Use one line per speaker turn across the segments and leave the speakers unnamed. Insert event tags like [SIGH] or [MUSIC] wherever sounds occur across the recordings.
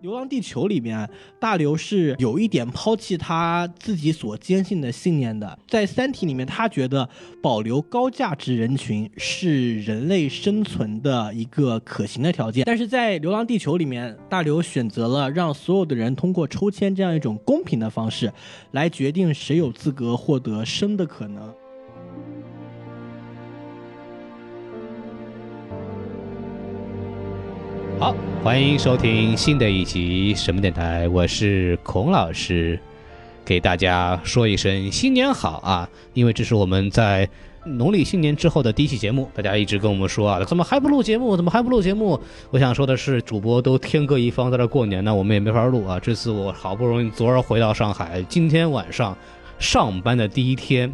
流浪地球》里面，大刘是有一点抛弃他自己所坚信的信念的。在《三体》里面，他觉得保留高价值人群是人类生存的一个可行的条件，但是在《流浪地球》里面，大刘选择了让所有的人通过抽签这样一种公平的方式，来决定谁有资格获得生的可能。
好，欢迎收听新的一集什么电台，我是孔老师，给大家说一声新年好啊！因为这是我们在农历新年之后的第一期节目，大家一直跟我们说啊，怎么还不录节目？怎么还不录节目？我想说的是，主播都天各一方在这过年呢，我们也没法录啊。这次我好不容易昨儿回到上海，今天晚上上班的第一天。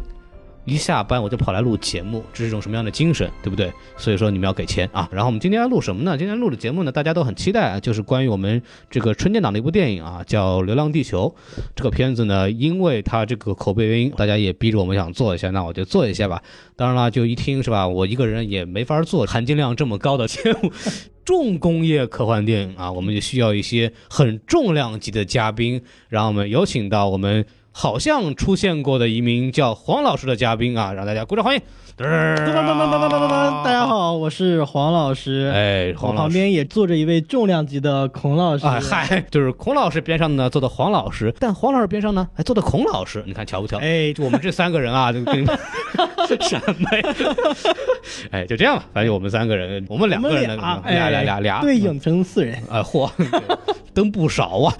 一下班我就跑来录节目，这是一种什么样的精神，对不对？所以说你们要给钱啊。然后我们今天要录什么呢？今天录的节目呢，大家都很期待啊，就是关于我们这个春节档的一部电影啊，叫《流浪地球》。这个片子呢，因为它这个口碑原因，大家也逼着我们想做一下，那我就做一下吧。当然了，就一听是吧，我一个人也没法做含金量这么高的节目。 [LAUGHS] 重工业科幻电影啊，我们就需要一些很重量级的嘉宾，让我们有请到我们好像出现过的一名叫黄老师的嘉宾啊，让大家鼓掌欢迎。哎
噔噔噔噔噔噔噔噔！大家。好，我是黄老师。
哎，
我
黄老
旁
师。
边也坐着一位重量级的孔老
[LAUGHS]
师。
哎嗨，就是孔老师边上呢坐的黄老师，但黄老师边上呢还坐的孔老师，你看巧不巧？
哎，
我们这三个人啊，就
[LAUGHS]
跟什么呀？ [LAUGHS] 哎，就这样吧，反正我们三个人，我们两个人呢，
我们
俩
哎
俩俩俩嗯
对影成四人。
啊，嚯， [LAUGHS] 灯不少
[LAUGHS]
啊！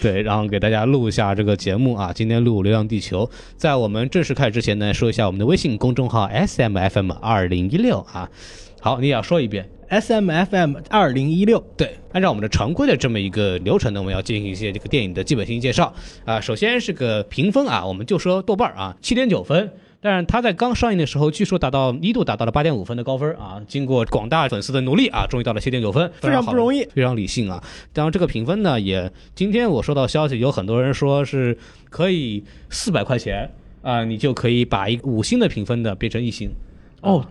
对，然后给大家录一下这个节目啊。今天录《流浪地球》，在我们正式开始之前呢，说一下我们的微信公众号 S M F M 二零一六啊。好，你也要说一遍。
S M F M 二零一六，
对，按照我们的常规的这么一个流程呢，我们要进行一些这个电影的基本信息介绍啊、首先是个评分啊，我们就说豆瓣儿啊，七点九分。但是它在刚上映的时候，据说达到一度达到了八点五分的高分啊！经过广大粉丝的努力啊，终于到了七点九分，
非常不容
易，
易。
非常理性啊。当然，这个评分呢，也今天我收到消息，有很多人说是可以四百块钱啊、你就可以把一个五星的评分的变成一星
哦，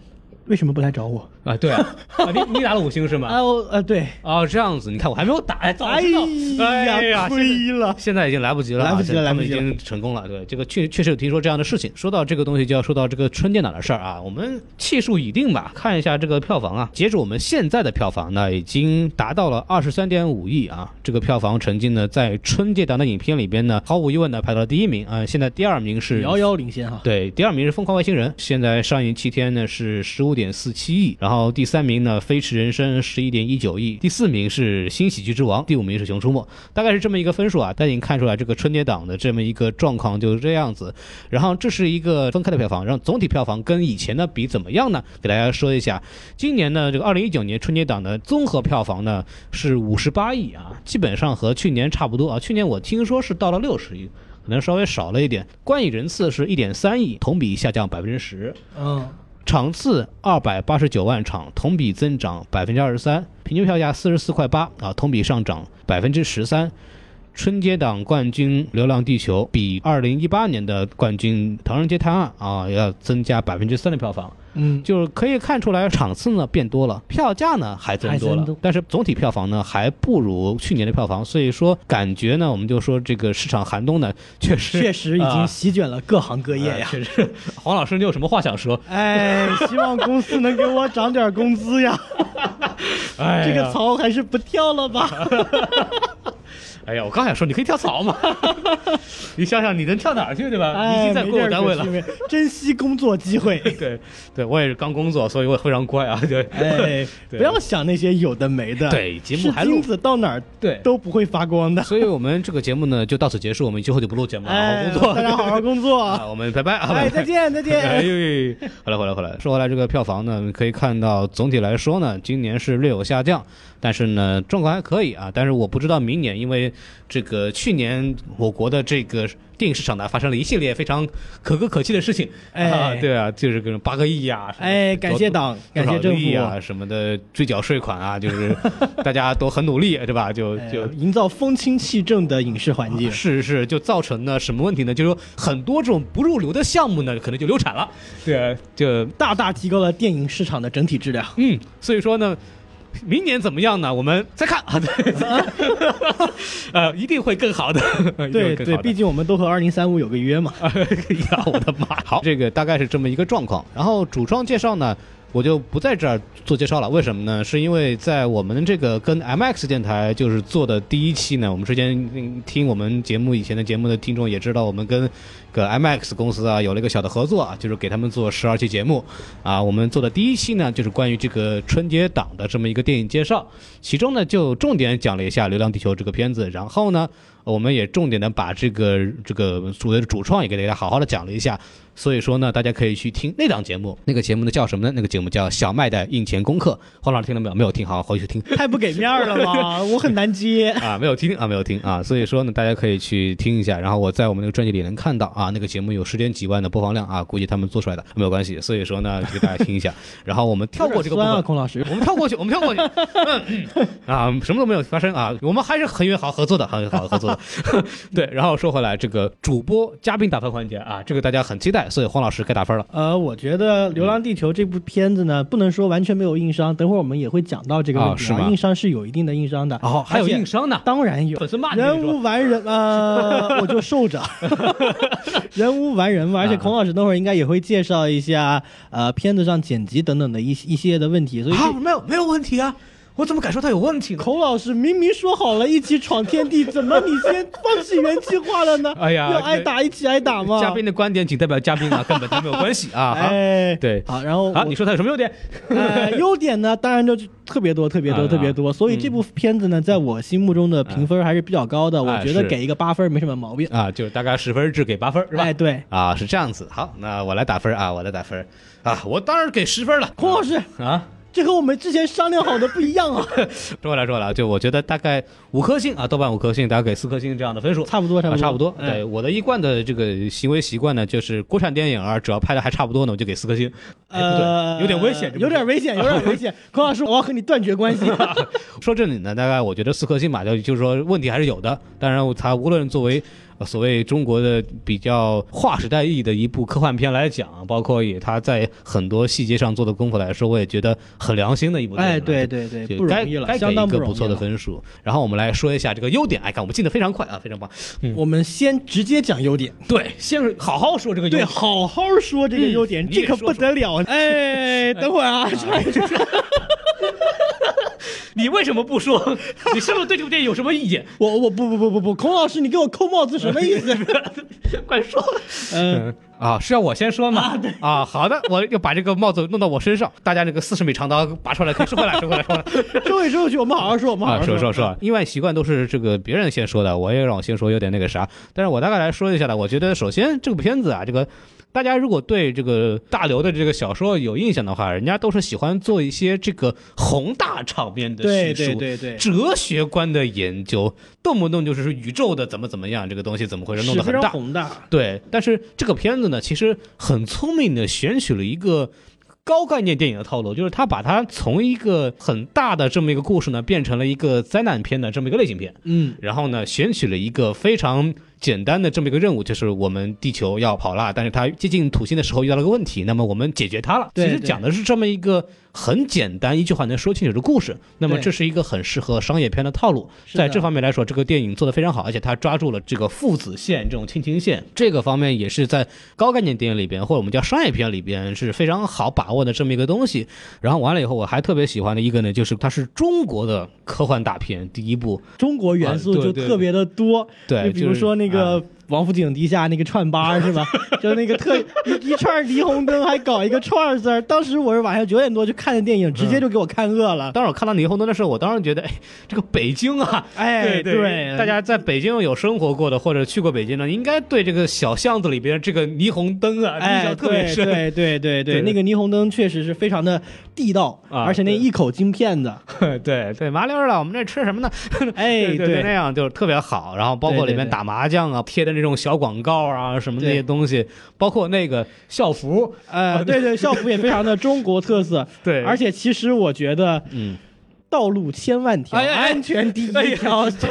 为什么不来找我？
啊！
[LAUGHS]
对啊，啊你你打了五星是吗？
啊，我呃，对，
哦，这样子，你看我还没有打，哎，早
哎
知道，哎
呀，
现在
亏了。
现在已经来不及了啊，
来不及了
他们
来不及了
已经成功了。对，这个确确实有听说这样的事情。说到这个东西，就要说到这个春电脑的事儿啊。我们气数已定吧，看一下这个票房啊。截止我们现在的票房呢，已经达到了二十三点五亿啊。这个票房成绩呢，在春节档的影片里边呢，毫无疑问的排到了第一名啊、现在第二名是
遥遥领先哈，
对，第二名是《疯狂外星人》，现在上映七天呢是十五点四七亿，然后第三名呢《飞驰人生》十一点一九亿，第四名是《新喜剧之王》，第五名是《熊出没》，大概是这么一个分数啊。但已经看出来这个春节档的这么一个状况就是这样子。然后这是一个分开的票房，然后总体票房跟以前的比怎么样呢？给大家说一下，今年呢这个二零一九年春节档的综合票房呢是五十八亿啊，基本上和去年差不多啊。去年我听说是到了六十亿，可能稍微少了一点。观影人次是一点三亿，同比下降百分之十；
嗯，
场次二百八十九万场，同比增长百分之二十三；平均票价四十四块八啊，同比上涨百分之十三。春节档冠军《流浪地球》比二零一八年的冠军《唐人街探案》啊要增加百分之三的票房，
嗯，
就是可以看出来场次呢变多了，票价呢还增多
还
了
增多，
但是总体票房呢还不如去年的票房，所以说感觉呢我们就说这个市场寒冬呢确实
确实已经
啊
席卷了各行各业呀。
确实，黄老师，你有什么话想说？
哎，希望公司能给我涨点工资呀！
哎
这个，槽还是不跳了吧。
[LAUGHS] 哎呀，我刚想说，你可以跳槽 [LAUGHS] 嘛，你想想你能跳哪儿去，对吧？你已
哎，
经在
没
国
地
有
儿
单
可
位
去
了。
没珍惜工作机
[LAUGHS]
会。
对，对我也是刚工作，所以我也非常乖 [LAUGHS] 啊。对，
哎，不
对
要想那些有的没的。
对节目
是
还录
金子到哪儿
对
都不会发光的。
所以我们这个节目呢就到此结束，我们以后就不录节目了，好好
哎，
工作
大家好好工作啊！
[LAUGHS] 啊，我们拜拜啊，
哎，
拜
再
拜。
见，再
哎
见。
呦，回来回来回来，说回来这个票房呢，可以看到总体来说呢，今年是略有下降，但是呢状况还可以啊。但是我不知道明年，因为这个去年我国的这个电影市场呢发生了一系列非常可歌可泣的事 [LAUGHS] 情，
哎
啊对啊，就是各种八个亿啊，什么
哎，感谢
多
党，感谢
多少
政
个亿
府
啊，什么的 [LAUGHS] 追缴税款啊，就是大家都很努力，对吧？就
哎
就啊
营造风清气正的影视环境。
是是，就造成了什么问题呢？就是说很多这种不入流的项目呢，可能就流产了。对，就啊
大大提高了电影市场的整体质量。
嗯，所以说呢，明年怎么样呢？我们再看 [LAUGHS] 啊，对，再看呃，一定会更好的， [LAUGHS] 一定会
对
更
对，
好的
毕竟我们都和二零三五有个约
[LAUGHS]
嘛。
哎呀，我的妈！好，这个大概是这么一个状况。然后主创介绍呢，我就不在这儿做介绍了。为什么呢？是因为在我们这个跟 MX 电台就是做的第一期呢，我们之前嗯听我们节目以前的节目的听众也知道，我们跟个 MX 公司啊有了一个小的合作啊，就是给他们做十二期节目啊。我们做的第一期呢，就是关于这个春节档的这么一个电影介绍，其中呢就重点讲了一下《流浪地球》这个片子，然后呢。我们也重点的把这个这个所谓的主创也给大家好好的讲了一下，所以说呢，大家可以去听那档节目，那个节目呢叫什么呢？那个节目叫《小麦的印钱功课》。黄老师听了没有？没有听，好，回去听
太不给面儿了嘛，我很难接。
啊，没有听啊，没有听啊，所以说呢，大家可以去听一下。然后我在我们那个专辑里能看到啊，那个节目有十点几万的播放量啊，估计他们做出来的没有关系，所以说呢，给大家听一下。然后我们 [LAUGHS] 跳过这个部
有点酸啊，
分。
孔老师。
我们跳过去，我们跳过去，嗯嗯啊，什么都没有发生啊，我们还是很友好合作的，很好合作的。 [LAUGHS] 对，然后说回来，这个主播嘉宾打分环节啊，这个大家很期待，所以黄老师该打分了。
呃，我觉得《流浪地球》这部片子呢，不能说完全没有硬伤，等会儿我们也会讲到这个问
啊
题
是吗
硬伤是有一定的硬伤的，
哦，还有
而且
硬伤呢，
当然有
粉。丝骂你
人
说
无完人，
[LAUGHS]
呃，我就受着。人无完人嘛，而
啊
且孔老师等会儿应该也会介绍一下，呃，片子上剪辑等等的一一系列的问题。所以这，
没有没有问题啊，我怎么感受到有问题呢？
孔老师明明说好了一起闯天地，怎么你先放弃原计划了呢？
[LAUGHS] 哎呀
要挨打一起挨打嘛。
嘉宾的观点仅代表嘉宾啊， [LAUGHS] 根本就没有关系 [LAUGHS] 啊。好
哎，
对啊
好，然后
好，
我
你说他有什么优点？ [LAUGHS]
呃，优点呢，当然就特别多，特别
啊
多，特别多。所以这部片子呢，在我心目中的评分还是比较高的，
哎
我觉得
是
给一个八分没什么毛病，
啊，就是大概十分制给八分是吧
哎，？对，
啊，是这样子。好，那我来打分啊，我来打分啊，我当然给十分了。
孔老师，
啊，
这和我们之前商量好的不一样啊，
说回来说回来，就我觉得大概五颗星啊，豆瓣五颗星，大家给四颗星这样的分数。
差不多，差不
啊
多，
[LAUGHS] 差不多，
哎
对我的一贯的这个行为习惯呢，就是国产电影啊，只要拍的还差不多呢，我就给四颗星。哎不对
呃，
有点危险，这不
有点危险，有
[LAUGHS]
点危险。孔老师，我要和你断绝关系。
说正经的，大概我觉得四颗星吧，就就是说问题还是有的。当然，它无论作为呃所谓中国的比较划时代意义的一部科幻片来讲，包括也它在很多细节上做的功夫来说，我也觉得很良心的一部电影。啊
哎，对对对，
就
不
该
容易了，
该给
相
一
当不
个
容易
不错的
了
分数。然后我们来说一下这个优点，哎，看我们进的非常快啊，非常棒。
[LAUGHS] 我们先直接讲优点，
对，先是好好说这个优
对，
点。
好好说这个优点，
嗯
这可
你得说
不得了。哎，等会儿啊，
你为什么不说？ [LAUGHS] 你是不是对这部电影有什么意见？
[LAUGHS] 我我不不不不不，孔老师，你给我扣帽子什么意
[LAUGHS]
思？
快说！
嗯，
啊，是要我先说吗？啊，对啊，好的，我要把这个帽子弄到我身上。大家这个四十米长刀拔出来，可以收回来，收回来，收回来。
收回收回去，我们好好说，我们好
啊，
好
说说
说
说，因为习惯都是这个别人先说的，我也让我先说有点那个啥，但是我大概来说一下呢，我觉得首先这部片子啊，这个。大家如果对这个大刘的这个小说有印象的话，人家都是喜欢做一些这个宏大场面的
对
叙述，
对对对，
哲学观的研究，动不动就是说宇宙的怎么怎么样，这个东西怎么回事，弄
是
得
非
很
常
大，
宏大。
对，但是这个片子呢，其实很聪明的选取了一个高概念电影的套路，就是他把它从一个很大的这么一个故事呢，变成了一个灾难片的这么一个类型片。
嗯，
然后呢，选取了一个非常简单的这么一个任务，就是我们地球要跑啦，但是它接近土星的时候遇到了个问题，那么我们解决它了。
对
其实
对
讲的是这么一个很简单，一句话能说清楚的故事。那么
对
这是一个很适合商业片的套路，
是的
在这方面来说，这个电影做得非常好，而且它抓住了这个父子线这种亲情线，这个方面也是在高概念电影里边或者我们叫商业片里边是非常好把握的这么一个东西。然后完了以后，我还特别喜欢的一个呢，就是它是中国的科幻大片第一部。
中国元素
啊对
就
对
特别的多，
对
你比如
就是啊
说那个王府井地下那个串吧
[LAUGHS]
是吧？就那个特一一串霓虹灯，还搞一个串儿字儿。当时我是晚上九点多去看的电影，直
嗯
接就给我看饿了。
当时我看到霓虹灯的时候，我当时觉得，哎， [LAUGHS] 这个北京啊，
[LAUGHS] 哎，
对
[LAUGHS]
大家在北京有生活过的或者去过北京的，应该对这个小巷子里边这个霓虹灯啊印
哎，
象特别
对
深。
对对对
对
对，那个霓虹灯确实是非常的地道，
啊
而且那
对
一口金片
[LAUGHS]
子，
[LAUGHS] 对对，麻溜儿了，我们这吃什么呢？ [LAUGHS]
哎，
对对，那样就是特别好。然后包括里
对
面
对对
打麻将啊，贴的那种小广告啊，什么那
对
些东西，包括那个校服，
呃，对对，校服也非常的中国特色。
啊 [LAUGHS] 对
而且其实我觉得
嗯，
道路千万条，
哎哎哎
安全第一
哎呀
条，这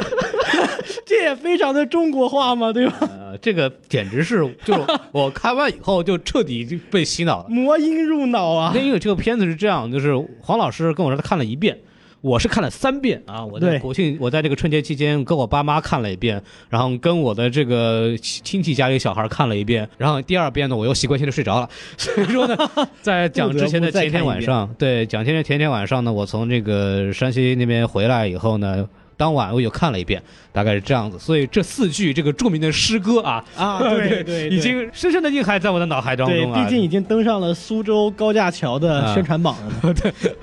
这也非常的中国话嘛，对吧？
[LAUGHS] 呃，这个简直是，就是我看完以后就彻底就被洗脑了。
魔音入脑啊
[LAUGHS] 那！因为这个片子是这样，就是黄老师跟我说他看了一遍，我是看了三遍啊！我在
对
国庆，我在这个春节期间跟我爸妈看了一遍，然后跟我的这个亲亲戚家里小孩看了一遍，然后第二遍呢，我又习惯性的睡着了。 [LAUGHS] 所以说呢，在讲之前的前一天晚上，对，讲前天前天晚上呢，我从这个山西那边回来以后呢。当晚我又看了一遍，大概是这样子，所以这四句这个著名的诗歌啊，
啊，
[LAUGHS]
对对，
已经深深的印刻在我的脑海当
对，
中啊。
毕竟已经登上了苏州高架桥的
啊
宣传榜了嘛，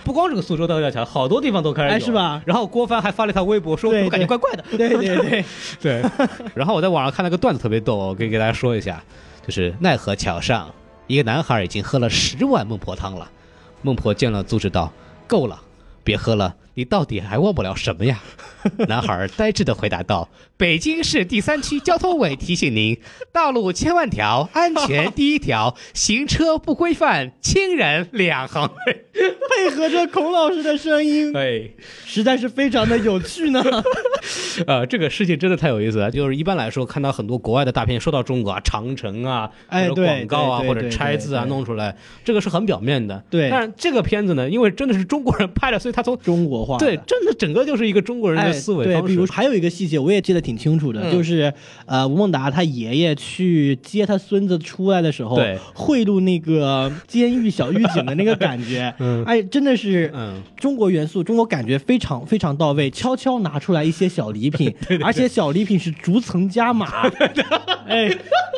不光这个苏州高架桥，好多地方都开始有
哎，是？
[LAUGHS]
吧？
然后郭帆还发了一条微博，说
对
我感觉
对
怪怪的。
对对 [LAUGHS] 对，
对，然后我在网上看了个段子特别逗，我可以给大家说一下，就是奈何桥上一个男孩已经喝了十碗孟婆汤了，孟婆见了阻止道：“够了，别喝了，你到底还忘不了什
[LAUGHS]
么呀？”男孩呆滞地回答道：“北京市第三区交通委提醒您，道路千万条，安全第一条，行车不规范，亲人两行泪。
配合着孔老师的声”音，
对。
实在是非常的有趣
[LAUGHS]
呢。
呃，这个事情真的太有意思了。就是一般来说，看到很多国外的大片说到中国啊，长城啊，
哎
或者
对
广告啊，
对对
或者拆字啊，
对对对
弄出来，这个是很表面的。
对
但是这个片子呢，因为真的是中国人拍的，所以他从
中国话的
对，真的整个就是一个中国人
哎
的思维
对，
方
比
式
如。还有一个细节，我也记得挺清楚的，
嗯
就是呃，吴孟达他爷爷去接他孙子出来的时候
对，
贿赂那个监狱小狱警的那个感觉，
[LAUGHS] 嗯
哎，真的是
嗯，
中国元素，中国感觉非常非常到位，悄悄拿出来一些小礼
[LAUGHS]
品，而且小礼品是逐层加码，哎，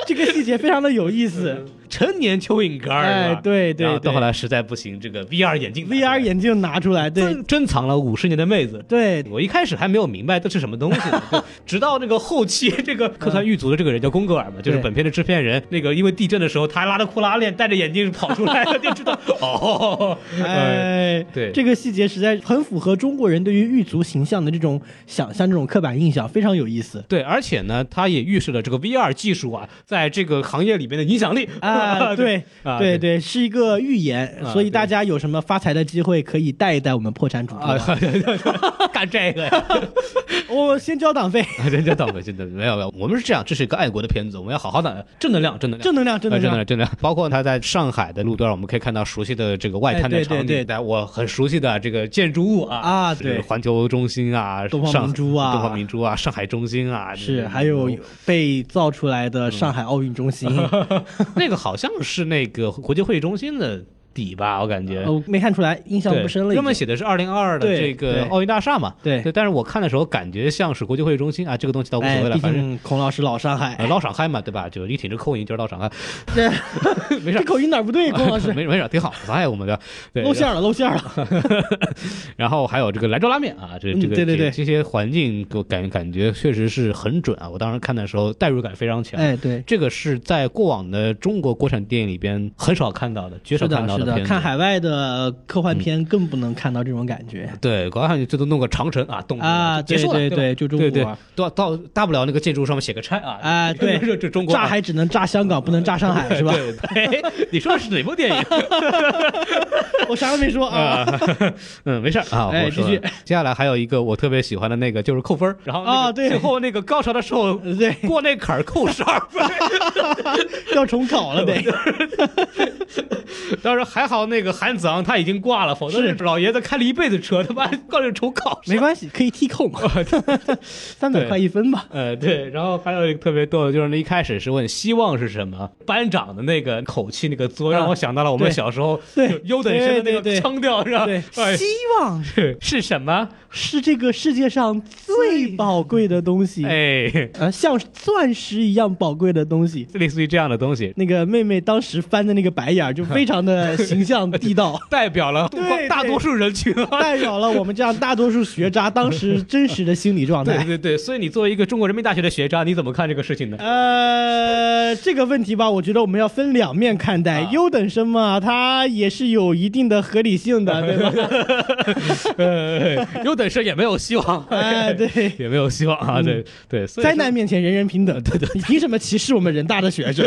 这个细节非常的有意思。
成年蚯蚓干儿，
哎
是吧
对对
然后到
对
后来实在不行，这个 VR 眼镜拿出来
VR 眼镜拿出来，对
珍珍藏了五十年的妹子。
对，
我一开始还没有明白这是什么东西呢， [LAUGHS] 就直到那个后期这个客串狱卒的这个人叫宫格尔嘛，就是本片的制片人。那个因为地震的时候，他还拉着裤拉链，戴着眼镜跑出来了，就 [LAUGHS] 知道哦，呃，
哎，
对
这个细节实在很符合中国人对于狱卒形象的这种想象、这种刻板印象，非常有意思。
对，而且呢，他也预示了这个 VR 技术啊，在这个行业里面的影响力 [LAUGHS]
啊，对，
啊
对对，是一个预言，
啊
所以
对
大家有什么发财的机会，可以带一带我们破产主播
啊
啊。，
干这个 [LAUGHS] 呀！ [LAUGHS]
我先交党费，
人啊家倒霉，真的没有没有，我们是这样，这是一个爱国的片子，我们要好好的正能量，正能量，
正能量，正能
真
量。
的真的，包括他在上海的路段，我们可以看到熟悉的这个外滩
哎
的
对
场景，
对对
但我很熟悉的这个建筑物啊
啊
就是
对
环球中心啊，
东方
上
明珠啊
东方明珠啊，上海中心啊，这
是，
个
还有被造出来的上海奥运中心，
[LAUGHS] 那个好像是那个国际会议中心的底吧，我感觉。
呃我没看出来，印象
对，
不深了已
他们
经。
写的是二零二二的
对
这个
对
奥运大厦嘛，
对
但是我看的时候感觉像是国际会议中心啊，这个东西倒无所
哎
谓，了，
毕
反正
竟孔老师老上海
呃，老上海嘛，对吧？就你挺着口音就是老上海，
[LAUGHS] 这
[LAUGHS] 没事
这
儿，
口音哪儿不 [LAUGHS] 对？孔老师
没没事儿，挺好，咱爱我们的， [LAUGHS] 对，
露馅儿了，露馅儿了。
然后还有这个兰州拉面啊，这
嗯
这个、
对对对
这这些环境给我感感觉确实是很准啊！我当时看的时候代入感非常强。
哎，对，
这个是在过往的中国国产电影里边很少看到的，绝少
是
看
的，
到
是的，
片子。嗯
看海外的科幻片更不能看到这种感觉
对，国外最多弄个长城啊，动
啊！
结
对
束了，
对
对吧
对，就中
对对
国，
到到大不了那个建筑上面写个拆啊 [LAUGHS]
啊对
这这中国啊
炸还只能炸香港，不能炸上海，是吧？
[LAUGHS] 对对， [LAUGHS] 你说的是哪
[LAUGHS]
部电影
我啥都没说啊。
啊？ [LAUGHS] 嗯，没事儿啊，
哎
我说
继续
了接下来还有一个我特别喜欢的那个就是扣分儿，然后那个
啊对
最后那个高潮的时候
对，
过那坎儿扣十二 [LAUGHS] 分。
要重考了
[LAUGHS]
得。
当时还好那个韩子昂他已经挂了，否则
是
老爷子开了一辈子车，他妈告诉重考
没关系，可以剔
[LAUGHS]
扣嘛，三百
对
块一分吧。
呃，对，然后还有一个特别逗的，就是那一开始是问希望是什么，班长的那个口气、那个作，让我想到了我们
啊对
小时候
对
就优等生的
对
那
对
个
对
腔调，是吧？
对，
哎
希望
是 [LAUGHS] 是什么？
是这个世界上最宝贵的东西，
哎， [LAUGHS]
呃，像钻石一样宝贵的东西。
类似于这样的东西，，
那个妹妹当时翻的那个白眼儿，就非常的形象地道
[LAUGHS] 代表了
对
大
对
多数人群
[LAUGHS]
啊。
代表了我们这样大多数学渣当时真实的心理状
对
态。
对对，所以你作为一个中国人民大学的学渣，你怎么看这个
[LAUGHS]
事情呢？
呃，这个问题吧，我觉得我们要分两面看待。
啊
优等生嘛，他也是有一定的合理性
[LAUGHS]
的，对吧？
呃，优等生也没有希望，
哎，对，
[LAUGHS] 也没有希望
嗯
啊，对对，所
[LAUGHS]
以
灾难面前人人平等，对对，你凭什么歧视我们人大的学生？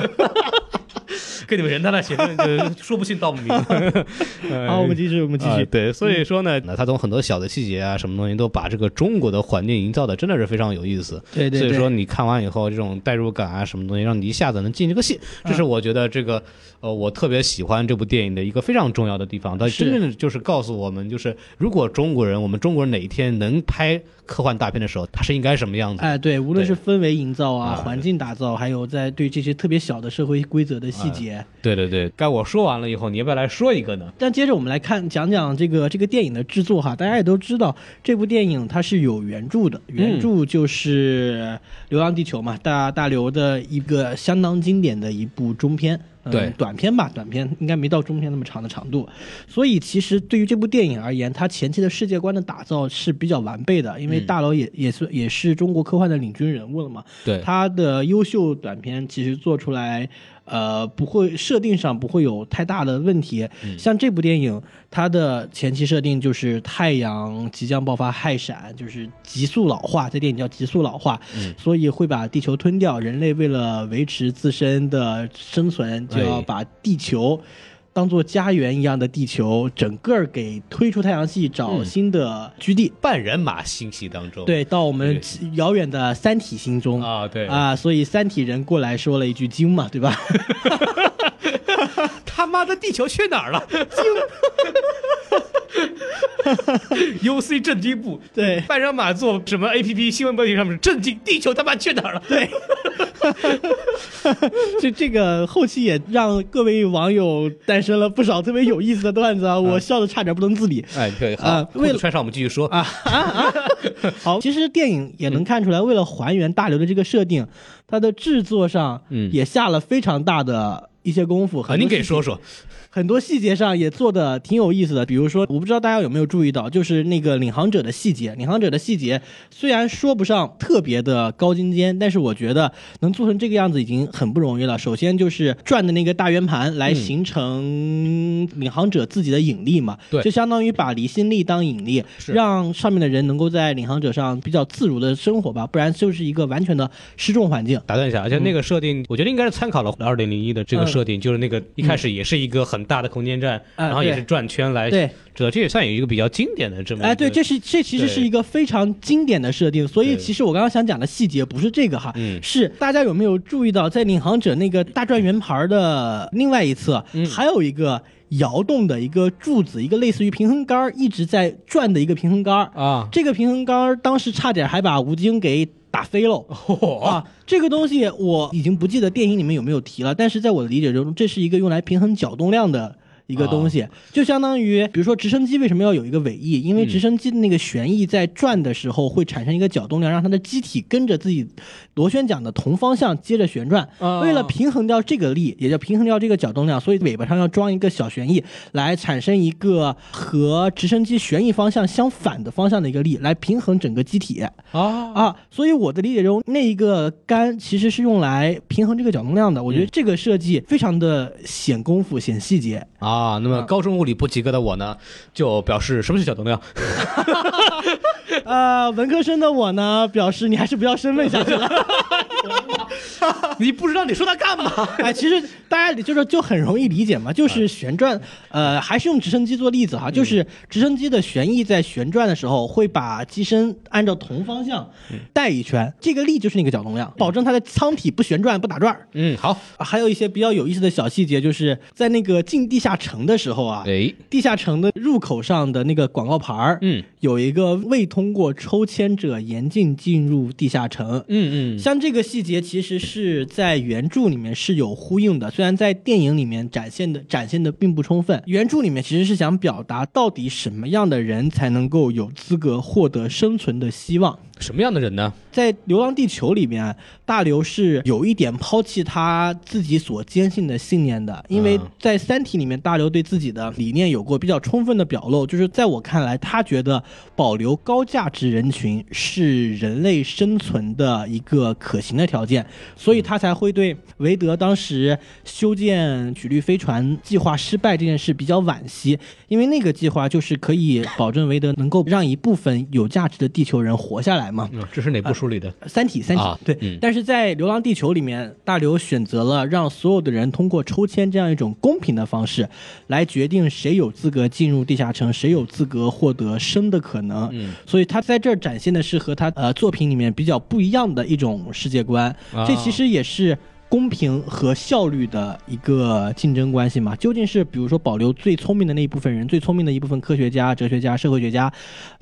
跟你们人大的写论
[LAUGHS]
就说不清道不明。
好，我们继续，我们嗯继
啊
续。
对，所以说呢，那他从很多小的细节啊，什么东西都把这个中国的环境营造的真的是非常有意思。
对对
所以说
对
你看完以后，这种代入感啊，什么东西，让你一下子能进这个戏，这是我觉得这个呃，我特别喜欢这部电影的一个非常重要的地方。它
是
真正的就是告诉我们，就是如果中国人，我们中国人哪一天能拍科幻大片的时候，它是应该什么样子？
哎，对，无论是氛围营造啊、
对啊
环境打造，还有在对这些特别小的社会规则的细节，
对对对，该我说完了以后，你要不要来说一个呢？
但接着我们来看讲讲这个这个电影的制作哈，大家也都知道这部电影它是有原著的，原著就是《流浪地球》嘛，大大刘的一个相当经典的一部中篇。嗯
对
短片吧，短片应该没到中篇那么长的长度，所以其实对于这部电影而言，它前期的世界观的打造是比较完备的，因为大佬也、也是也是中国科幻的领军人物了嘛，
对
他的优秀短片其实做出来，呃，不会设定上不会有太大的问题。像这部电影，它的前期设定就是太阳即将爆发氦闪，就是急速老化，这电影叫急速老化，所以会把地球吞掉。人类为了维持自身的生存，就要
哎
把地球。当做家园一样的地球，整个儿给推出太阳系，找新的居地。
半人马星系当中，
对，到我们遥远的三体星中
啊，对，
啊，所以三体人过来说了一句“精”嘛，对
[LAUGHS]
吧？
他妈的地球去哪儿了？UC 震惊部，
对
半人马做什么 APP 新闻标题上面震惊地球他妈去哪儿了？对，
这这个后期也让各位网友诞生了不少特别有意思的段子
嗯
啊，我笑的差点不能自理。
哎，对，
啊
好，裤
为
子
了
穿上我们继续说啊， [LAUGHS]
好，其实电影也能看出来，为了还原大刘的这个设定，它的制作上
嗯
也下了非常大的一些功夫。很
啊您
多
给
细节
说说，
很多细节上也做的挺有意思的，比如说，我不知道大家有没有注意到，就是那个领航者的细节。领航者的细节虽然说不上特别的高精尖，但是我觉得能做成这个样子已经很不容易了。首先就是转的那个大圆盘来形成领航者自己的引力嘛，
对
就相当于把离心力当引力，
是
让上面的人能够在领航者上比较自如的生活吧，不然就是一个完全的失重环境。
打断一下，而且那个设定，我觉得应该是参考了二零零一的这个
嗯
设定，就是那个一开始也是一个很大的空间站，
啊
然后也
对
是转圈来，
对，
这这也算有一个比较经典的这么一个，
哎，对，这是这其实是
对
一个非常经典的设定，所以
对
其实我刚刚想讲的细节不是这个哈，
嗯
是大家有没有注意到，在领航者那个大转圆盘的另外一侧，
嗯
还有一个摇动的一个柱子，一个类似于平衡杆儿一直在转的一个平衡杆儿
啊，
这个平衡杆儿当时差点还把吴京给打飞喽。啊，这个东西我已经不记得电影里面有没有提了，但是在我的理解中，这是一个用来平衡角动量的。一个东西，就相当于，比如说直升机为什么要有一个尾翼？因为直升机的那个旋翼在转的时候会产生一个角动量，让它的机体跟着自己螺旋桨的同方向接着旋转。
啊
为了平衡掉这个力，也就平衡掉这个角动量，所以尾巴上要装一个小旋翼，来产生一个和直升机旋翼方向相反的方向的一个力，来平衡整个机体。
啊，
啊，所以我的理解中，那一个杆其实是用来平衡这个角动量的。我觉得这个设计非常的显功夫、显细节。
啊，
嗯
那么高中物理不及格的我呢，就表示什么是小动量？ [LAUGHS]
呃，文科生的我呢，表示你还是不要深问下去了。
你不知道你说它干嘛？
[LAUGHS] 哎，其实大家就是就很容易理解嘛，就是旋转，呃，还是用直升机做例子哈，就是直升机的旋翼在旋转的时候，会把机身按照同方向带一圈，这个力就是那个角动量，保证它的舱体不旋转、不打转儿。
嗯，好，
啊还有一些比较有意思的小细节，就是在那个进地下城的时候啊，
哎，
地下城的入口上的那个广告牌儿，
嗯，
有一个未通过抽签者严禁进入地下城。
嗯嗯，
像这个细节其实是在原著里面是有呼应的，虽然在电影里面展现的展现的并不充分。原著里面其实是想表达到底什么样的人才能够有资格获得生存的希望。
什么样的人呢？
在《流浪地球》里面，大刘是有一点抛弃他自己所坚信的信念的，因为
嗯
在《三体》里面，大刘对自己的理念有过比较充分的表露。就是在我看来，他觉得保留高价值人群是人类生存的一个可行的条件，所以他才会对韦德当时修建曲率飞船计划失败这件事比较惋惜，因为那个计划就是可以保证韦德能够让一部分有价值的地球人活下来来嘛。
嗯，这是哪部书里的？
三体，三体，
啊
对。
嗯
但是在《流浪地球》里面，大刘选择了让所有的人通过抽签这样一种公平的方式，来决定谁有资格进入地下城，谁有资格获得生的可能。
嗯，
所以他在这儿展现的是和他呃作品里面比较不一样的一种世界观。
啊
这其实也是。公平和效率的一个竞争关系嘛，究竟是比如说保留最聪明的那一部分人，最聪明的一部分科学家、哲学家、社会学家，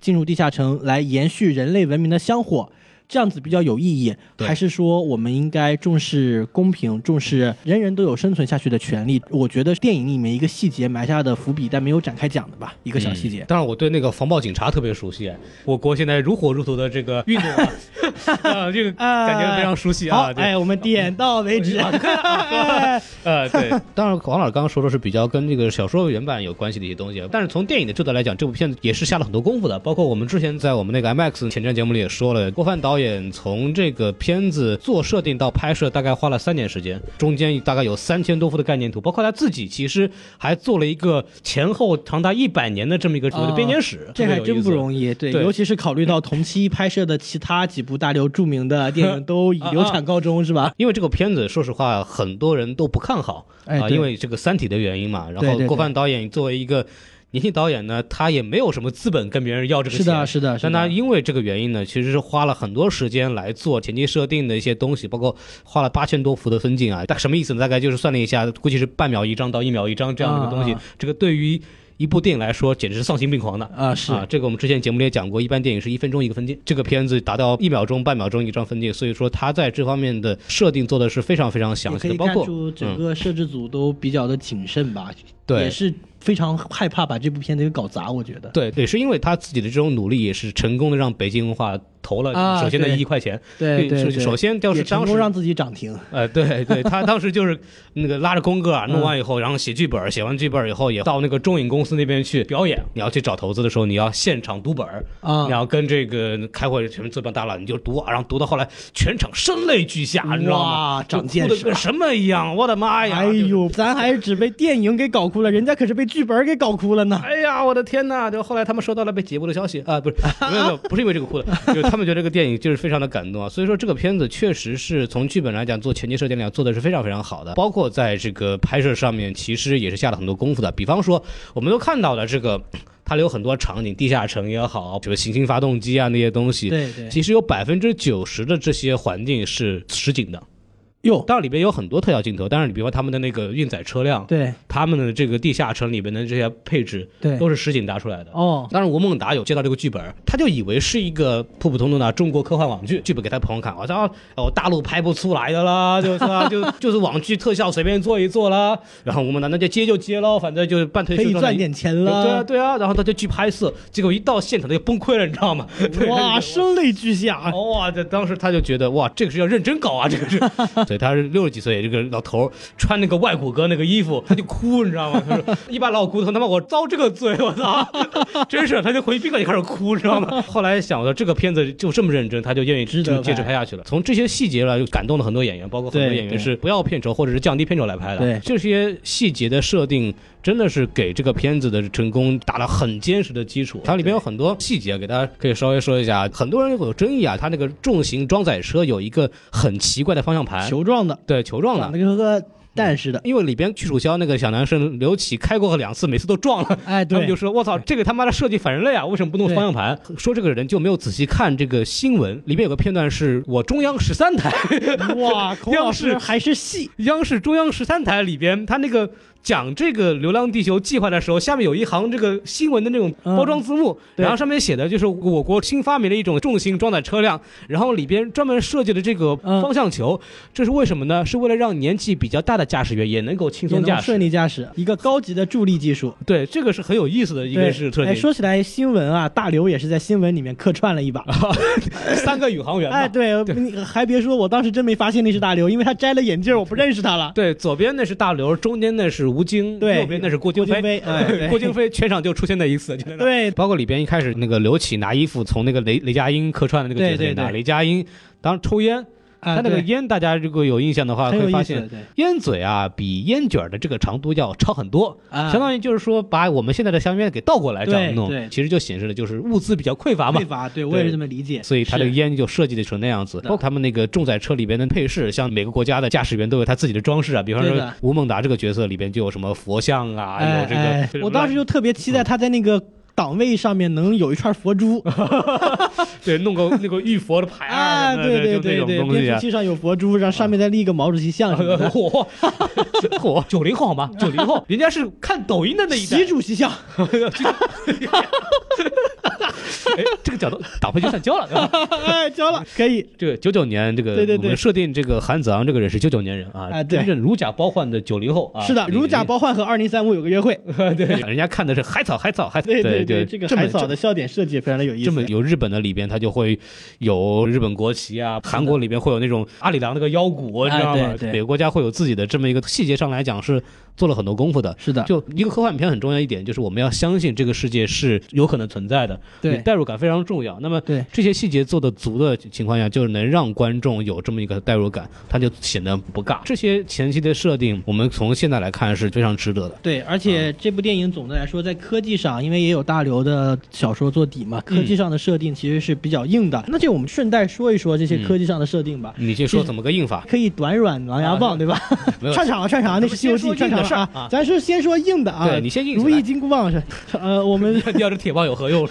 进入地下城来延续人类文明的香火，这样子比较有意义，
对
还是说我们应该重视公平，重视人人都有生存下去的权利？我觉得电影里面一个细节埋下的伏笔，但没有展开讲的吧，一个小细节。
嗯
嗯
当然，我对那个防暴警察特别熟悉，我国现在如火如荼的这个运
[LAUGHS]
动啊，啊，这个感觉非常熟悉
呃好
啊。，对
哎，我们点到为止。 [LAUGHS] 哎
呃，对， [LAUGHS] 当然，王老师刚刚说的是比较跟这个小说原版有关系的一些东西，啊但是从电影的制作来讲，这部片子也是下了很多功夫的。包括我们之前在我们那个 IMAX 前瞻节目里也说了，郭帆导演从这个片子做设定到拍摄，大概花了三年时间，中间大概有三千多幅的概念图，包括他自己其实还做了一个前后长达一百年的这么一个所谓的编年史，
哦这还真不
易。
容易，对，
对
尤其是考虑到同期拍摄的其他几部大刘著名的电 [LAUGHS] 影都以流产告终，是吧？
因为这个片子，说实话，很多人都不看好
[LAUGHS]
啊、
哎对
因为这个《三体》的原因嘛。然
对对
后
对
郭帆导演作为一个年轻导演呢，他也没有什么资本跟别人要这个
是
钱。
的，是的，是
但他
的。
因为这个原因呢，其实是花了很多时间来做前期设定的一些东西，包括花了八千多幅的分镜啊，大什么意思呢？大概就是算了一下，估计是半秒一张到一秒一张这样的一个东西。
啊啊
这个对于一部电影来说，简直是丧心病狂的。
啊，是
啊，这个我们之前节目里也讲过，一般电影是一分钟一个分镜，这个片子达到一秒钟、半秒钟一张分镜，所以说它在这方面的设定做的是非常非常详
也
细
可
的，
以
包
看
括嗯
出整个摄制组都比较的谨慎吧，
对
也是非常害怕把这部片子给搞砸，我觉得。
对，也是因为他自己的这种努力，也是成功的让北京文化投了
啊
首先的
对
一亿块钱。
对对
是
对，
首先要
也
是
成
当时
功让自己涨停，
呃，对对，他当时就是那个拉着工哥啊，
嗯
弄完以后，然后写剧本，写完剧本以后，也到那个中影公司那边去表演。你要去找投资的时候，你要现场读本儿
啊
你要跟这个开会什么这帮大佬，你就读啊，然后读到后来全场声泪俱下，你知道吗
哇？
就
长见
哭的
识
跟
了
什么一样，我的妈呀！
哎
就是
呦，咱还只被电影给搞哭了，人家可是被剧本给搞哭了 [LAUGHS] 呢。
哎呀，我的天呐！就后来他们收到了被解雇的消息
[LAUGHS]
啊，不是，没有没有，不是因为这个哭的， [LAUGHS] 就是他们觉得这个电影就是非常的感动啊。所以说这个片子确实是从剧本来讲，做前期设定来讲做的是非常非常好的，包括在这个拍摄上面，其实也是下了很多功夫的。比方说，我们都看到了这个，它里有很多场景，地下城也好，比如行星发动机啊那些东西。
对对，
其实有百分之九十的这些环境是实景的，
哟，
当然里边有很多特效镜头，但是你比方他们的那个运载车辆，
对
他们的这个地下城里边的这些配置，
对，
都是实景搭出来的。
哦，
当然，吴孟达有接到这个剧本，他就以为是一个普普通通的中国科幻网剧，剧本给他朋友看，我操，哦，大陆拍不出来的啦，就是 [LAUGHS] 啊，就就是网剧特效随便做一做啦。然后吴孟达那就接就接喽，反正就是半推
可以
是
赚点钱
对啊
了。
对啊，然后他就去拍摄，结果一到现场他就崩溃了，你知道吗？ [LAUGHS]
哇，声泪俱
哇、
下，啊
这当时他就觉得哇，这个是要认真搞啊，这
[LAUGHS]
个是，所以他是六十几岁这个老头儿穿那个外骨骼那个衣服，他就哭，你知道吗？他说一把老骨头，他妈我遭这个罪，我操！ [LAUGHS] 真是，他就回宾馆就开始哭，知道吗？后来想到这个片子就这么认真，他就愿意
值得
就接着
拍
拍下去了。从这些细节来，就感动了很多演员，包括很多
对
演员
对
是不要片酬或者是降低片酬来拍的。
对
这些细节的设定真的是给这个片子的成功打了很坚实的基础。它里边有很多细节，给大家可以稍微说一下。很多人有争议啊，它那个重型装载车有一个很奇怪的方向盘，
球状的，
对球状
长
的。
得跟个蛋似的。
因为里边屈楚萧那个小男生刘启开过两次，每次都撞了，
哎，
嗯他
[LAUGHS] 对
们就，说：“我操，这个他妈的设计反人类啊！为什么不弄方向盘？”说这个人就没有仔细看这个新闻，里面有个片段是我中央十三台，
哇，孔老
[LAUGHS] 央
师
视
还是戏，
央视中央十三台里边，他那个讲这个《流浪地球》计划的时候，下面有一行这个新闻的那种包装字幕，
嗯对
然后上面写的就是我国新发明了一种重型装载车辆，然后里边专门设计的这个
嗯
方向球，这是为什么呢？是为了让年纪比较大的驾驶员也能够轻
也
松驾
能顺
驶。
利驾驶，一个高级的助力技术。
对，这个是很有意思的一个
对
是特
哎，
点。
说起来新闻啊，大刘也是在新闻里面客串了
[LAUGHS]
一把。
三个宇航员嘛，
哎，对，你还别说，我当时真没发现那是大刘，因为他摘了眼镜，我不认识他
[LAUGHS]
了。
对，左边那是大刘，中间那是吴京，
对
右边那是郭京
郭京飞
飞
哎 [LAUGHS] 对
郭京飞全场就出现那一次，就在那。
对，
包括里边一开始那个刘启拿衣服从那个雷雷佳音客串的那个角色里
对对
拿，
对
雷佳音当时抽烟。
啊
它那个
对
烟，大家如果有印象的话，
很有
会发
意思的，
现
对，
烟嘴啊比烟卷儿的这个长度要长很多，
啊，
相当于就是说把我们现在的香烟给倒过来这样
对对
弄，其实就显示了就是物资比较匮乏嘛
匮。乏，对我也是这么理解。
所以它这个
是
烟就设计的成那样子，
的
包括他们那个重载车里边的配饰，像每个国家的驾驶员都有他自己的装饰啊，比方
对
说
的
吴孟达这个角色里边就有什么佛像啊，
哎
有这
哎
个，嗯
我当时就特别期待他在那个档位上面能有一串佛珠
对弄个那个玉佛的牌
啊，
啊，
对对对
就那
对，
种东西
电视
啊。
器上有佛珠，然后上面再立一个毛主席像什么 [LAUGHS] 的，
火 [LAUGHS] 火九零后好吗？ [LAUGHS] 九零后，人家是看抖音的那一代
习。主席
[LAUGHS]
像，
哎，这个角度打回去算交了。对吧
[LAUGHS] 哎，交了，可以，
这个九九年，这个
对对
我
对
们设定这个韩子昂这个人是九九年人啊，
啊对
真正如假包换的九零后啊。
是的，如假包换和二零三五有个约
[LAUGHS]
会，
对，人家看的是海草海草海草。
对
对
对，这个
么
海草的笑点设计也非常的有意思，
这么有日本的里边，它就会有日本国旗啊；韩国里边会有那种阿里郎那个腰鼓，你
哎
知道吗？
对对
每个国家会有自己的这么一个细节上来讲是做了很多功夫的。
是的，
就一个科幻片很重要一点，就是我们要相信这个世界是有可能存在的，
对
你代入感非常重要。那么
对
这些细节做的足的情况下，就能让观众有这么一个代入感，它就显得不尬。这些前期的设定，我们从现在来看是非常值得的。
对，而
啊
且这部电影总的来说在科技上，因为也有大刘的小说做底嘛，
嗯
科技上的设定其实是比较硬的。那这我们顺带说一说这些
嗯
科技上的设定吧。
你就说怎么个硬法？
可以短软狼牙棒，对吧？
啊没
[LAUGHS]
有
串场了，啊串场了，那是《西游记
咱》们先
串场
说硬的事儿
了
啊
咱是先说硬的啊，
对你先硬起来
如
[LAUGHS]
意金箍棒是，呃，我们
掉这铁棒有何用？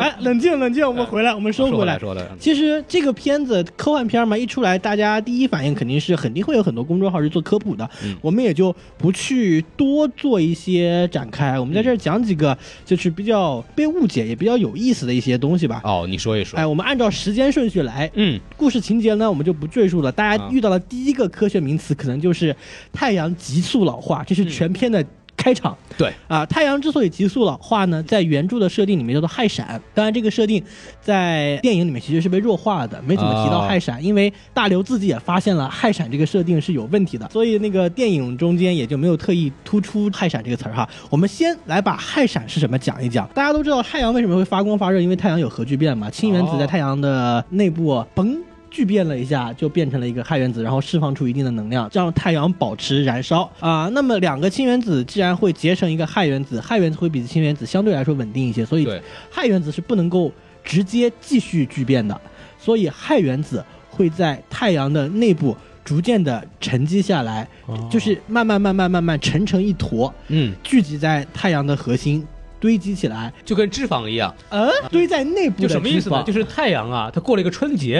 哎，冷静冷静，我们回来，我们收回来。
说的。
其实这个片子科幻片嘛，一出来，大家第一反应肯定是肯定会有很多公众号是做科普的，
嗯
我们也就不去多做一些展开。我们在这儿讲几个就是比较被误解也比较有意思的一些东西吧。
哦，你说一说。
哎，我们按照时间顺序来，
嗯，
故事情节呢我们就不赘述了。大家
啊
遇到的第一个科学名词可能就是太阳急速老化，这是全片的。开场
对
啊，太阳之所以急速老化呢，在原著的设定里面叫做氦闪。当然，这个设定在电影里面其实是被弱化的，没怎么提到
哦
氦闪，因为大刘自己也发现了氦闪这个设定是有问题的，所以那个电影中间也就没有特意突出氦闪这个词儿哈。我们先来把氦闪是什么讲一讲。大家都知道太阳为什么会发光发热，因为太阳有核聚变嘛，氢原子在
哦
太阳的内部嘣。聚变了一下，就变成了一个氦原子，然后释放出一定的能量，让太阳保持燃烧啊、那么两个氢原子既然会结成一个氦原子，氦原子会比氢原子相对来说稳定一些，所以
对
氦原子是不能够直接继续聚变的，所以氦原子会在太阳的内部逐渐的沉积下来，
哦
就是慢慢慢慢慢慢沉成一坨，
嗯，
聚集在太阳的核心堆积起来，
就跟脂肪一样，
呃，堆在内部
就
的
啊什么意思呢？就是是太阳啊，它过了一个春节，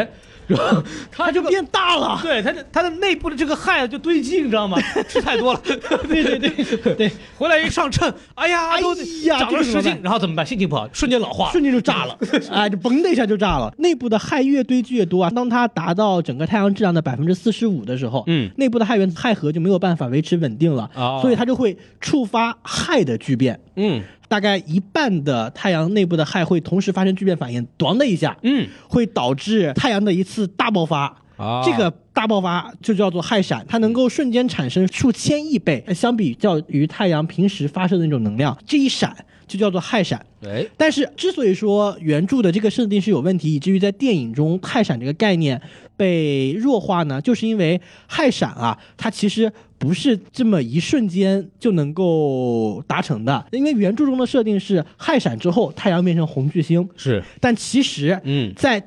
然后
它
它这
就
个。
变大了，
[LAUGHS] 对它的它的内部的这个汗就堆积，你知道吗？ [LAUGHS] 吃太多了，
对对对对，
回来一上秤，哎呀，
哎
都
呀
长
这
了
个怎么
十
办
斤，然后怎么办？心情不好，瞬间老化，
瞬间就炸
[LAUGHS]
了，啊，就嘣的一下就炸了。内部的氦越堆积越多啊，当它达到整个太阳质量的百分之四十五的时候，
嗯，
内部的氦原子氦核就没有办法维持稳定了，
哦
所以它就会触发氦的聚变。
嗯
大概一半的太阳内部的氦会同时发生聚变反应，咣的一下，
嗯
会导致太阳的一次大爆发。
啊
这个大爆发就叫做氦闪，它能够瞬间产生数千亿倍，相比较于太阳平时发射的那种能量，这一闪就叫做氦闪。
哎
但是，之所以说原著的这个设定是有问题，以至于在电影中氦闪这个概念被弱化呢，就是因为氦闪啊，它其实不是这么一瞬间就能够达成的，因为原著中的设定是氦闪之后太阳变成红巨星，
是
但其实
嗯
在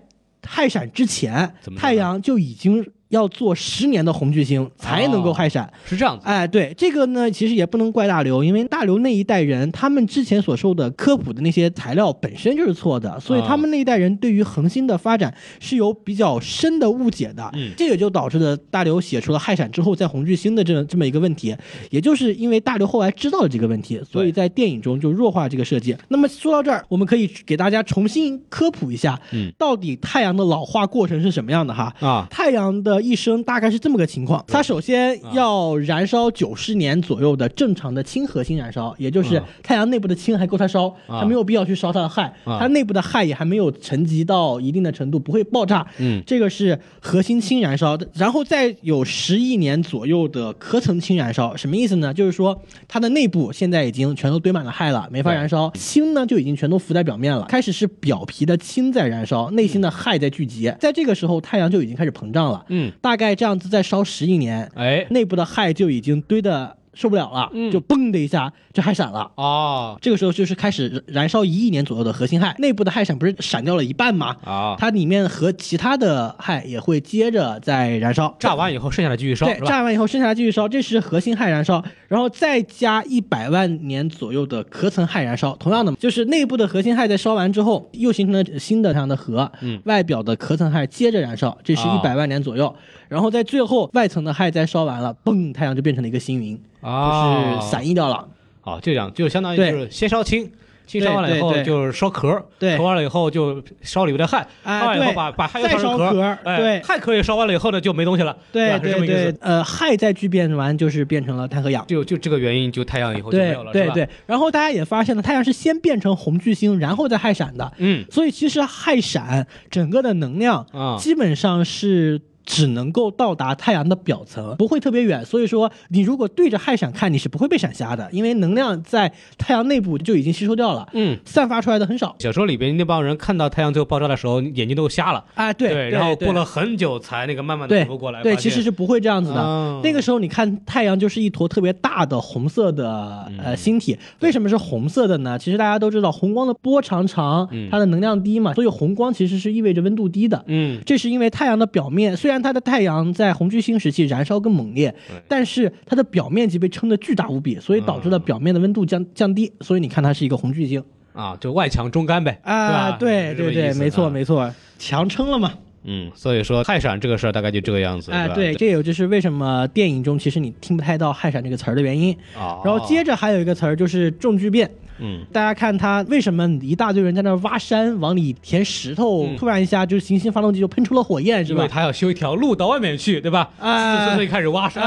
氦闪之前
怎，么着呢
太阳就已经要做十年的红巨星才
哦
能够氦闪。
是这样子，
哎，对这个呢，其实也不能怪大刘，因为大刘那一代人，他们之前所受的科普的那些材料本身就是错的，所以他们那一代人对于恒星的发展是有比较深的误解的。
嗯
这也就导致了大刘写出了氦闪之后在红巨星的这这么一个问题，也就是因为大刘后来知道了这个问题，所以在电影中就弱化这个设计。那么说到这儿，我们可以给大家重新科普一下，
嗯
到底太阳的老化过程是什么样的哈？
啊
太阳的的一生大概是这么个情况：他首先要燃烧九十年左右的正常的氢核心燃烧，也就是太阳内部的氢还够他烧，
啊
他没有必要去烧它的氦，
啊
它内部的氦也还没有沉积到一定的程度，不会爆炸。
嗯，
这个是核心氢燃烧，然后再有十亿年左右的壳层氢燃烧，什么意思呢？就是说它的内部现在已经全都堆满了氦了，没法燃烧，氢呢就已经全都浮在表面了。开始是表皮的氢在燃烧，内心的氦在聚集，在这个时候太阳就已经开始膨胀了，
嗯，
大概这样子再烧十亿年，
哎，
内部的氦就已经堆的受不了了，
嗯
就嘣的一下这氦闪了。
哦，
这个时候就是开始燃烧一亿年左右的核心氦，内部的氦闪不是闪掉了一半吗？
啊，
它里面和其他的氦也会接着再燃烧，
炸完以后剩下的继续烧，
对
是，吧？
炸完以后剩下的继续烧，这是核心氦燃烧，然后再加一百万年左右的壳层氦燃烧。同样的，就是内部的核心氦在烧完之后，又形成了新的这样的核，
嗯
外表的壳层氦接着燃烧，这是
哦
一百万年左右。然后在最后外层的氦再烧完了，嘣，太阳就变成了一个星云，
啊，
就是散逸掉了。
哦，这样就相当于就
对
是先烧氢，氢烧完了以
对
后
对对
就是烧壳，
对
壳完了以后就烧里面的氦，
哎
烧完以后
对
把把氦又
再
啊烧
烧
成壳，
壳
哎
对
氦壳也烧完了以后呢就没东西了，
对
吧是这么
对
一个意
对
思。，
呃，氦再聚变完就是变成了碳和氧。
就就这个原因，就太阳以后就没
对
有了，是
对
吧？
对，然后大家也发现了，太阳是先变成红巨星，然后再氦闪的，
嗯
所以其实氦闪整个的能量
啊
基本上是。只能够到达太阳的表层，不会特别远。所以说，你如果对着氦闪看，你是不会被闪瞎的，因为能量在太阳内部就已经吸收掉了，
嗯。
散发出来的很少。
小说里边那帮人看到太阳最后爆炸的时候，眼睛都瞎了，
哎，对，对
然后
对
过了很久才那个慢慢的
对
恢复过来，
对，
发现
其实是不会这样子的。
哦
那个时候你看太阳就是一坨特别大的红色的
嗯
呃星体，为什么是红色的呢？其实大家都知道，红光的波长长，它的能量低嘛，所以红光其实是意味着温度低的。
嗯
这是因为太阳的表面，虽然它的太阳在红巨星时期燃烧更猛烈
对，
但是它的表面积被撑得巨大无比，所以导致
嗯
了表面的温度降降低，所以你看它是一个红巨星
啊，就外强中干呗
啊，对
对
对对，没错
错，
没错，强撑了嘛。
嗯，所以说氦闪这个事儿大概就这个样子，
哎、
吧
对，，这也就是为什么电影中其实你听不太到“氦闪”这个词儿的原因。
啊，
然后接着还有一个词儿就是重聚变，
嗯
大家看它为什么一大堆人在那儿挖山往里填石头，
嗯
突然一下就是行星发动机就喷出了火焰，是
因为
吧？
他要修一条路到外面去，对吧？
哎
四十岁开始挖山，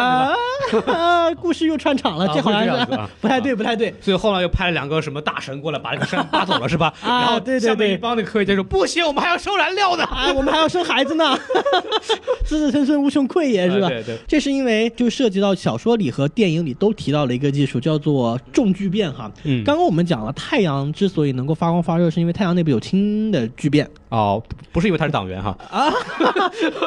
啊
对吧？
啊！故事又串场了，
啊
这好像
会这样
是
子啊
不太对，不太对。
所以后来又派了两个什么大神过来把这个山扒走了，是吧？
[LAUGHS] 啊
然后
对对
下面
对
一帮那个科学家说不行，我们还要收燃料
[LAUGHS]
呢。
啊，我们还要生孩子呢， [LAUGHS] 子子孙孙无穷匮也，哎是吧？
啊对对
这是因为就涉及到小说里和电影里都提到了一个技术，叫做重聚变哈。
嗯
刚刚我们讲了，太阳之所以能够发光发热，是因为太阳内部有氢的聚变
哦，不是因为他是党员哈， [LAUGHS]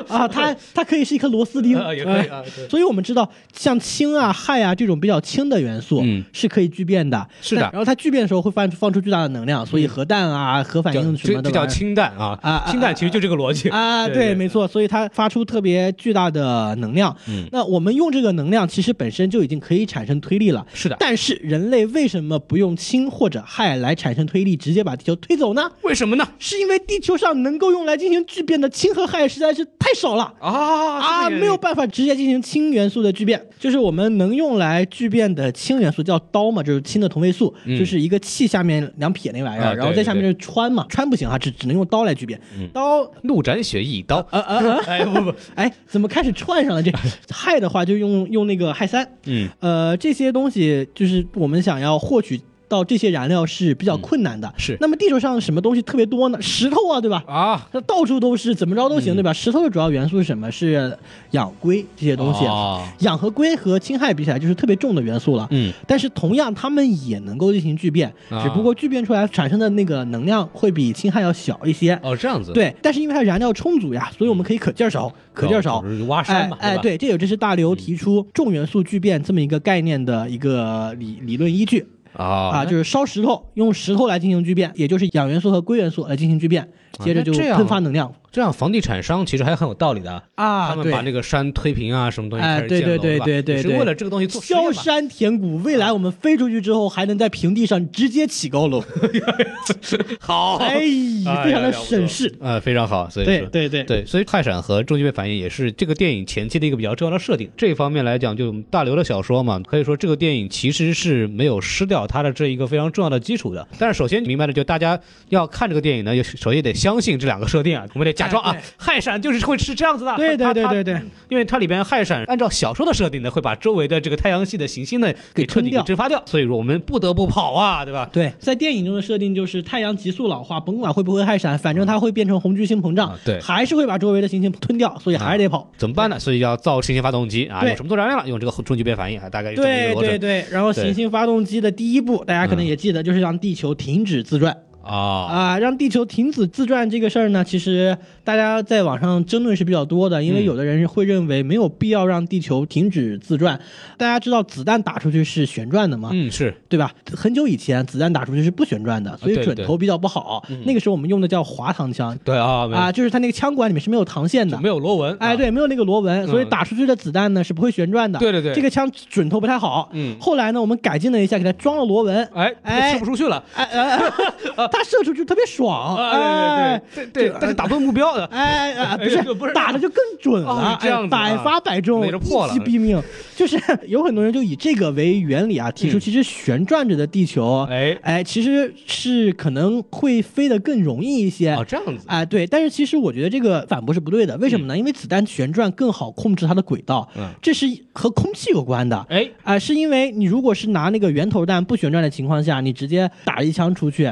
啊，它它可以是一颗螺丝钉，哎
啊也可以啊，对
所以我们知道，像氢啊、氦啊这种比较轻的元素
嗯
是可以聚变的。
是的
但然后它聚变的时候会放放出巨大的能量，所以核弹啊、核 [LAUGHS] 反
叫
应什
这
么的
这叫
玩意儿
氢弹啊
啊啊
氢弹其实就这个逻辑
啊，对，没错，所以它发出特别巨大的能量。
嗯
那我们用这个能量，其实本身就已经可以产生推力了。
是的。
但是人类为什么不用氢或者氦来产生推力，直接把地球推走呢？
为什么呢？
是因为地球上能够用来进行聚变的氢和氦实在是太少了。
啊
啊，没有办法直接进行氢元素的聚变，就是我们能用来聚变的氢元素叫氘嘛，就是氢的同位素，
嗯
就是一个气下面两撇那玩意儿，
啊
然后
对嗯
在下面就是氚嘛，氚不行啊，只只能用氘来聚变。氘、
怒斩雪一刀。
呃呃呃，
[LAUGHS] 哎不不，
哎，怎么开始串上了
[LAUGHS]
这？氦的话就用用那个氦三，
嗯，
呃，这些东西就是我们想要获取。到这些燃料是比较困难的，
嗯是
那么地球上什么东西特别多呢？石头啊，对吧？
啊，
它到处都是，怎么着都
嗯
行，对吧？石头的主要元素是什么？是氧、硅这些东西。啊
哦
氧和硅和氢氦比起来，就是特别重的元素了。
嗯，
但是同样，它们也能够进行聚变，
啊
只不过聚变出来产生的那个能量会比氢氦要小一些。
哦这样子，，
对，但是因为它燃料充足呀，所以我们可以可劲儿
嗯
烧，可劲儿烧。
哦挖山
哎
嘛，
哎，
吧，嗯
对，这也就是大刘提出重元素聚变这么一个概念的一个理理论依据。啊，
啊，
就是烧石头，用石头来进行聚变，也就是氧元素和硅元素来进行聚变，接着就
啊那这样
喷发能量
这样房地产商其实还很有道理的。
啊
他们
对
把，那个山推平啊，什么东西
哎
开始建楼
对对
是吧
对对
也是
对
为了这个东西做实
萧
验嘛。
山填谷，未来我们飞出去之后，还能在平地上直接起高
[LAUGHS]
楼，
好，
哎，
哎
非常的
了不得
省事。
呃，非常好，所以
对
说。
对对，
对，所以快闪和重击被反应也是这个电影前期的一个比较重要的设定。这一方面来讲，就我们大刘的小说嘛，可以说这个电影其实是没有失掉它的这一个非常重要的基础的。但是首先明白的就大家要看这个电影呢，也首先得相信这两个设定啊，我们得假装啊
哎，
氦闪就是会是这样子的。
对对
它
对
它
对对，
因为它里边氦闪按照小说的设定呢，会把周围的这个太阳系的行星呢给彻底
给吞
给
掉
蒸发掉，所以说我们不得不跑啊，对吧？
对，在电影中的设定就是太阳急速老化，甭管会不会氦闪，反正它会变成红巨星膨胀，
嗯啊对啊
还是会把周围的行星吞掉，所以还是得跑。
怎么办呢？所以要造新型发动机啊，
对
用什么做燃料了？用这个中聚变反应啊，大概是这么一
对
个
对
逻辑
对，然后
对
行星发动机的第一步，大家可能
嗯
也记得，就是让地球停止自转
啊。
啊、让地球停止自转这个事儿呢，其实大家在网上争论是比较多的，因为
嗯
有的人会认为没有必要让地球停止自转。大家知道子弹打出去是旋转的嘛，
嗯，是
对吧？很久以前子弹打出去是不旋转的，所以
对
准
对嗯
头比较不好。那个时候我们用的叫滑膛枪
对啊，没有
啊、就是它那个枪管里面是没有膛线
就
的
没。有螺纹。
哎，
啊，
对，没有那个螺纹，所以
嗯
打出去的子弹呢是不会旋转的。
对对对
这个枪准头不太好。
嗯
后来呢，我们改进了一下，给它装了螺纹。
哎，
哎
这吃不出去了。
哎哎，哎 [LAUGHS] 它射出去特别爽。
啊，
哎
对对对，对，但是打不动目标的。
哎哎，不
哎
是
这不是
打的就更准了，
哦是这样子啊
哎百发百中，
那就破了
一击毙命。就是有很多人就以这个为原理啊，提出
嗯
其实旋转着的地球，
哎，
哎，其实是可能会飞得更容易一些。
哦，这样子。
哎，对，但是其实我觉得这个反驳是不对的，为什么呢？因为子弹旋转更好控制它的轨道，
嗯
这是和空气有关的。
哎，
啊、是因为你如果是拿那个圆头弹不旋转的情况下，你直接打一枪出去，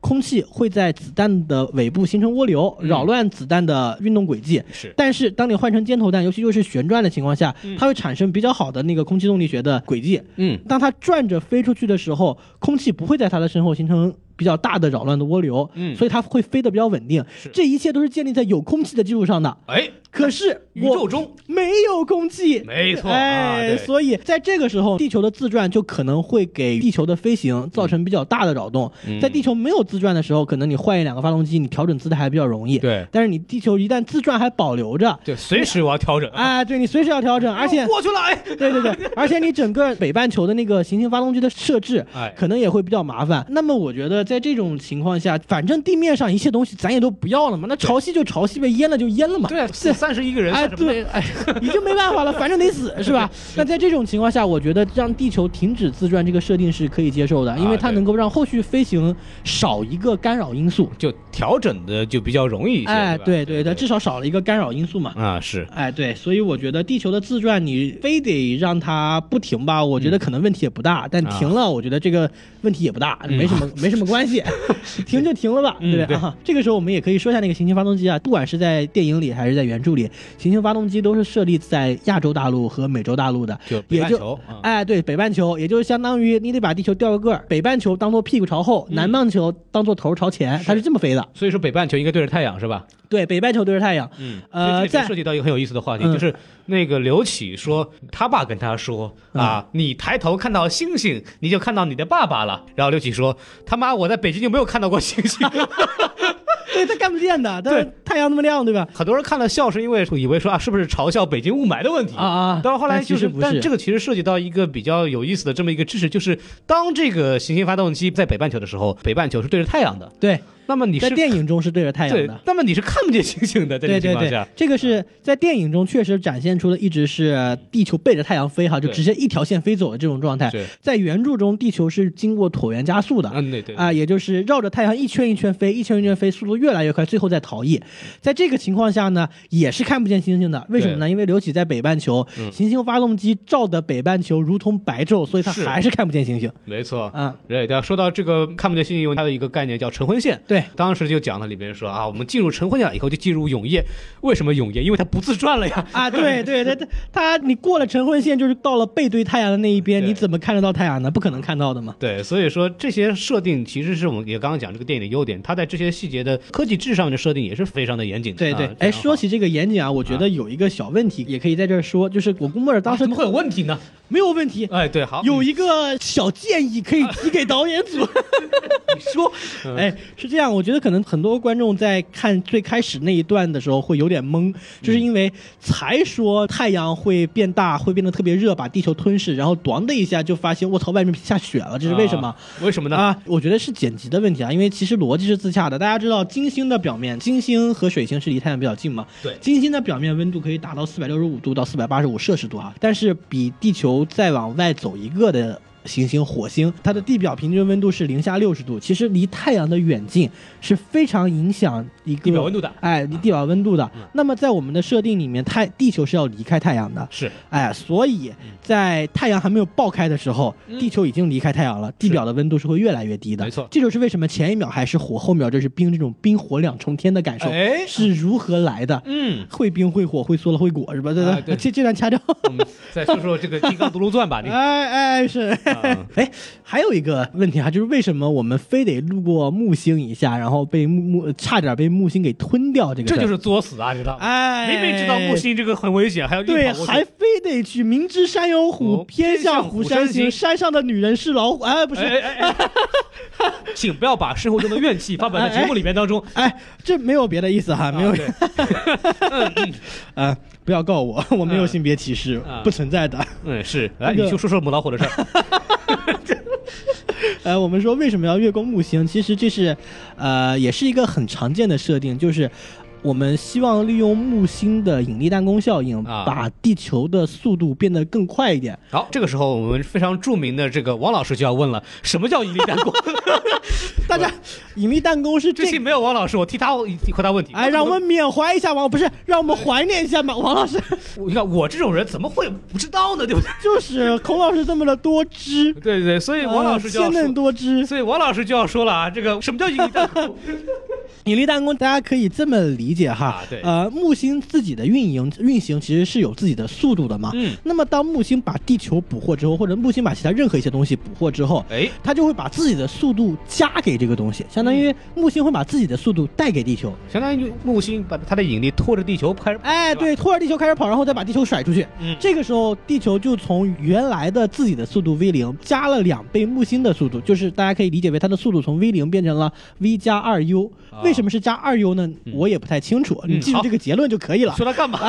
空气会在子弹的尾部形成涡流，
嗯
扰乱子弹的运动轨迹。
是
但是当你换成尖头弹，尤其又是旋转的情况下，它会产生比较好的那个空气动力学的轨迹。
嗯，
当它转着飞出去的时候，空气不会在它的身后形成比较大的扰乱的涡流，
嗯
所以它会飞得比较稳定
是。
这一切都是建立在有空气的基础上的。
哎，
可是
宇宙
我
中
没有空气，
没错啊
哎，
对
所以在这个时候，地球的自转就可能会给地球的飞行造成比较大的扰动。
嗯
在地球没有自转的时候，可能你换一两个发动机，你调整姿态还比较容易。
对
但是你地球一旦自转还保留
[LAUGHS]
着，
对，随时我要调整。
哎，对你随时要调整，而且
我过去了，哎，
对对对，而且你整个北半球的那个行星发动机的设置
哎，
可能也会比较麻烦。那么我觉得在这种情况下，反正地面上一切东西咱也都不要了嘛，那潮汐就潮汐呗，淹了就淹了嘛。
对啊，四三十一个人，
哎，
算什么
对，
[LAUGHS]
哎，已经没办法了，反正得死，是吧？那在这种情况下，我觉得让地球停止自转这个设定是可以接受的，因为它
啊对
能够让后续飞行少一个干扰因素。
就调整的就比较容易一些。
哎，
吧
对对对，至少少了一个干扰因素嘛。
啊是，
哎，对，所以我觉得地球的自转，你非得让它不停吧，我
嗯
觉得可能问题也不大，但
啊
停了，我觉得这个问题也不大，没什么没什么关
[LAUGHS]
系，停就停了吧，
嗯
对不对啊？这个时候我们也可以说一下那个行星发动机啊，不管是在电影里还是在原著里，行星发动机都是设立在亚洲大陆和美洲大陆的，
就北
也
半
就
球啊
哎，对，北半球，也就是相当于你得把地球掉个个儿，北半球当做屁股朝后，
嗯
南半球当做头朝前，它是这么飞的。
所以说北半球应该对着太阳是吧？
对，北半球对着太阳，
嗯，
呃
这
在
里涉及到一个很有意思的话题，
嗯
就是那个刘启说他爸跟他说
嗯
啊，你抬头看到星星，你就看到你的爸爸了。然后刘启说他妈，我在北京就没有看到过星
[LAUGHS]
星。
对，它看不见的，但是太阳那么亮，对吧？
很多人看了笑是因为以为说啊，是不是嘲笑北京雾霾的问题
啊啊
但后来
但其
就
实
是，
不
但
是
这个其实涉及到一个比较有意思的这么一个知识，就是当这个行星发动机在北半球的时候，北半球是对着太阳的，
对，
那么你
在
是
电影中是对着太阳
对
的。，
那么你是看不见星星的，在这
对
个情
对
况
对
下，，嗯
这个是在电影中确实展现出的，一直是地球背着太阳飞哈，就
对
直接一条线飞走的这种状态
是。
在原著中，地球是经过椭圆加速的，
嗯，对对，
啊，也就是绕着太阳一圈一圈飞，一圈一圈飞，速度越来越快，最后再逃逸。在这个情况下呢，也是看不见星星的，为什么呢？因为刘启在北半球，
嗯
行星发动机照的北半球如同白昼，所以它
是
还是看不见星星
没错。
啊。
对，对，说到这个看不见星星，它的一个概念叫晨昏线。
对，
当时就讲了，里边说啊，我们进入晨昏线了以后就进入永夜，为什么永夜？因为它不自转了呀。
啊，对对对，它它你过了晨昏线，就是到了背对太阳的那一边，
对
你怎么看得到太阳呢？不可能看到的嘛。
对，所以说这些设定其实是我们也刚刚讲这个电影的优点，它在这些细节的科技智上面的设定也是非常的严谨的。
对对
啊，
哎、说起这个严谨啊，我觉得有一个小问题，也可以在这儿说，就是我估摸着当时
啊
怎么会有问题呢？
没有问题，
哎，
[LAUGHS]
对，好，
有一个小建议可以提给导演组。你说，哎，是这样，我觉得可能很多观众在看最开始那一段的时候会有点懵，就是因为才说太阳会变大，会变得特别热，把地球吞噬，然后咣的一下就发现卧槽，外面下雪了，这是为什么？
啊？为什么呢？
啊，我觉得是剪辑的问题啊，因为其实逻辑是自洽的。大家知道，金星的表面，金星和水星是离太阳比较近嘛？
对
金星的表面温度可以啊达到四百六十五度到四百八十五摄氏度哈、但是比地球再往外走一个的行星火星，它的地表平均温度是零下六十度。其实离太阳的远近是非常影响一个
地表温度的
哎，离地表温度的。那么在我们的设定里面，太地球是要离开太阳的，
是
哎，所以
嗯
在太阳还没有爆开的时候，地球已经离开太阳了，地表的温度是会越来越低的。
没错
这就是为什么前一秒还是火，后秒就是冰，这种冰火两重天的感受
哎
是如何来的？
嗯，
会冰会火会缩了会果是吧？对
啊对
这这段掐掉。
我们再说说这个《金刚独龙传》吧，
[LAUGHS]
你啊
哎哎是，
嗯
哎，还有一个问题哈，啊就是为什么我们非得路过木星一下，然后被木木差点被木星给吞掉？这个事
这
儿
就是作死啊，知道吗？
哎，
明明知道木星这个很危险，还要硬
对，
跑过去
还非得去明知山有虎，
哦
偏
偏向
虎
虎山
行。
行
山上的女人是老虎，哎，不是，
哎哎
[LAUGHS]
哎，请不要把生活中的怨气发表在节目里面当中。
哎，这没有别的意思哎哈，没有 [LAUGHS]
啊对嗯
啊，不要告我， [LAUGHS] 我没有性别歧视
啊，
不存在的。 [LAUGHS]
嗯，是，来，
那个
你就说说母老虎的事
[LAUGHS]
儿。
呃，我们说为什么要月宫木星？其实这是，呃，也是一个很常见的设定，就是我们希望利用木星的引力弹弓效应，
啊
把地球的速度变得更快一点。
好，这个时候我们非常著名的这个王老师就要问了：什么叫引力弹弓？
大家，引力弹弓是
[LAUGHS] 这
这
期没有王老师，我替他回答问题。
[LAUGHS] 哎，让我们缅怀一下王，不是，让我们怀念一下马王老师，
我，你看我这种人怎么会不知道呢？对不 [LAUGHS] 对？
就是孔老师这么的多汁，呃
对对对，所以王老师就
鲜
要
嫩
说，
多汁。
所以王老师就要说了啊，这个什么叫引力弹弓？
引力弹弓，大家可以这么理解哈，
啊对
呃，木星自己的运营运行其实是有自己的速度的嘛，
[LAUGHS] 嗯，
那么当木星把地球捕获之后，或者木星把其他任何一些东西捕获之后，
哎，
它就会把自己的速度加给这个东西，相当于木星会把自己的速度带给地球，
相当于木星把它的引力拖着地球开始，
哎，
对
对，
吧
拖着地球开始跑，然后再把地球甩出去，
嗯
这个时候地球就从原来的自己的速度 v 零加了两倍木星的速度，就是大家可以理解为它的速度从 v 零变成了 v 加二 u，
啊
为什么是加二 u 呢？我也不太清楚，
嗯
你记住
好
这个结论就可以了。
说它干
[LAUGHS]
嘛？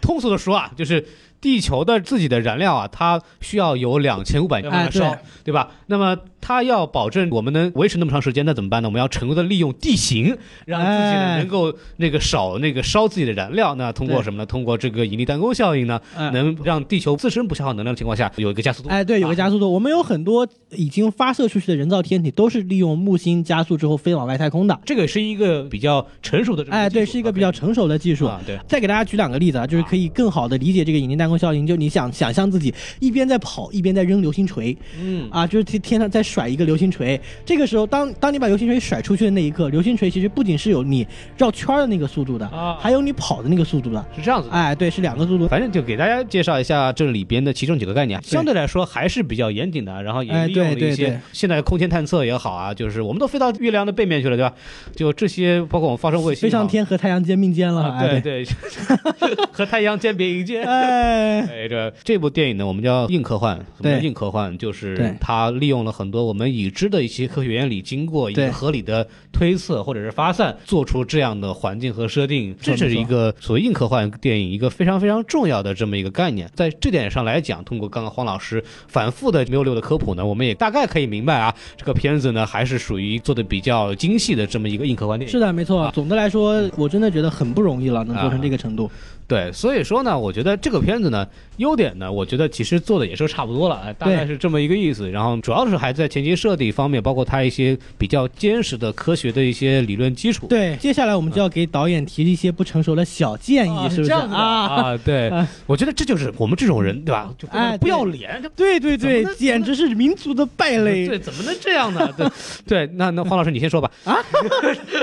通俗的说啊，就是地球的自己的燃料啊，它需要有两千五百年慢慢烧，
哎
对吧？那么它要保证我们能维持那么长时间，那怎么办呢？我们要成功的利用地形，让自己
哎
能够那个少那个烧自己的燃料。那通过
对
什么呢？通过这个引力弹弓效应呢，
哎
能让地球自身不消耗能量的情况下有一个加速度。
哎，对，有个
啊
加速度。我们有很多已经发射出去的人造天体都是利用木星加速之后飞往外太空的。
这个是一个比较成熟的这个技术，
哎，对，是一个比较
OK
成熟的技术。
啊，对，
再给大家举两个例子啊，就是可以更好的理解这个引力弹弓效应。就你想想象自己一边在跑，一边在扔流星锤，
嗯，
啊，就是天天上在甩一个流星锤。这个时候，当当你把流星锤甩出去的那一刻，流星锤其实不仅是有你绕圈儿的那个速度的，
啊嗯
还有你跑的那个速度的。
是这样子的。
哎，对，是两个速度。
反正就给大家介绍一下这里边的其中几个概念啊，
对
相对来说还是比较严谨的，然后
哎
也利用了
对对
一些
对
现在空间探测也好啊，就是我们都飞到月亮的背面去了，对吧？就这些，包括我们发射卫星
飞
啊，
上天和太阳肩并肩了，
啊，
哎
对，对， [LAUGHS] 和太阳肩并肩。
[LAUGHS] 哎，
哎，这这部电影呢，我们叫硬科幻。什么
对
叫硬科幻？就
对
是它利用了很多我们已知的一些科学原理，经过一
对
个合理的推测或者是发散，做出这样的环境和设定。
错
这是一个所谓硬科幻电影一个非常非常重要的这么一个概念。在这点上来讲，通过刚刚黄老师反复的没有溜的科普呢，我们也大概可以明白啊，这个片子呢还是属于做的比较精细的这么一个硬科幻电影。
是的，没
啊
错。总的来说，我真的觉得很不容易了，能做成这个程度。
对，所以说呢，我觉得这个片子呢，优点呢，我觉得其实做的也是差不多了，哎大概
对
是这么一个意思。然后主要是还在前期设计方面，包括它一些比较坚实的科学的一些理论基础。
对，接下来我们就要给导演提一些不成熟的小建议，
啊，
是不是
这样子的
啊？
啊？对
啊，
我觉得这就是我们这种人，对吧？就非常
哎
不要脸，这
[LAUGHS] 对对对
怎么，能
简直是民族的败
对，
类。
怎么能这样 [LAUGHS] 呢？对啊对，那那黄老师你先说吧。
[LAUGHS]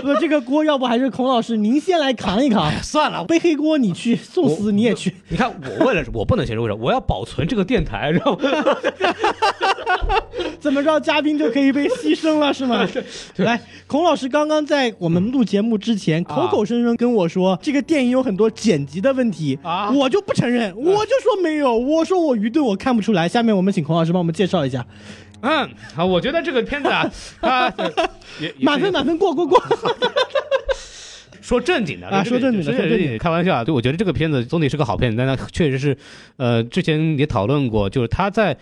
不，这个锅要不还是孔老师您先来扛一
[LAUGHS]
扛，
算了，
背黑锅你去，送死你也去。
你看我为了我不能先说为啥，我要保存这个电台，知道吗？ [LAUGHS]
怎么着，嘉宾就可以被牺牲了是
[LAUGHS]
吗？来，孔老师刚刚在我们录节目之
啊
前，口口声声跟我说这个电影有很多剪辑的问题
啊
我就不承认，我就说没有，我说我愚钝，我看不出来。下面我们请孔老师帮我们介绍一下，
嗯，好，我觉得这个片子啊， [LAUGHS] 啊，对也也是
满分满分过过过。
说正经的
啊说正经的
说
说正经
经
的
的，开玩笑啊！对，我觉得这个片子总体是个好片子，但它确实是，呃，之前也讨论过，就是它在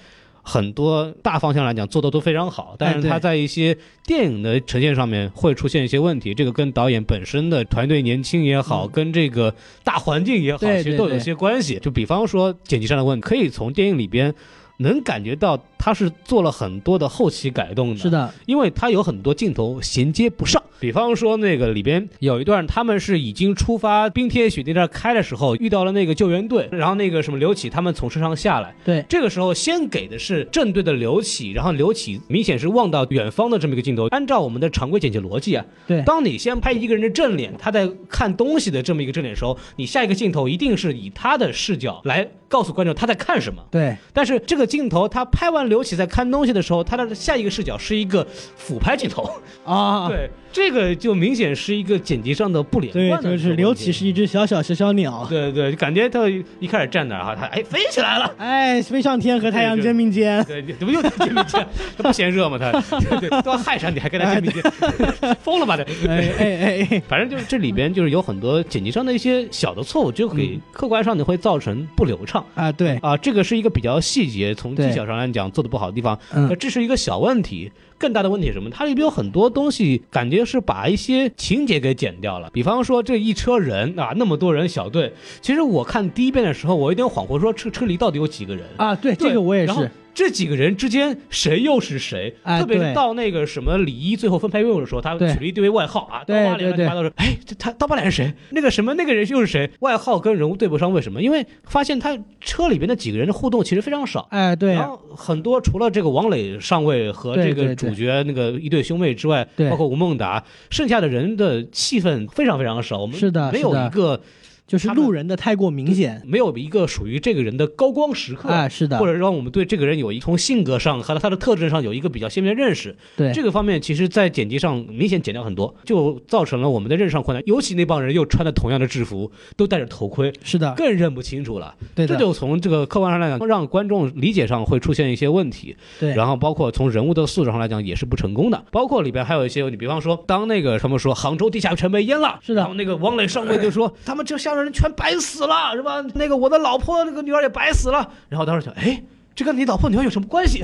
很多大方向来讲做的都非常好，但
哎
是
对
它在一些电影的呈现上面会出现一些问题，这个跟导演本身的团队年轻也好，跟这个大环境也好，
对
其
对
实都有
对
一些关系。就比方说剪辑上的问题，可以从电影里边。能感觉到他是做了很多的后期改动
[LAUGHS]
的。
是的，
因为它有很多镜头衔接不上，比方说那个里边有一段，他们是已经出发，冰天雪地那儿开的时候，遇到了那个救援队，然后那个什么刘启他们从车上下来，
对，
这个时候先给的是正对的刘启，然后刘启明显是望到远方的这么一个镜头。按照我们的常规剪辑逻辑啊，
对
当你先拍一个人的正脸，他在看东西的这么一个正脸的时候，你下一个镜头一定是以他的视角来告诉观众他在看什么。
对，
但是这个镜头，他拍完刘启在看东西的时候，他的下一个视角是一个俯拍镜头。
啊，
对，这个就明显是一个剪辑上的不连
对，
贯的。
就是刘启。是一只小小小小
[LAUGHS]
鸟，
对对，就感觉他一开始站那儿哈，他哎飞起来了。
哎，飞上天和太阳肩并肩， [LAUGHS]
对，你怎么又肩并肩？他不嫌热吗？他对对，都要害上你，还跟他肩并肩，疯了吧？这。
哎哎哎哎，
反正就是这里边就是有很多剪辑上的一些小的错误，就给客观上你会造成不流畅
啊，对，
啊。这个是一个比较细节，从技
对
巧上来讲做的不好的地方，
嗯
呃，这是一个小问题。更大的问题是什么？它里边有很多东西，感觉是把一些情节给剪掉了。比方说这一车人啊，那么多人小队，其实我看第一遍的时候，我有点恍惚，说车车里到底有几个人？
啊，对，这个我也
然后
是，
这几个人之间谁又是谁？
哎
特别是
对
到那个什么李一最后分配任务的时候，他
对
取了一堆外号啊，刀
对
疤脸
对对
乱七八糟的。哎，这他刀疤脸是谁？那个什么那个人又是谁？外号跟人物对不上，为什么？因为发现他车里边的几个人的互动其实非常少。
哎，对
然，后很多除了这个王磊上尉和
对
这个
对对
主角那个一对兄妹之外，
对
包括吴孟达，剩下的人的气氛非常非常少。我们
是的
没有
是的
一个
就是
他们
路人的太过明显，
没有一个属于这个人的高光时刻。
哎，是的
或，者让我们对这个人有一从性格上和他的特征上有一个比较鲜明的认识。
对，
这个方面，其实，在剪辑上明显减掉很多，就造成了我们的认识上困难。尤其那帮人又穿的同样的制服，都戴着头盔，
是的，
更认不清楚了。
对
这
啊的，
就从这个客观上来讲，让观众理解上会出现一些问题。
对，
然后包括从人物的塑造上来讲也是不成功的，包括里边还有一些，你比方说，当那个他们说杭州地下城被淹了，
是的
然后那个王磊上尉
[LAUGHS]
就说他们这下人全白死了，是吧？那个我的老婆那个女儿也白死了，然后当时想，哎。这跟你老婆女儿有什么
[LAUGHS]
关系？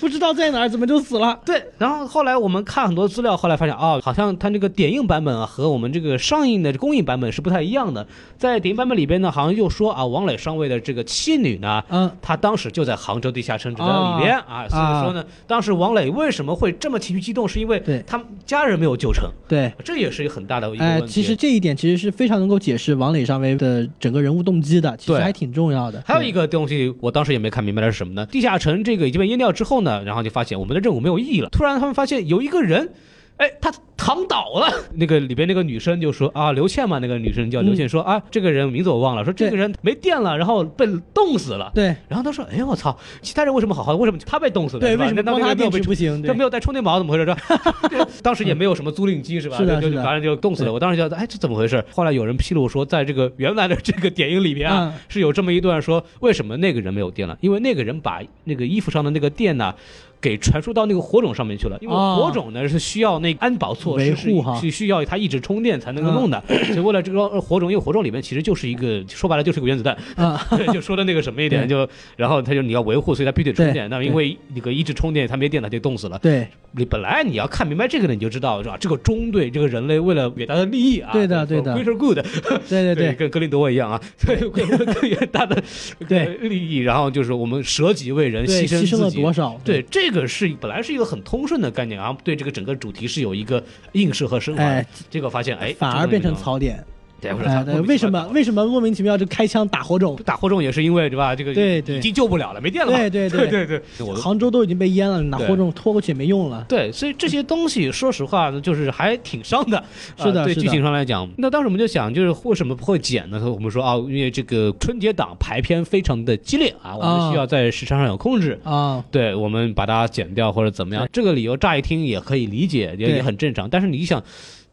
不知道在哪儿，怎么就死了？
对，然后后来我们看很多资料，后来发现啊、好像它这个点映版本啊和我们这个上映的公映版本是不太一样的。在点映版本里边呢，好像又说啊，王磊上尉的这个妻女呢，
嗯，
他当时就在杭州地下城只在
哦
里边啊，所以说呢，当时王磊为什么会这么情绪激动，是因为
对
他家人没有救成，
对。
这也是一个很大的一个
哎、
问题。
其实这一点其实是非常能够解释王磊上尉的整个人物动机的，其实
对
还挺重要的。
还有一
个，
个东西，我当时也没看明白的是什么呢？地下城这个已经被淹掉之后呢，然后就发现我们的任务没有意义了。突然他们发现有一个人，哎，他躺倒了。那个里边那个女生就说啊，刘倩嘛，那个女生叫刘倩，说啊，这个人名字我忘了，说这个人没电了，然后被冻死了。
对
然后他说：“哎，我操！其他人为什么好好的？为什么他被冻死了？
对，
是吧
为什么
那那
光
那
他
个没有
电
被
池不行？
这
对
没有带充电宝，怎么回事？这当时也没有什么租赁机是吧？
是的
就是
的
反正就冻死了。
对
我当时觉得，哎，这怎么回事？后来有人披露说，在这个原来的这个电影里面啊，
嗯
是有这么一段说，为什么那个人没有电了？因为那个人把那个衣服上的那个电呢。给传输到那个火种上面去了，因为
哦
火种呢是需要那个安保措施
维
是
护哈
是需要它一直充电才能够弄的，所以为了这个火种，因为火种里面其实就是一个说白了就是个原子弹，
啊，
对，就说的那个什么一点，
对
就然后他就你要维护，所以他必须得充
对
电。那
对
因为那个一直充电，他没电他就冻死了。
[LAUGHS] 对
你本来你要看明白这个的，你就知道是吧？这个中队，这个人类为了远大的利益啊，
对的
这个
对的
greater good，
对对对，
跟格林德沃一样啊，对，
[LAUGHS]
为了更远大的
对
呃利益，然后就是我们舍己为人，
对，
牲
牺牲
自
了
己。
多少？
对，这个是本来是一个很通顺的概念啊，对这个整个主题是有一个映射和升华的。
哎
结果发现，哎，
反而变成槽点。
这个地
哎
方。对，
对为什么为什么莫名其妙就开枪打火种？
打火种也是因为对吧？这个
对对
已经救不了了，没电了嘛。
对对
对
对
[LAUGHS] 对对，我
杭州都已经被淹了，你拿
对
火种拖过去也没用了。
对，所以这些东西，说实话呢，就是还挺伤的。呃
是的
对
是
剧
的
情上来讲，那当时我们就想，就是为什么会剪呢？我们说啊，因为这个春节档排片非常的激烈啊，我们
啊
需要在时长上有控制。
啊，
对我们把它剪掉或者怎么样，这个理由乍一听也可以理解，也
对
也很正常。但是你想，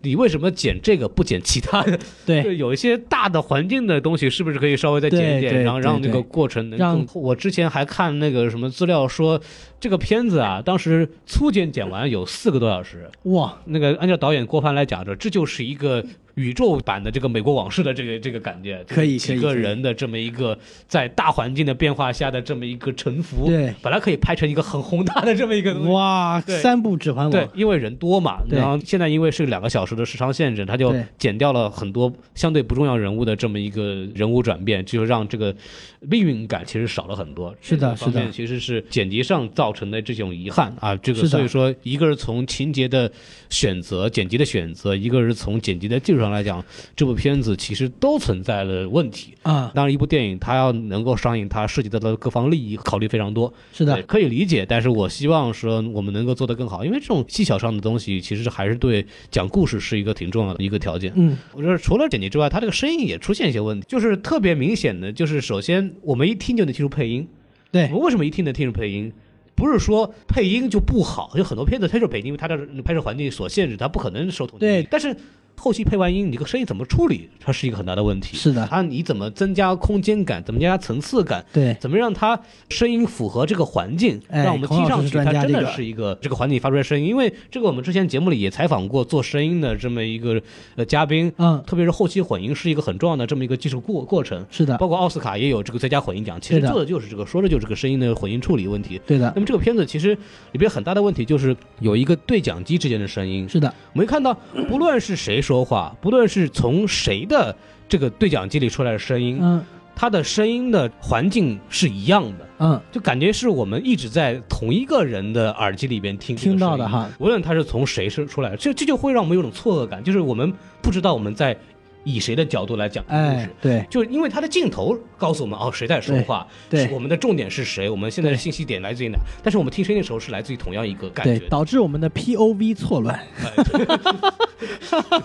你为什么剪这个不剪其他的？
对
就有一些大的环境的东西，是不是可以稍微再减
对
一减，
对
然后让
对
这个
对
过程能
让
更？我之前还看那个什么资料说，这个片子啊，当时粗剪剪完有四个多小时。
哇，
那个按照导演郭帆来讲的，这就是一个宇宙版的这个《美国往事》的这个这个感觉， [LAUGHS]
可以
几
可以
个
可以
人的这么一个在大环境的变化下的这么一个沉浮，
对，
本来可以拍成一个很宏大的这么一个东西。
哇，
对
三部《指环王
对》，因为人多嘛，
对
然后现在因为是两个小时的时长限制，他就
对
减掉了很多相对不重要人物的这么一个人物转变，就让这个命运感其实少了很多。
是的
这个方
是的
面其实是剪辑上造成的这种遗憾啊。这
是
个
的
所以说，一个是从情节的选择、剪辑的选择，一个是从剪辑的技术上来讲，这部片子其实都存在了问题。
啊，
当然，一部电影它要能够上映，它涉及到的各方利益考虑非常多。
是
对
的，
可以理解，但是我希望说我们能够做得更好，因为这种技巧上的东西，其实还是对讲故事是一个挺重要的一个条件。
嗯，
我觉得除了剪辑之外，它这个声音也出现一些问题，就是特别明显的，就是首先我们一听就能听出配音，哎
对
我，们为什么一听能听出配音？不是说配音就不好，有很多片子它就是配音，因为它的拍摄环境所限制，它不可能收同频
对
但是后期配完音，你这个声音怎么处理，它是一个很大的问题。
是的，
它你怎么增加空间感，怎么增加层次感，
对，
怎么让它声音符合这个环境，
哎
让我们
孔
听
老
上
师
去
是专
它
家
真
这
的
个
是一个这个环境里发出来的声音。因为这个我们之前节目里也采访过做声音的这么一个呃嘉宾，
嗯，
特别是后期混音是一个很重要的这么一个技术过过程。
是的，
包括奥斯卡也有这个最佳混音奖，其实
是的
做的就是这个，说的就是这个声音的混音处理问题。
对的
那，么这个片子其实里边很大的问题就是有一个对讲机之间的声音，
是的，
我们看到，不论是谁说话，不论是从谁的这个对讲机里出来的声音，
嗯
它的声音的环境是一样的，
嗯，
就感觉是我们一直在同一个人的耳机里边听这个
听到的
声音。
哈，
无论它是从谁是出来的，这这就会让我们有种错愕感，就是我们不知道我们在以谁的角度来讲这个故事。
哎，对
就因为它的镜头告诉我们哦谁在说话，
对
是我们的重点是谁，我们现在的信息点来自于哪，但是我们听声音的时候是来自于同样一个感
[LAUGHS]
觉
对，，导致我们的 POV 错乱，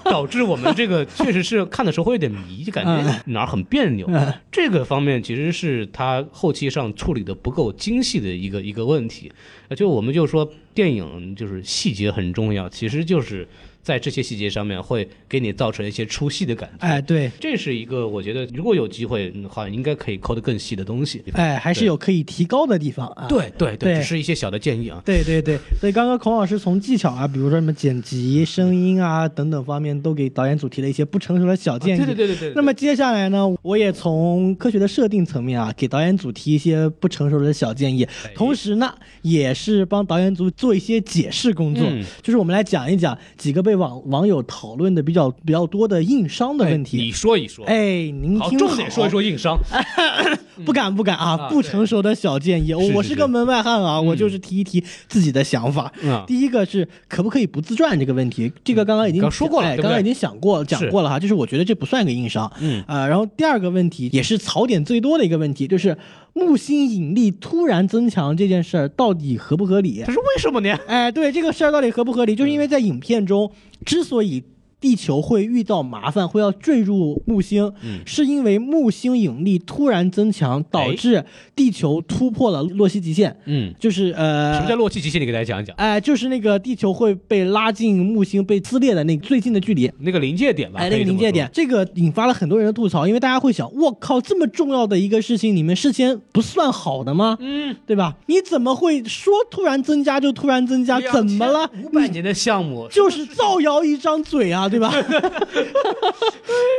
导致我们这个确实是看的时候会有点迷，就感觉哪儿很别扭。
嗯，
这个方面其实是他后期上处理的不够精细的一个一个问题。呃就我们就说电影就是细节很重要，其实就是在这些细节上面会给你造成一些出戏的感觉。
[LAUGHS] 哎，对，
这是一个我觉得如果有机会的话，应该可以抠得更细的东西。
哎，还是有可以提高的地方啊。
对对
对
只是一些小的建议啊。
对对对，所以刚刚孔老师从技巧啊，比如说什么剪辑、声音啊等等方面，都给导演组提了一些不成熟的小建议。
啊对对对对对对
那么接下来呢，我也从科学的设定层面啊，给导演组提一些不成熟的小建议，
哎
同时呢，也是帮导演组做一些解释工作。
嗯
就是我们来讲一讲几个被网网友讨论的比较比较多的硬伤的问
你
题。
说一说。
哎，您
好，
听
重点
好啊
说一说硬伤。
不敢不敢啊
啊！
不成熟的小建议，
是
我
是
是个门外汉啊，我就是提一提自己的想法
嗯。
第一个是可不可以不自传这个问题，这个刚刚已经
刚说过了
哎
对不对
刚刚已经想过讲过了哈，就是我觉得这不算个硬伤。
嗯
啊，然后第二个问题也是槽点最多的一个问题，就是木星引力突然增强这件事儿到底合不合理
他？说为什么呢？
哎，对这个事儿到底合不合理，就是因为在影片中，之所以地球会遇到麻烦，会要坠入木星，
嗯
是因为木星引力突然增强，导
哎
致地球突破了洛希极限，
嗯，
就是
什么叫
呃。
洛气极限？你给大家讲一讲。
哎，就是那个地球会被拉近木星被撕裂的那个最近的距离，
那个临界点吧，
哎，那
可以
个
这
临
么
界
说
点，，这个引发了很多人的吐槽，因为大家会想，我靠，这么重要的一个事情，你们事先不算好的吗？
嗯，
对吧？你怎么会说突然增加就突然增加？怎么了？
五百年的项目，
就是造谣一张嘴啊，对吧？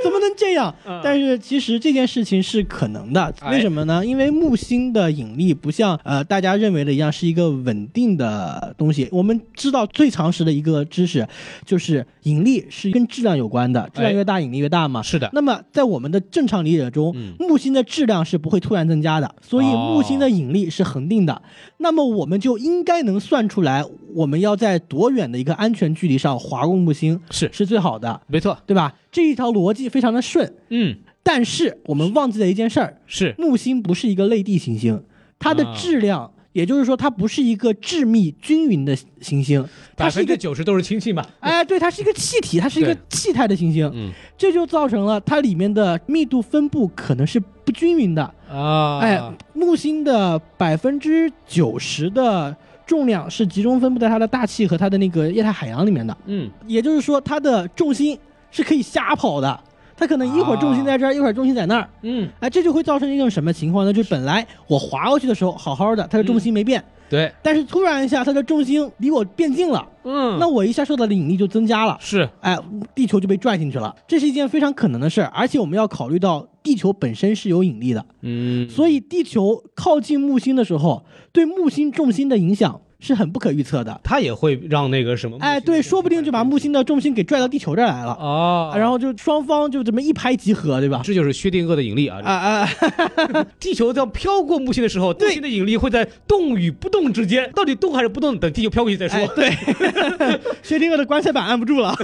怎么能这样？但是其实这件事情是可能的，
哎
为什么呢？因为木星的引力不像呃大家认为的一样是一个稳定的东西。我们知道最常识的一个知识就是引力是跟质量有关的，质量越大引力越大嘛。
啊是的，
那么，在我们的正常理解中，木星的质量是不会突然增加的，所以
嗯哦
木星的引力是恒定的。那么，我们就应该能算出来，我们要在多远的一个安全距离上划过木星
是
是最好的，
没错，
对吧？这一条逻辑非常的顺。
嗯，
但是我们忘记了一件事儿，
是
木星不是一个类地行星，它的
啊
质量，也就是说它不是一个致密均匀的行星，它
百
是一
分
个
之九十都是氢气嘛，
哎，对，它是一个气体，它是一个
对
气态的行星，
嗯
这就造成了它里面的密度分布可能是不均匀的。
啊，
哎，木星的百分之九十的重量是集中分布在它的大气和它的那个液态海洋里面的，
嗯，
也就是说，它的重心是可以瞎跑的，它可能一会儿重心在这儿，一会儿重心在那儿，
嗯
哎，这就会造成一种什么情况呢？就是本来我滑过去的时候好好的，它的重心没变，
对，
但是突然一下，它的重心离我变近了，
嗯，
那我一下受到的引力就增加了，
是
哎，地球就被拽进去了。这是一件非常可能的事儿，而且我们要考虑到地球本身是有引力的，
嗯，
所以地球靠近木星的时候，对木星重心的影响是很不可预测的。
它也会让那个什么，
哎，对，说不定就把木星的重心给拽到地球这儿来了，
哦，
然后就双方就这么一拍即合，对吧？
这就是薛定谔的引力啊，
啊
[LAUGHS]
啊！
地球在飘过木星的时候，木
对
星的引力会在动与不动之间，到底动还是不动，等地球飘过去再说。
哎，
[LAUGHS]
对， [LAUGHS] 薛定谔的棺材板按不住了。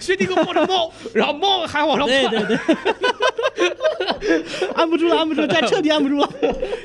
薛定谔抱着
[LAUGHS]
猫，然后猫还往上窜，
哎对， [LAUGHS] 按不住了，按不住了，再彻底按不住了。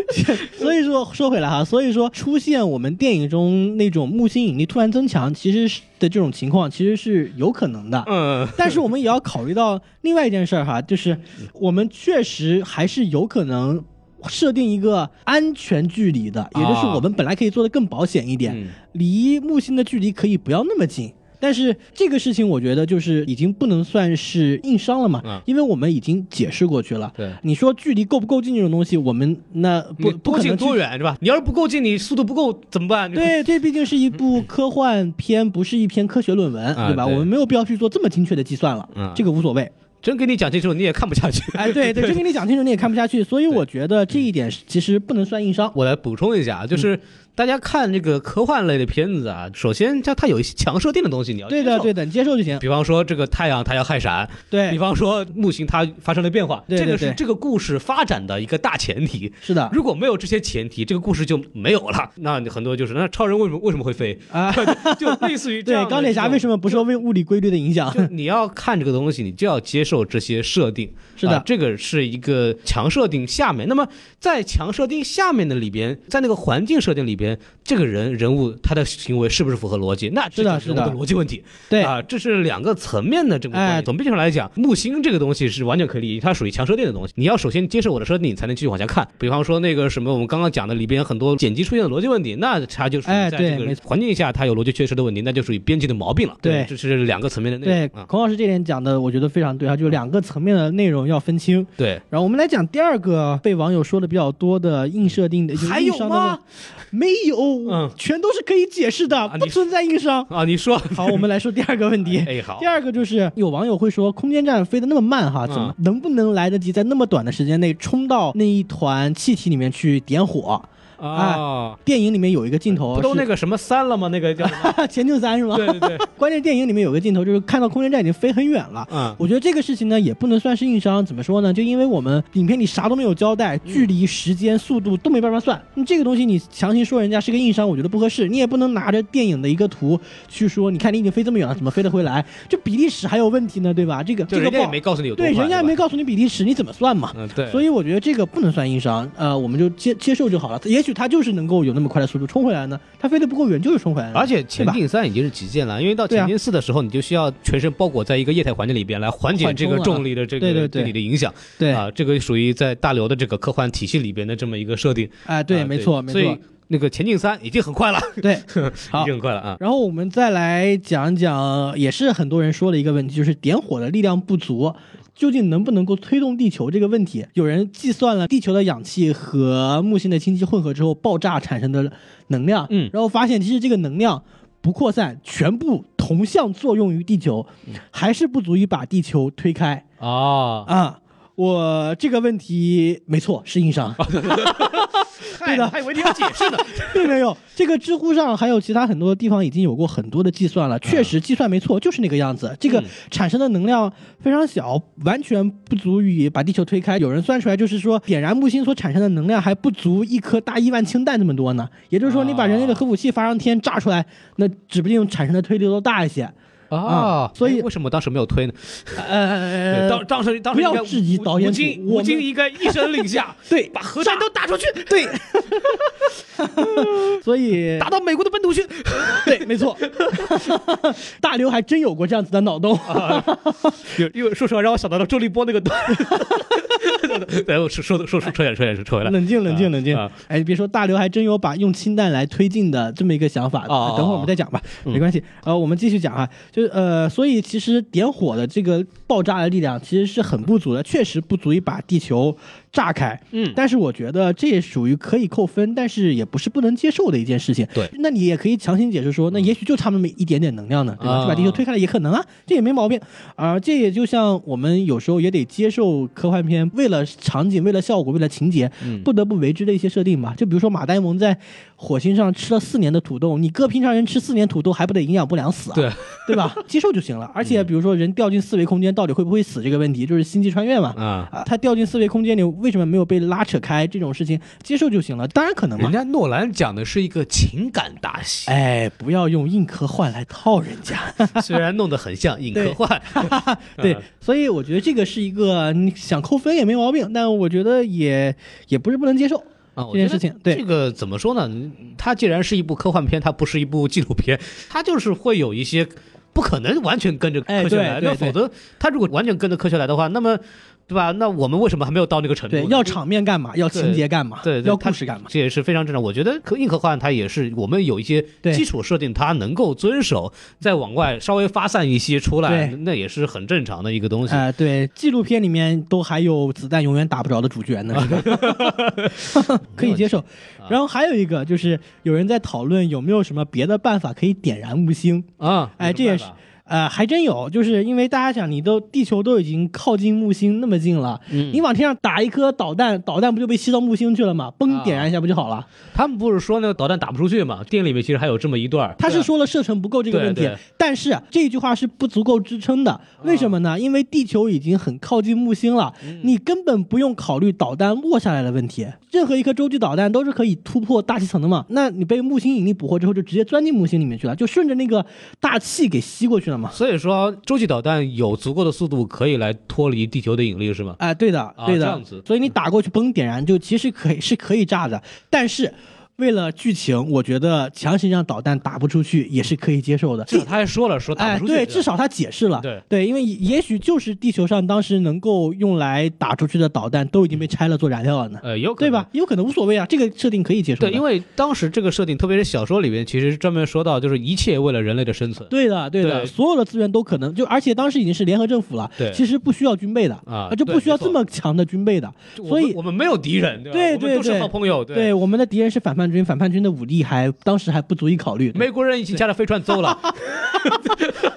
[LAUGHS] 所以说，说回来哈，所以说出现我们电影中那种木星引力突然增强，其实是的这种情况其实是有可能的。
嗯，
但是我们也要考虑到另外一件事儿哈，就是我们确实还是有可能。设定一个安全距离的，也就是我们本来可以做的更保险一点，
啊嗯
离木星的距离可以不要那么近。但是这个事情，我觉得就是已经不能算是硬伤了嘛，
嗯
因为我们已经解释过去了。
对
你说距离够不够近这种东西，我们那不
你
不
够
可能去
近多远是吧？你要是不够近，你速度不够怎么办？
对，这毕竟是一部科幻片，不是一篇科学论文，
嗯啊
对吧？
对
我们没有必要去做这么精确的计算了，
嗯
这个无所谓。
真给你讲清楚，你也看不下去。 [LAUGHS]
哎，对对，真跟你讲清楚你也看不下去，所以我觉得这一点是其实不能算硬伤。
我来补充一
嗯
下，啊就是大家看这个科幻类的片子啊，首先它它有一些强设定的东西，你要
对
接
的
受
对的，你接受就行。
比方说这个太阳它要害闪，比
对，
方说木星它发生了变化，
对对
这个是
对
这个故事发展的一个大前提。
是的
如果没有这些前提，这个故事就没有了。那很多就是那超人为什么为什么会飞？
啊，
[LAUGHS] 就类似于这样
[LAUGHS] 对，
的
钢铁侠为什么不受物理规律的影响
这？种？就你要看这个东西，你就要接受这些设定。
是的
啊这个是一个强设定下面。那么在强设定下面的里边，在那个环境设定里边，这个人人物他的行为是不是符合逻辑？那这
是的
就是
的
人物逻辑问题。
对，
啊，这是两个层面的这个观
哎
点。从这上来讲，木星这个东西是完全可以理解，它属于强设定的东西。你要首先接受我的设定，你才能继续往下看。比方说那个什么，我们刚刚讲的里边很多剪辑出现的逻辑问题，那它就属于
哎
在
对
这个
没错
环境下它有逻辑缺失的问题，那就属于编辑的毛病了。
对
这是两个层面的内
对，
[LAUGHS] 容啊。
孔老师这点讲的，我觉得非常对啊，就是两个层面的内容要分清。
对，
然后我们来讲第二个被网友说的比较多的硬设定的，就是
还有
硬伤的
吗
问？没有，
嗯
全都是可以解释的，
啊
不
你
存在硬
[LAUGHS]
伤。
啊，你
[LAUGHS]
说，
好，我们来说第二个问题。
哎，好
[LAUGHS] 第，二个就是有网友会说，空间站飞得那么慢哈，
嗯
怎么能不能来得及在那么短的时间内冲到那一团气体里面去点火？
啊，
电影里面有一个镜头
哎不
是，
都那个什么三了吗？那个叫 [LAUGHS] 什么？
[LAUGHS] 前进三是吗？
对对对，
关键电影里面有个镜头，就是看到空间站已经飞很远了。
嗯，
我觉得这个事情呢，也不能算是硬伤。怎么说呢？就因为我们影片里啥都没有交代，距离、时间、速度都没办法
嗯
算。你这个东西你强行说人家是个硬伤，我觉得不合适。你也不能拿着电影的一个图去说，你看你已经飞这么远了，怎么飞得回来？这比例尺还有问题呢，对吧？这个
就
这个
人
不
家也
好
没告诉你有多
对，
快
人家也没
是吧
告诉你比例尺，你怎么算嘛？
嗯，对，
所以我觉得这个不能算硬伤，呃，我们就接接受就好了。也许他就是能够有那么快的速度冲回来呢，他飞得不够远就是冲回来了。
嗯而且
对
前
吧
进三已经是极限了，因为到
对啊
前进四的时候，你就需要全身包裹在一个液态环境里边来缓解
缓
这
冲
个
啊
重力的这
对对
个
对
对你的影响
对，哎、
啊，这个属于在大刘的这个科幻体系里边的这么一个设定。
哎对，
啊
没错，没
所以
错，
那个前进三已经很快了，
对，
已
好
经。很快了啊。
然后我们再来讲讲，也是很多人说的一个问题，就是点火的力量不足，究竟能不能够推动地球这个问题？有人计算了地球的氧气和木星的氢气混合之后爆炸产生的能量，
嗯
然后发现其实这个能量不扩散，全部同向作用于地球，还是不足以把地球推开
哦，
啊。我这个问题没错，是硬伤。
对
的
还以为你要解释呢。
[LAUGHS] 并没有，这个知乎上还有其他很多地方已经有过很多的计算了，确实计算没错，就是那个样子。这个产生的能量非常小，完全不足以把地球推开。有人算出来，就是说点燃木星所产生的能量还不足一颗大一万氢弹这么多呢。也就是说，你把人类的核武器发上天炸出来，那指不定产生的推力都大一些。
哦，
啊所以
哎为什么当时没有推呢？对
呃
当，当时当时
不要
应该
质疑
吴
导演
吴
组
京，
我
吴
们
京应该一声令
[LAUGHS]
下，
对
把核弹都打出去，
对，所以
打到美国的本土去。
[LAUGHS] 对，没错，大刘还真有过这样子的脑洞。
啊有因为说实话，让我想到了周立波那个段。 [LAUGHS] 对，我说说说说扯远扯远扯回来。
冷静，冷静，
啊
冷静
啊！
哎，别说大刘还真有把用氢弹来推进的这么一个想法，啊
哦哦
等会儿我们再讲吧，没关系。呃，我们继续讲啊，就是呃，所以其实点火的这个爆炸的力量其实是很不足的，确实不足以把地球炸开。
嗯，
但是我觉得这也属于可以扣分，但是也不是不能接受的一件事情。
对，
那你也可以强行解释说，那也许就差那么一点点能量呢，对吧？
嗯啊
就把地球推开了也可能啊，这也没毛病。而、这也就像我们有时候也得接受科幻片为了场景、为了效果、为了情节，
嗯
不得不为之的一些设定吧。就比如说马呆蒙在火星上吃了四年的土豆，你搁平常人吃四年土豆还不得营养不良死啊？
对嗯
对吧？ [LAUGHS] 接受就行了。而且比如说人掉进四维空间到底会不会死这个问题，就是星际穿越嘛。
啊，
啊，他掉进四维空间里，为什么没有被拉扯开？这种事情接受就行了，当然可能
人
嘛。
家诺兰讲的是一个情感大戏，
哎，不要用硬科幻来套人家。
哎虽然弄得
[LAUGHS]
很像硬
对
科幻，
[LAUGHS] 对，所以我觉得这个是一个你想扣分也没毛病，但我觉得也也不是不能接受。
啊，我
这件
觉得
事情对
这个怎么说呢？嗯它既然是一部科幻片，它不是一部纪录片，它就是会有一些不可能完全跟着
哎
科学
对
来，
对
那否则它如果完全跟着科学来的话，那么对吧？那我们为什么还没有到那个程度呢？
对，要
这
场面干嘛？要情
对
节干嘛？
对对
要
它
故事 [LAUGHS] 干嘛？
这也是非常正常。我觉得科硬科幻它也是我们有一些
对
基础设定，它能够遵守，再往外稍微发散一些出来，
对
那也是很正常的一个东西。
哎、对，纪录片里面都还有子弹永远打不着的主 [LAUGHS] 角呢，是吧？可以接受。然后还有一啊个就是有人在讨论有没有什么别的办法可以点燃木星。
啊，
哎
有
这也
什么办法
呃，还真有，就是因为大家想，你都地球都已经靠近木星那么近了，
嗯
你往天上打一颗导弹，导弹不就被吸到木星去了吗？嘣，
啊
点燃一下不就好了？
他们不是说那个导弹打不出去嘛？电影里面其实还有这么一段儿，
他是说了射程不够这个问题，
啊对对啊
但是啊这句话是不足够支撑的。为什么呢？因为地球已经很靠近木星了，
嗯
你根本不用考虑导弹落下来的问题。任何一颗洲际导弹都是可以突破大气层的嘛。那你被木星引力捕获之后，就直接钻进木星里面去了，就顺着那个大气给吸过去了嘛。
所以说，洲际导弹有足够的速度可以来脱离地球的引力，是吗？
哎、对的，对的，
啊这样子
所以你打过去崩点燃，就其实可以是可以炸的，但是。为了剧情，我觉得强行让导弹打不出去也是可以接受的。
[LAUGHS] 至少他还说了，说打
哎，
不出去。
对，至少他解释了，
对
因为也也许就是地球上当时能够用来打出去的导弹都已经被拆了做燃料了呢，
呃，有可
对
能？
吧？有可能无所谓啊，这个设定可以接受的。
对，因为当时这个设定，特别是小说里面，其实专门说到，就是一切为了人类的生存。
对的，对的，
对
所有的资源都可能就，而且当时已经是联合政府了，
对
其实不需要军备的
啊
就
对
不需要
没错
这么强的军备的。
就我
所
们
以
我们没有敌人，对吧？
对
我
对
们都是
对
好朋友，
对。我们的敌人是反叛军，反叛军的武力还当时还不足以考虑，
美国人已经驾着飞
[LAUGHS]
船走了，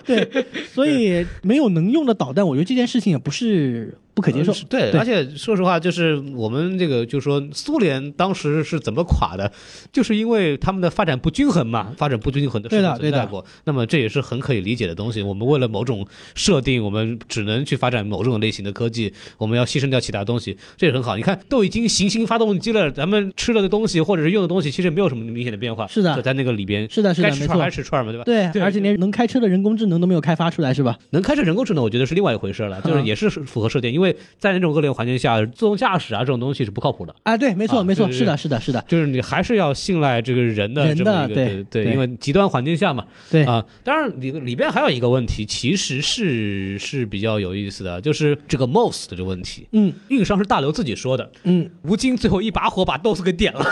对，所以没有能用的导弹，我觉得这件事情也不是不可接受。
嗯对，
对
而且说实话，就是我们这个，就是说苏联当时是怎么垮的，就是因为他们的发展不均衡嘛，发展不均衡的事
对的
情存
对
在
的
过。那么这也是很可以理解的东西。我们为了某种设定，我们只能去发展某种类型的科技，我们要牺牲掉其他东西，这也很好。你看，都已经行星发动机了，咱们吃了的东西或者是用的东西，其实没有什么明显的变化。
是的
就在那个里边，
是的，是的，
该
没
吃串
错
还。吃串嘛，对吧？
对，
对
而且连能开车的人工智能都没有开发出来，是吧？
能开车人工智能，我觉得是另外一回事了，就是
嗯
也是符合设定，因为在那种恶劣环境下，自动驾驶啊这种东西是不靠谱的。
啊，对，没错，
啊
没错，
对对
是的，是的，是的，
就是你还是要信赖这个人的
人
这
的
么一个
对
对
对
因为极端环境下嘛，
对
啊，当然里里边还有一个问题，其实是是比较有意思的，就是这个 MOS 的这个问题，
嗯
运营商是大刘自己说的，
嗯，
吴京最后一把火把 DOS 给 [LAUGHS] 点了，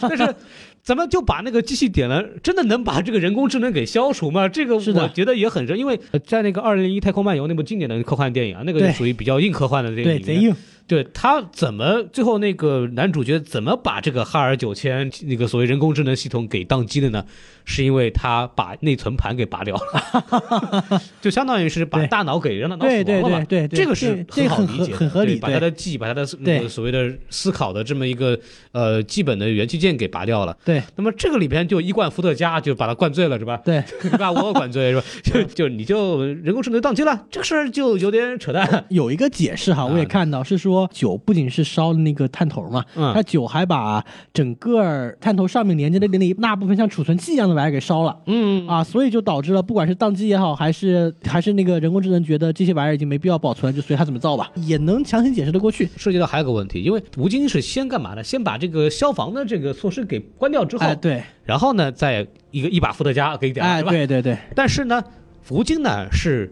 但是咱们就把那个机器点了，真的能把这个人工智能给消除吗？这个
是的
我觉得也很深，因为呃在那个《二零一太空漫游》那部经典的科幻电影啊，那个就
对
属于比较硬科幻的电影
对，
里
贼
面，
硬，
对他怎么最后那个男主角怎么把这个哈尔九千那个所谓人工智能系统给宕机的呢？是因为他把内存盘给拔掉了， [LAUGHS] 就相当于是把
对
大脑给让大脑死
对对
亡了嘛。
对对，哎对
这个是
这
好
很
理
合
解的，
很合
对
理，
把
对
他的记忆、把他的那
对
个所谓的思考的这么一个呃基本的元器件给拔掉了。
对
那么这个里边就一贯伏特加就把他灌醉了，是吧？ [LAUGHS]
对，
是吧？我有灌醉是吧？ [LAUGHS] 就就你就人工智能宕机了，这个事儿就有点扯淡。
有一个解释
嗯
哈，我也看到是说酒不仅是烧的那个探头嘛，
嗯
它酒还把整个探头上面连接的那一大部分像储存器一样的玩意儿给烧了。
嗯
啊，所以就导致了，不管是宕机也好，还是还是那个人工智能觉得这些玩意儿已经没必要保存，就随它怎么造吧，也能强行解释得过去。
涉及到还有个问题，因为吴京是先干嘛呢？先把这个消防的这个措施给关掉之后，
哎，对，
然后呢，再一个一把伏特加给点了，
哎，
是吧？
对对对，
但是呢，吴京呢是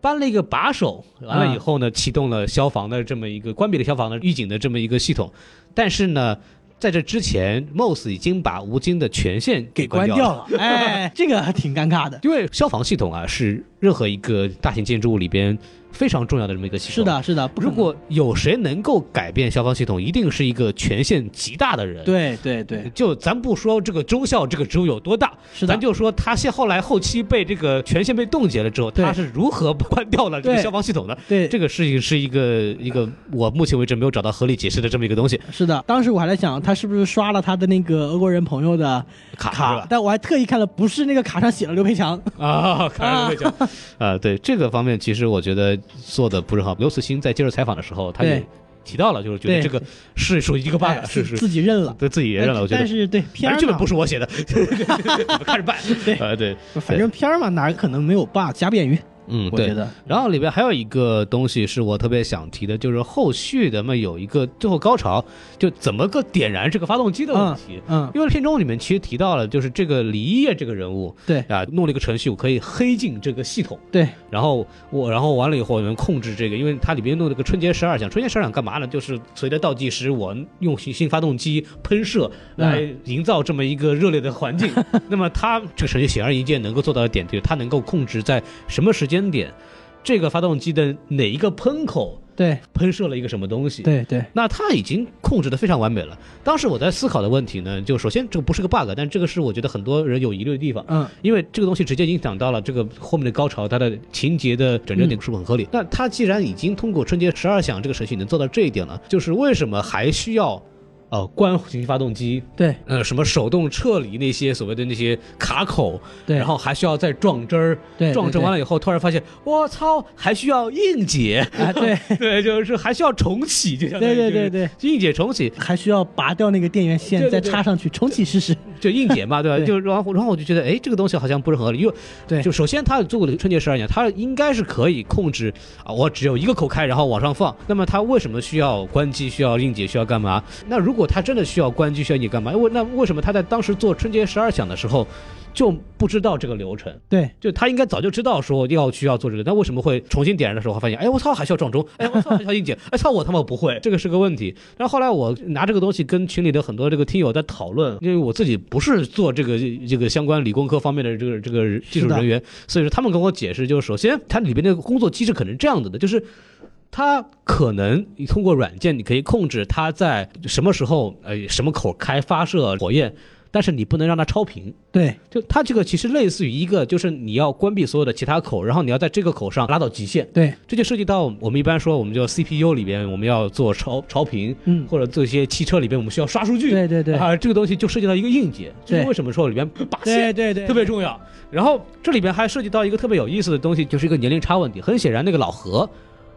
扳了一个把手，完了以后呢，启动了消防的这么一个关闭了消防的预警的这么一个系统，但是呢。在这之前，MOS 已经把吴京的权限
给
关
关
了。
掉了。哎，这个还挺尴尬的。
因为消防系统啊是任何一个大型建筑物里边非常重要的这么一个系统。
是，
[LAUGHS]
的，是的。不可
如
能
果有谁能够改变消防系统，一定是一个权限极大的人。。
对对
[LAUGHS]
对，
就咱不说这个周孝这个职务有多大，
是的
咱，就说他现后来后期被这个权限被冻结了之后，
对
他是如何关掉了这个
对
消防系统的？
对
这个事情是一个一个我目前为止没有找到合理解释的这么一个东西。
是的，当时我还在想，他是不是刷了他的那个俄国人朋友的
卡是吧
卡？但我还特意看了，不是那个卡上写了刘培强。 [LAUGHS]
啊，卡上会讲 [LAUGHS] 啊，对这个方面，其实我觉得做的不是很好。刘慈欣在接受采访的时候，他也
对
提到了，就是觉得
对
这个是属于一个 bug，
哎
是
自
是，
自己认了，
对自己也认了，我觉得
但。是对片儿
反正剧本
嘛，
不是我
[LAUGHS]
写的，我们看着办。
对
啊，对，
反正片儿嘛，哪可能没有 bug？瑕不掩瑜，
嗯，
我
对
觉。得
然后里边还有一个东西是我特别想提的，就是后续咱们有一个最后高潮，就怎么个点燃这个发动机的问题。
嗯，
因为片中里面其实提到了，就是这个李一叶这个人物
对
啊，弄了一个程序，我可以黑进这个系统。
对，
然后我，然后完了以后，我们控制这个，因为它里边弄了个春节十二响，春节十二响干嘛呢？就是随着倒计时，我用新新发动机喷射来营造这么一个热烈的环
[LAUGHS]
境。那么它这个程序显而易见能够做到的点，就是它能够控制在什么时间点，这个发动机的哪一个喷口
对
喷射了一个什么东西。
对对，
那它已经控制的非常完美了。当时我在思考的问题呢，就首先这个不是个 bug，但这个是我觉得很多人有疑虑的地方。
嗯，
因为这个东西直接影响到了这个后面的高潮，它的情节的转折点是不是很合理？那它既然已经通过春节十二响这个程序能做到这一点了，就是为什么还需要呃关型发动机？
对
呃，什么手动撤离那些所谓的那些卡口，
对，
然后还需要再撞针儿，
对
撞针完
了，
了以后，突然发现，我操，还需要硬解， [LAUGHS]
哎对
对，就是还需要重启，就相当于
对对对
对，
对，
硬解重启，
还需要拔掉那个电源
对
线，
对
再
对
插上去，重启试试。
就硬解嘛，对吧？
对
就然后然后我就觉得，哎，这个东西好像不是很合理，因为
对
就首先它做过的春节十二年，它应该是可以控制啊，我只有一个口开，然后往上放。那么它为什么需要关机、需要硬解、需要干嘛？那如果它真的需要关机、需要硬解干嘛？为那为什么他在当时做春节十二响的时候就不知道这个流程？
对
就他应该早就知道说要需要做这个，但为什么会重新点燃的时候发现，哎，我操，还需要撞钟，哎，我操，还需要硬解，哎，操，我他妈不会，这个是个问题。然后后来我拿这个东西跟群里的很多这个听友在讨论，因为我自己不是做这个这个相关理工科方面的这个这个技术人员，所以说他们跟我解释，就是首先它里边的工作机制可能是这样子的，就是。它可能你通过软件，你可以控制它在什么时候，呃，什么口开发射火焰，但是你不能让它超频。
对
就它这个其实类似于一个，就是你要关闭所有的其他口，然后你要在这个口上拉到极限，
对，
这就涉及到我们一般说我们叫 CPU 里边我们要做超超频，
嗯，
或者做一些汽车里边我们需要刷数据，
对对对
啊，这个东西就涉及到一个硬件，这
对
是为什么说里边拔
对
线
对对，
特别重要。然后这里边还涉及到一个特别有意思的东西，就是一个年龄差问题。很显然，那个老何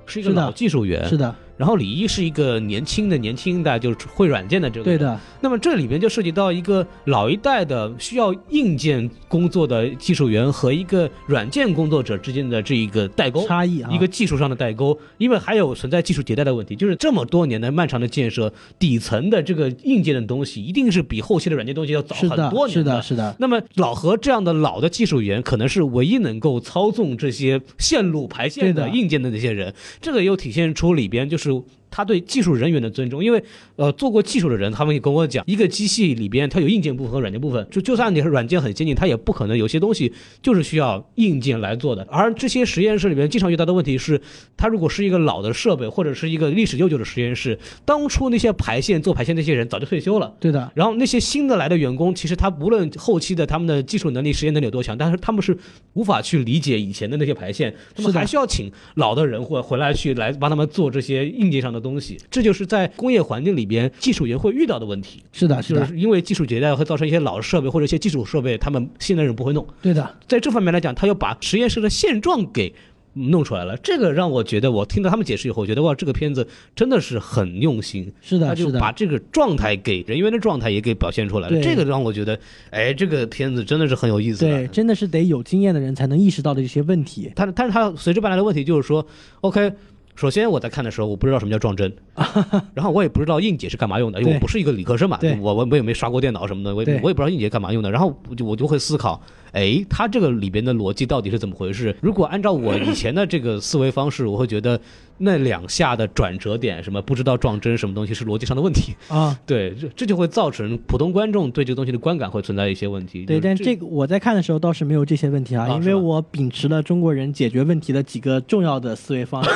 是一个
是的
老技术员，
是的，
然后李一是一个年轻的年轻的，就是会软件的这个
对
人
的，
那么这里边就涉及到一个老一代的需要硬件工作的技术员和一个软件工作者之间的这一个代沟。
差异啊，
哦一个技术上的代沟，因为还有存在技术迭代的问题，就是这么多年的漫长的建设，底层的这个硬件的东西，一定是比后期的软件东西要早
是
很
的
多，年
是的，是的，
那么老何这样的老的技术员，可能是唯一能够操纵这些线路排线的
对的
硬件的那些人。这个又体现出里边就是他对技术人员的尊重，因为呃做过技术的人，他们也跟我讲，一个机器里边它有硬件部分和软件部分，就就算你是软件很先进，它也不可能有些东西就是需要硬件来做的。而这些实验室里面经常遇到的问题是，它如果是一个老的设备或者是一个历史悠久的实验室，当初那些排线做排线那些人早就退休了。
对的，
然后那些新的来的员工，其实他无论后期的他们的技术能力、实验能力有多强，但是他们是无法去理解以前的那些排线，他们
是的
还需要请老的人或回来去来帮他们做这些硬件上的东西。这就是在工业环境里边技术员会遇到的问题，
是的，是
就
的，
是因为技术迭代会造成一些老设备或者一些基础设备，他们新的人不会弄。
对的，
在这方面来讲，他又把实验室的现状给。弄出来了，这个让我觉得，我听到他们解释以后，我觉得哇，这个片子真的是很用心，
是
他
的，
就是把
的，
这个状态给人员的状态也给表现出来了，
对
这个让我觉得，哎，这个片子真的是很有意思
对，
的。
真的是得有经验的人才能意识到的这些问题。
但但是它随之伴来的问题就是说，OK，首先我在看的时候，我不知道什么叫撞针，
[LAUGHS]
然后我也不知道硬解是干嘛用的，因为
对
我不是一个理科生嘛
对，
我我我也没刷过电脑什么的，我也
对
我也不知道硬解干嘛用的，然后我就我就会思考，哎，它这个里边的逻辑到底是怎么回事？如果按照我以前的这个思维方式，我会觉得那两下的转折点，什么不知道撞针什么东西是逻辑上的问题。
啊。
对，这这就会造成普通观众对这个东西的观感会存在一些问题。
对，
就
但
是
这个我在看的时候倒是没有这些问题啊，
啊
因
是
为
吧
我秉持了中国人解决问题的几个重要的思维
[LAUGHS]
方式。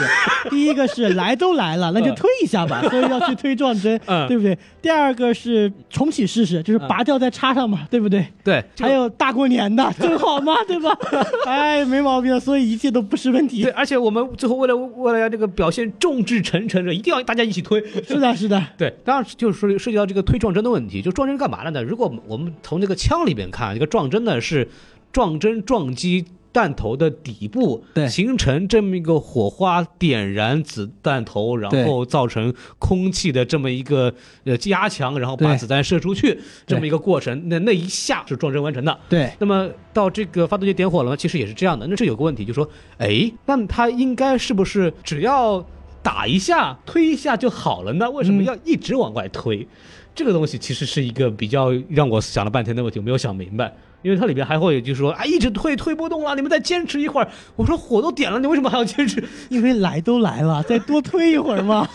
第一个是来都来了，那就推一下吧，所以要去推撞针，
嗯
对不对？第二个是重启试试，就是拔掉再插上嘛，对不对？
对，这个
还有大过年
[LAUGHS]
的，正好嘛，对吧？哎，没毛病，所以一切都不是问题
对，。而且我们最后为了为了要这个表现众志成城的，一定要大家一起推。
是的，是的，
对，当然就是说涉及到这个推撞针的问题，就撞针干嘛了呢？如果我们从这个枪里边看，这个撞针呢是撞针撞击。弹头的底部
对
形成这么一个火花，点燃子弹头，然
对
后造成空气的这么一个呃压强，然后把
对
子弹射出去这么一个过程。那那一下是撞针完成的。
对。
那么到这个发动机点火了吗？其实也是这样的。那这有个问题，就说，哎，那么它应该是不是只要打一下、推一下就好了呢？为什么要一直往外推？这个东西其实是一个比较让我想了半天的问题，我没有想明白。因为它里边还会有就是说，啊，一直推推不动了，你们再坚持一会儿。我说火都点了，你为什么还要坚持？
因为来都来了，再多推一会儿嘛。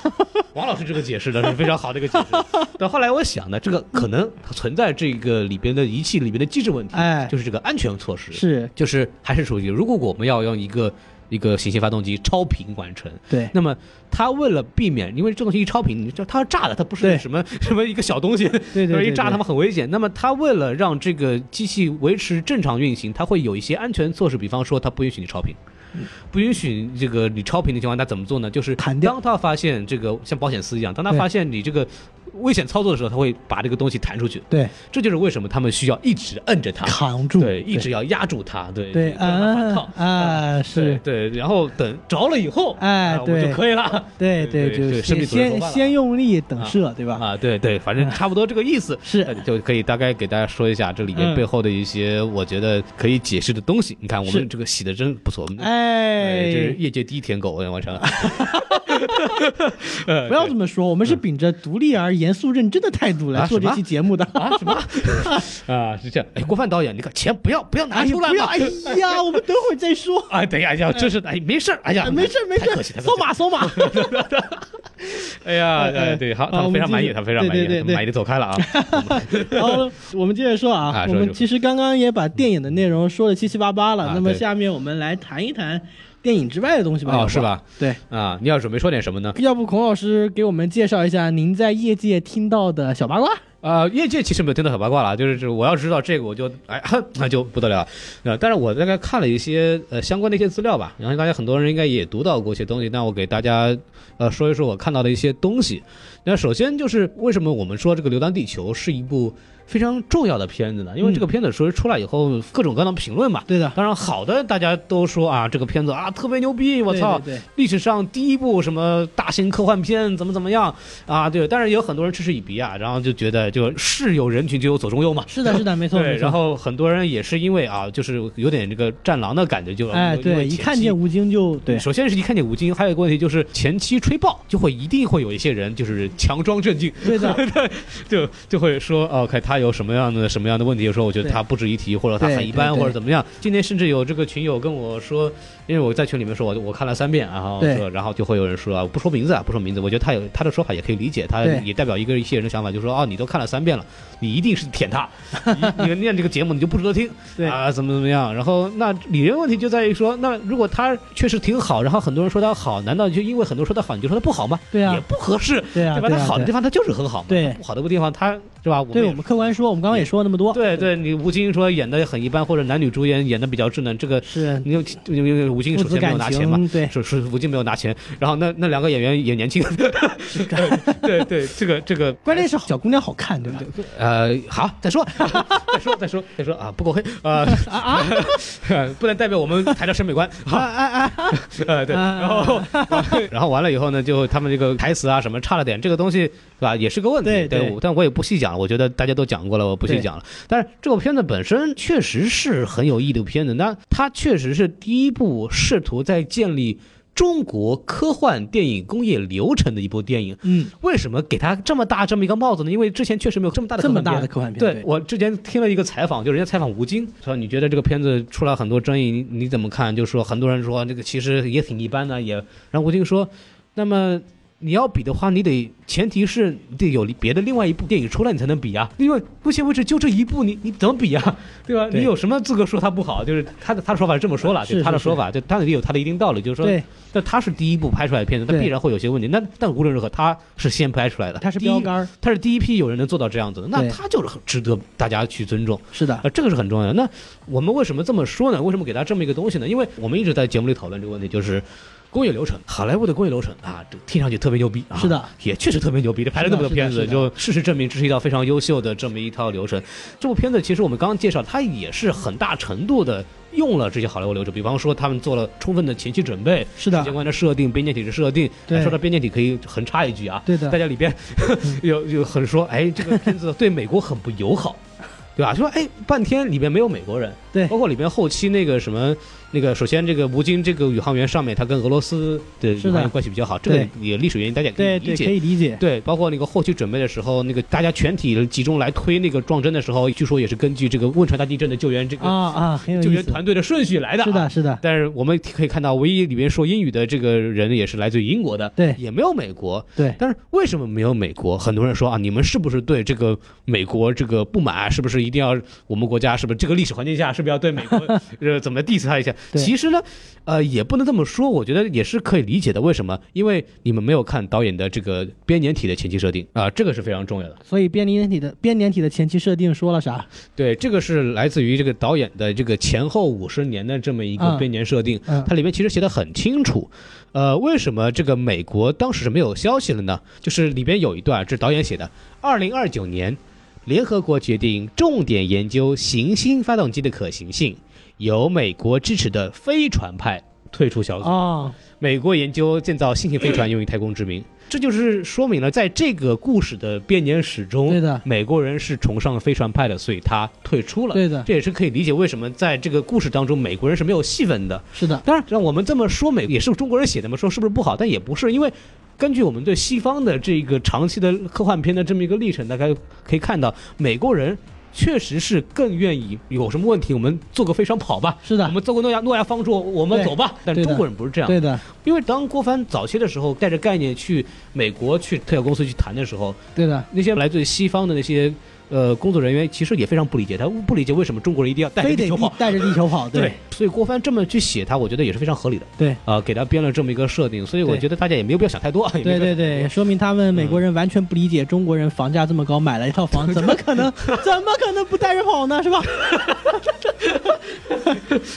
王老师这个解释的是非常好的一个解释。但后来我想呢，这个可能它存在这个里边的仪器里边的机制问题，
哎
就是这个安全措施。
是，
就是还是属于，如果我们要用一个一个行星发动机超频完成，
对，
那么它为了避免，因为这东西一超频，你知道它是炸的，它不
对
是什么 [LAUGHS] 什么一个小东西，
对对对
一炸
对
它们很危险。那么它为了让这个机器维持正常运行，它会有一些安全措施，比方说它不允许你超频。不允许这个你超频的情况下，它怎么做呢？就是
砍掉
当它发现这个像保险丝一样，当它
对
发现你这个危险操作的时候，它会把这个东西弹出去。
对，
这就是为什么他们需要一直摁着它。
扛住，
啊对，一直要压住它，对
对
没有办法反
啊
抗
啊是，
对，对然后等着了以后，
哎
啊我们
对
就可以了，
对
对
对，就是
对生
先
命组织
先
说话了
先用力等射，对吧？
啊，对对，反正差不多这个意思，
[LAUGHS] 是
呃就可以大概给大家说一下这里
嗯
面背后的一些我觉得可以解释的东西。你看，我
是
们这个洗的真不错，我们哎，这是
哎，
业界第一舔狗，哎完
[LAUGHS]
成了。 [LAUGHS] 呃
不要这么说，我们是秉着独立而严肃认真的态度来
嗯啊
做
什么
这期节目的。
啊什么啊是这样？哎，郭帆导演，你看钱不要不要拿
哎呀，
出来
不要！
嘛！
哎呀，我们等会儿再
[LAUGHS]
说。
哎，等一下，要真是哎没事儿，哎呀
哎，没事儿没事
太
儿
客气，太客气
扫码扫码。
哎呀，
哎哎
哎，对，好，
啊
他
我们
非常满
继
意，
续
他非常满
对
意，
对对
他
对
满意的走开了 [LAUGHS] 啊。
然后我们接着说啊
啊，
我
说
们
说
其实刚刚也把电影的内容说的七七八八了
啊，
那么
对
下面我们来谈一谈电影之外的东西吧。要
哦，
不
是？吧？
对，
啊，你要准备说点什么呢？
要不孔老师给我们介绍一下您在业界听到的小八卦？
啊，业界其实没有听到很八卦了，就是就是我要知道这个，我就哎，哼那就不得了。呃，但是我大概看了一些呃相关的一些资料吧，然后大家很多人应该也读到过一些东西，那我给大家呃说一说我看到的一些东西。那首先就是为什么我们说这个《流浪地球》是一部非常重要的片子呢？因为这个片子说出来以后，各种各样的评论嘛。
对的，
当然，好的，大家都说啊，这个片子啊特别牛逼，我
对
操！
对对
历史上第一部什么大型科幻片怎么怎么样啊？对，但是也有很多人嗤之以鼻啊，然后就觉得就是有人群就有左中右嘛。
是的，是的，没错，
对， [LAUGHS]
没错
然。后很多人也是因为啊，就是有点这个战狼的感觉，就呃
哎，
因
对，
为
一
前
看
期
见吴京就对，
首先是一看见吴京，还有一个问题就是前期吹爆，就会一定会有一些人就是强装镇静，
对的，
[LAUGHS] 就就会说哦，看他有什么样的什么样的问题，有时候我觉得
对
他不值一提，或者他
对
很一般，
对对
或者怎么样。今天甚至有这个群友跟我说，因为我在群里面说，我我看了三遍，啊然后
对
说，然后就会有人说啊，不说名字啊，不说名字，我觉得他有他的说法也可以理解，他
对
也代表一个一些人的想法，就说哦，你都看了三遍了，你一定是舔
[LAUGHS]
他，你你念这个节目你就不值得听，
对
啊，怎么怎么样。然后那理论问题就在于说，那如果他确实挺好，然后很多人说他好，难道就因为很多人说他好，你就说他不好吗？
对啊
也不合适。
对啊，
对吧？
对
它
啊
好的地，方它就是很好嘛，
对
它不好的地方它是吧？我
对对我
们也
们客观说，我们刚刚也说了那么多，
对对，你吴京说演的很一般，或者男女主演演的比较稚嫩，这个
是
你就因为吴京
父
首
子
先没
感
有拿钱嘛。
情，对，
是是，吴京没有拿钱，然后那那两个演员也年 [LAUGHS] 轻，对对，这个这个
关键是哎小姑娘好看，对吧？
呃，好，再说， [LAUGHS] 再说，再说，再说啊，不够黑啊啊， [LAUGHS] 不能代表我们台的审美观。
啊啊啊！
呃， [LAUGHS] 对，然后 [LAUGHS] 然后完了以后呢，就他们这个台词啊什么差了点，这个东西对吧，也是个问题。
对对
我但我也不细讲了，我觉得大家都讲过了，我不细讲了。但是这个片子本身确实是很有意义的片子，那它确实是第一部试图在建立。中国科幻电影工业流程的一部电影。
嗯，
为什么给它这么大这么一个帽子呢？因为之前确实没有这么大的
这
科
么
幻片
大的科幻片，
对我之前听了一个采访，就人家采访吴京，说你觉得这个片子出来很多争议，你你怎么看？就说很多人说这个其实也挺一般的，也然后吴京说，那么。你要比的话，你得前提是你得有别的另外一部电影出来，你才能比啊。因为目前为止就这一部，你你怎么比啊？ [LAUGHS] 对吧？
对
你有什么资格说它不好？就是他的他的说法是这么说了，
是
就是他的
是
说法，就他肯定有他的一定道理，就是说，
对，
那他是第一部拍出来的片子，那
对
必然会有些问题。那但无论如何，他是先拍出来的，
它是
第一
标杆儿，
他是第一批有人能做到这样子的，那
对
他就是很值得大家去尊重，
是的，
呃，这个是很重要的。那我们为什么这么说呢？为什么给他这么一个东西呢？因为我们一直在节目里讨论这个问题，就是工业流程，好莱坞的工业流程啊，这听上去特别牛逼啊，
是的，
也确实特别牛逼，这拍了那么多片
是
子，
的是的
就事实证明这是一套非常优秀的这么一套流程。这部片子其实我们刚刚介绍，它也是很大程度的用了这些好莱坞流程，比方说他们做了充分的前期准备，
是的
相，关的设定、边界体的设定。
对
说到边界体，可以横插一句啊，
对的
大家里边
嗯
[LAUGHS] 有有很说，哎，这个片子对美国很不友好。对吧？说哎，半天里边没有美国人，
对
包括里边后期那个什么，那个首先这个吴京这个宇航员上面，他跟俄罗斯的宇
是的
航员关系比较好，这个
对
也历史原因大家也可
对
以理
对，
解
可。以理解，
对，包括那个后期准备的时候，那个大家全体集中来推那个撞针的时候，据说也是根据这个汶川大地震的救援这
啊
个
啊，很有
救
意
援
思，
团队的顺序来的、啊。
是的，是的，
但是我们可以看到，唯一里面说英语的这个人也是来自于英国的，
对
也没有美国。
对，
但是为什么没有美国？很多人说啊，你们是不是对这个美国这个不满？是不是一定要我们国家？是不是这个历史环境下，是不是要对美国呃怎么 diss 他一下？
对
其实呢，呃，也不能这么说，我觉得也是可以理解的。为什么？因为你们没有看导演的这个编年体的前期设定啊、这个是非常重要的。
所以编年体的编年体的前期设定说了啥？
对，这个是来自于这个导演的这个前后五十年的这么一个
嗯
编年设定，
嗯
它里面其实写的很清楚。呃，为什么这个美国当时是没有消息了呢？就是里边有一段，这是导演写的，二零二九年，联合国决定重点研究行星发动机的可行性，由美国支持的飞船派退出小组。
啊，
美国研究建造新型飞船用于太空殖民，这就是说明了在这个故事的编年史中，
对的
美国人是崇尚飞船派的，所以他退出了。
对的，
这也是可以理解为什么在这个故事当中，美国人是没有戏份的。
是的，
当然，让我们这么说美也是中国人写的嘛，说是不是不好？但也不是，因为根据我们对西方的这个长期的科幻片的这么一个历程，大概可以看到，美国人确实是更愿意有什么问题，我们坐个飞船跑
[LAUGHS]
吧，
是的
我们坐个诺亚诺亚方舟，我们
对
走吧。但
对的
中国人不是这样，
对的，
因为当郭帆早期的时候带着概念去美国去特效公司去谈的时候，
对的，
那些来自西方的那些呃工作人员其实也非常不理解，他不理解为什么中国人一定要带着
非
地
得
球
地
跑。
带着地球跑，
对，所以郭帆这么去写他，我觉得也是非常合理的。
对
啊、给他编了这么一个设定，所以我
对
觉得大家也没有必要想太多。也没
对
有必
对
要想太
对，
多，
说明他们美国人完全不理解中国人房价这么高，买了一套房，怎么可
[LAUGHS]
能，怎么可能不带着跑呢？是吧？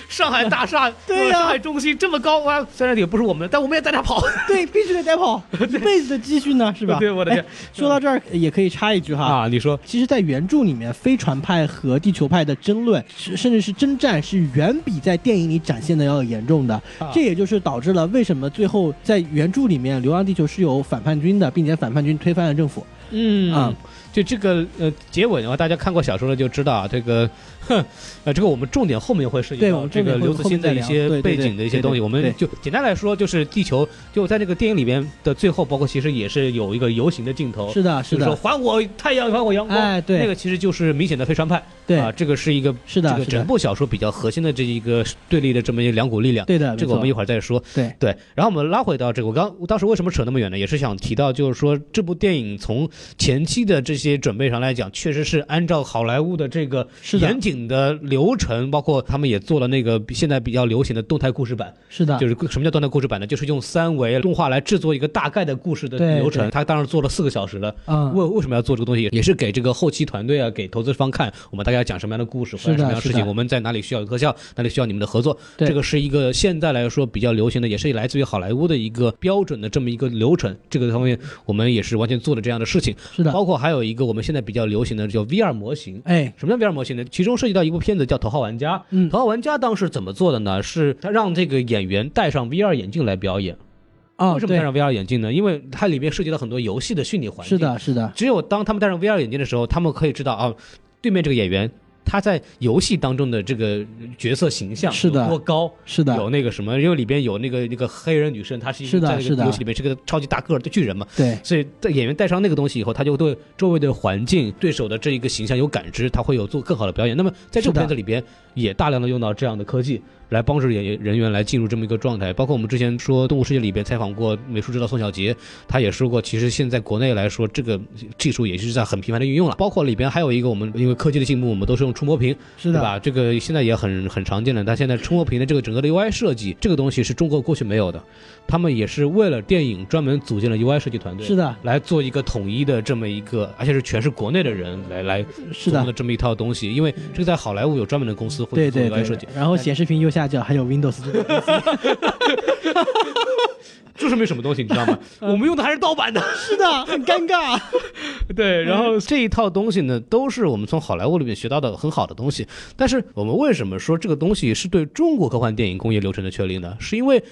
上海大厦，
[LAUGHS] 对呀
上海中心这么高，哇，虽然也不是我们的，但我们也带他跑，
对，必须得带
[LAUGHS]
跑，一辈子的积蓄呢，是吧？
对我的天
哎说到这儿也可以插一句哈。
啊！你说
其实，在原著里面，飞船派和地球派的争论，是甚至是征战，是远比在电影里展现的要严重的。
啊
这也就是导致了为什么最后在原著里面，流浪地球是有反叛军的，并且反叛军推翻了政府。
嗯
啊
就这个呃结尾的话，大家看过小说的就知道啊，这个，哼，呃，这个我们重点后面会涉及
对我
到
们
这
重点
个
会
刘慈欣的一
后面再聊
些
对对
背
对
景的一些东西，
对对
我们
对
就简单来说，就是地球就在这个电影里边的最后，包括其实也是有一个游行的镜头，
是的，是
就是说
的，
还我太阳，还我阳光，
哎对
那个其实就是明显的飞船派，
对，
啊，这个是一个
是
这
的，
个
是
整
的，
部小说比较核心的这一个对立的这么一两股力量。
对的，
这个我们
没
一
错
会儿再说。
对
对，然后我们拉回到这个，我刚我当时为什么扯那么远呢？也是想提到，就是说这部电影从前期的这些准备上来讲，确实是按照好莱坞的这个
是的
严谨的流程，包括他们也做了那个比现在比较流行的动态故事版，
是的，
就是什么叫动态故事版呢？就是用三维动画来制作一个大概的故事的
对
流程。
对
他当时做了四个小时了。
嗯，
为为什么要做这个东西，也是给这个后期团队啊，给投资方看，我们大概要讲什么样的故事，
是的
或者什么样的事
是
情，
的
我们在哪里需要有特效，哪里需要你们的合作，
对
这个是一个现在来说比较流行的，也是来自于好莱坞的一个标准的这么一个流程。这个方面我们也是完全做了这样的事情，
是的，
包括还有一个我们现在比较流行的叫 VR 模型。
哎，
什么叫 VR 模型呢？其中涉及到一部片子叫《头号玩家》。
嗯
头号玩家》当时怎么做的呢？是他让这个演员戴上 VR 眼镜来表演。
哦，
为什么戴
对，
上 VR 眼镜呢？因为它里面涉及到很多游戏的虚拟环境。
是的，是的，
只有当他们戴上 VR 哦眼镜的时候，他们可以知道啊，对面这个演员他在游戏当中的这个角色形象
是的
有多高，
是的，
有那个什么，因为里边有那个那个黑人女生，她是一
是
个
的
在
是
那
的
个游戏里面是个超级大个儿的巨人嘛，
对，
所以在演员戴上那个东西以后，他就对周围的环境、对手的这一个形象有感知，他会有做更好的表演。那么在这
是
个
的
片子里边，也大量的用到这样的科技来帮助演员人员来进入这么一个状态。包括我们之前说《动物世界》里边采访过美术指导宋小杰，他也说过，其实现在国内来说，这个技术也是在很频繁的运用了。包括里边还有一个，我们因为科技的进步，我们都是用触摸屏，
是
对
的，
吧？这个现在也很很常见了。但现在触摸屏的这个整个的 UI 设计，这个东西是中国过去没有的，他们也是为了电影专门组建了 UI 设计团队。
是的，
来做一个统一的这么一个，而且是全是国内的人来来
是
做
的
的，这么一套东西，因为这个在好莱坞有专门的公司
对
会做
对
UI 设
对
计，。
然后显示屏右下角还有 Windows 这个东西
就是没什么东西，你
[LAUGHS]
知道吗？
嗯
我们用的还是盗版的。
是的，很尴尬。
对，然后 [LAUGHS] 这一套东西呢，都是我们从好莱坞里面学到的很好的东西。但是我们为什么说这个东西是对中国科幻电影工业流程的确立呢？是因为